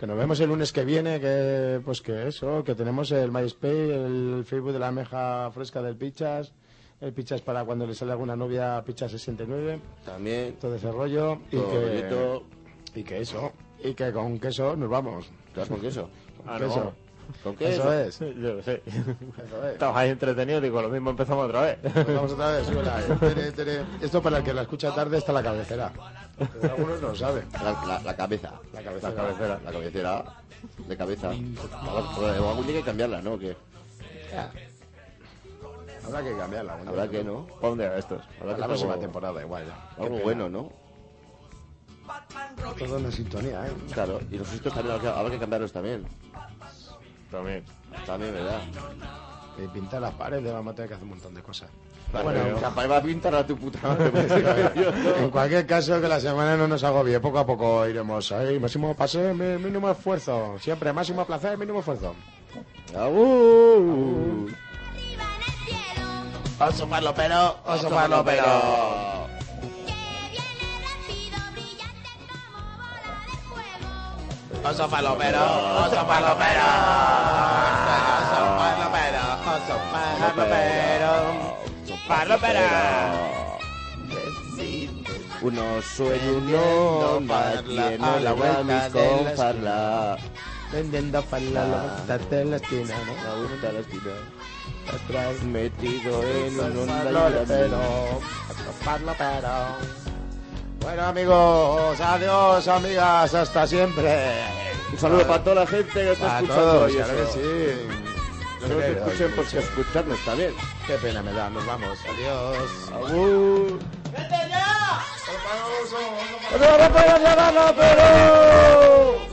Que nos vemos el lunes que viene, que pues que eso, que tenemos el MySpace, el Facebook de la meja fresca del Pichas, el Pichas para cuando le sale alguna novia, Pichas 69, También. todo ese rollo. Y Todo que, rollito. y que eso, y que con queso nos vamos. ¿Te vas con queso? Con Ah, no. queso. ¿Con Eso queso? es. Yo lo sé. Eso es. Estabas ahí entretenido, digo, lo mismo empezamos otra vez. Pues vamos otra vez, súbela (laughs) ahí. Tere, tere. Esto para el que la escucha tarde está la cabecera. Pero Algunos no lo saben. La, la- la cabeza. La cabecera. La cabecera. La cabecera. De cabeza. O algún día hay Ah, que cambiarla, ¿no? ¿O qué? Habrá que cambiarla. algún día. Habrá que, ¿no? ¿Para dónde va estos? Para la Habrá que hacer próxima algo- temporada, igual ya. Algo Qué bueno, ¿no? pena. Todo en sintonía, ¿eh? Claro. Y los estos también habrá que- habrá que cambiarlos también. También. También, ¿verdad? Y pintar las paredes, vamos a tener que hacer un montón de (laughs) cosas. Bueno, capaz va a pintar a tu puta madre. (laughs) pues, En cualquier caso, que la semana no nos agobie. Poco a poco iremos ahí. Máximo paseo, mi- mínimo esfuerzo. Siempre máximo placer, mínimo esfuerzo. ¡Aú! ¡A sumarlo, pero! ¡A sumarlo, pero. Oso palomero, oso palomero. Oso palomero, oso palomero. Ah, Palomero. Unos sueños Vendiendo no mantienen a la la vuelta buena de la con farla. Vendiendo para la vuelta de la esquina, ¿no? La vuelta a la esquina. Atrás. Metido en un Farlo, onda pero, farlo, pero. Bueno amigos, adiós amigas, hasta siempre. Un saludo para toda la gente que está A escuchando. todos, y claro que eso. sí. Que nos escuchen porque escucharnos está bien. Qué pena me da, nos vamos. Adiós. ¡Aú! ¡Vete ya! ¡No, no puedo llevarlo, pero!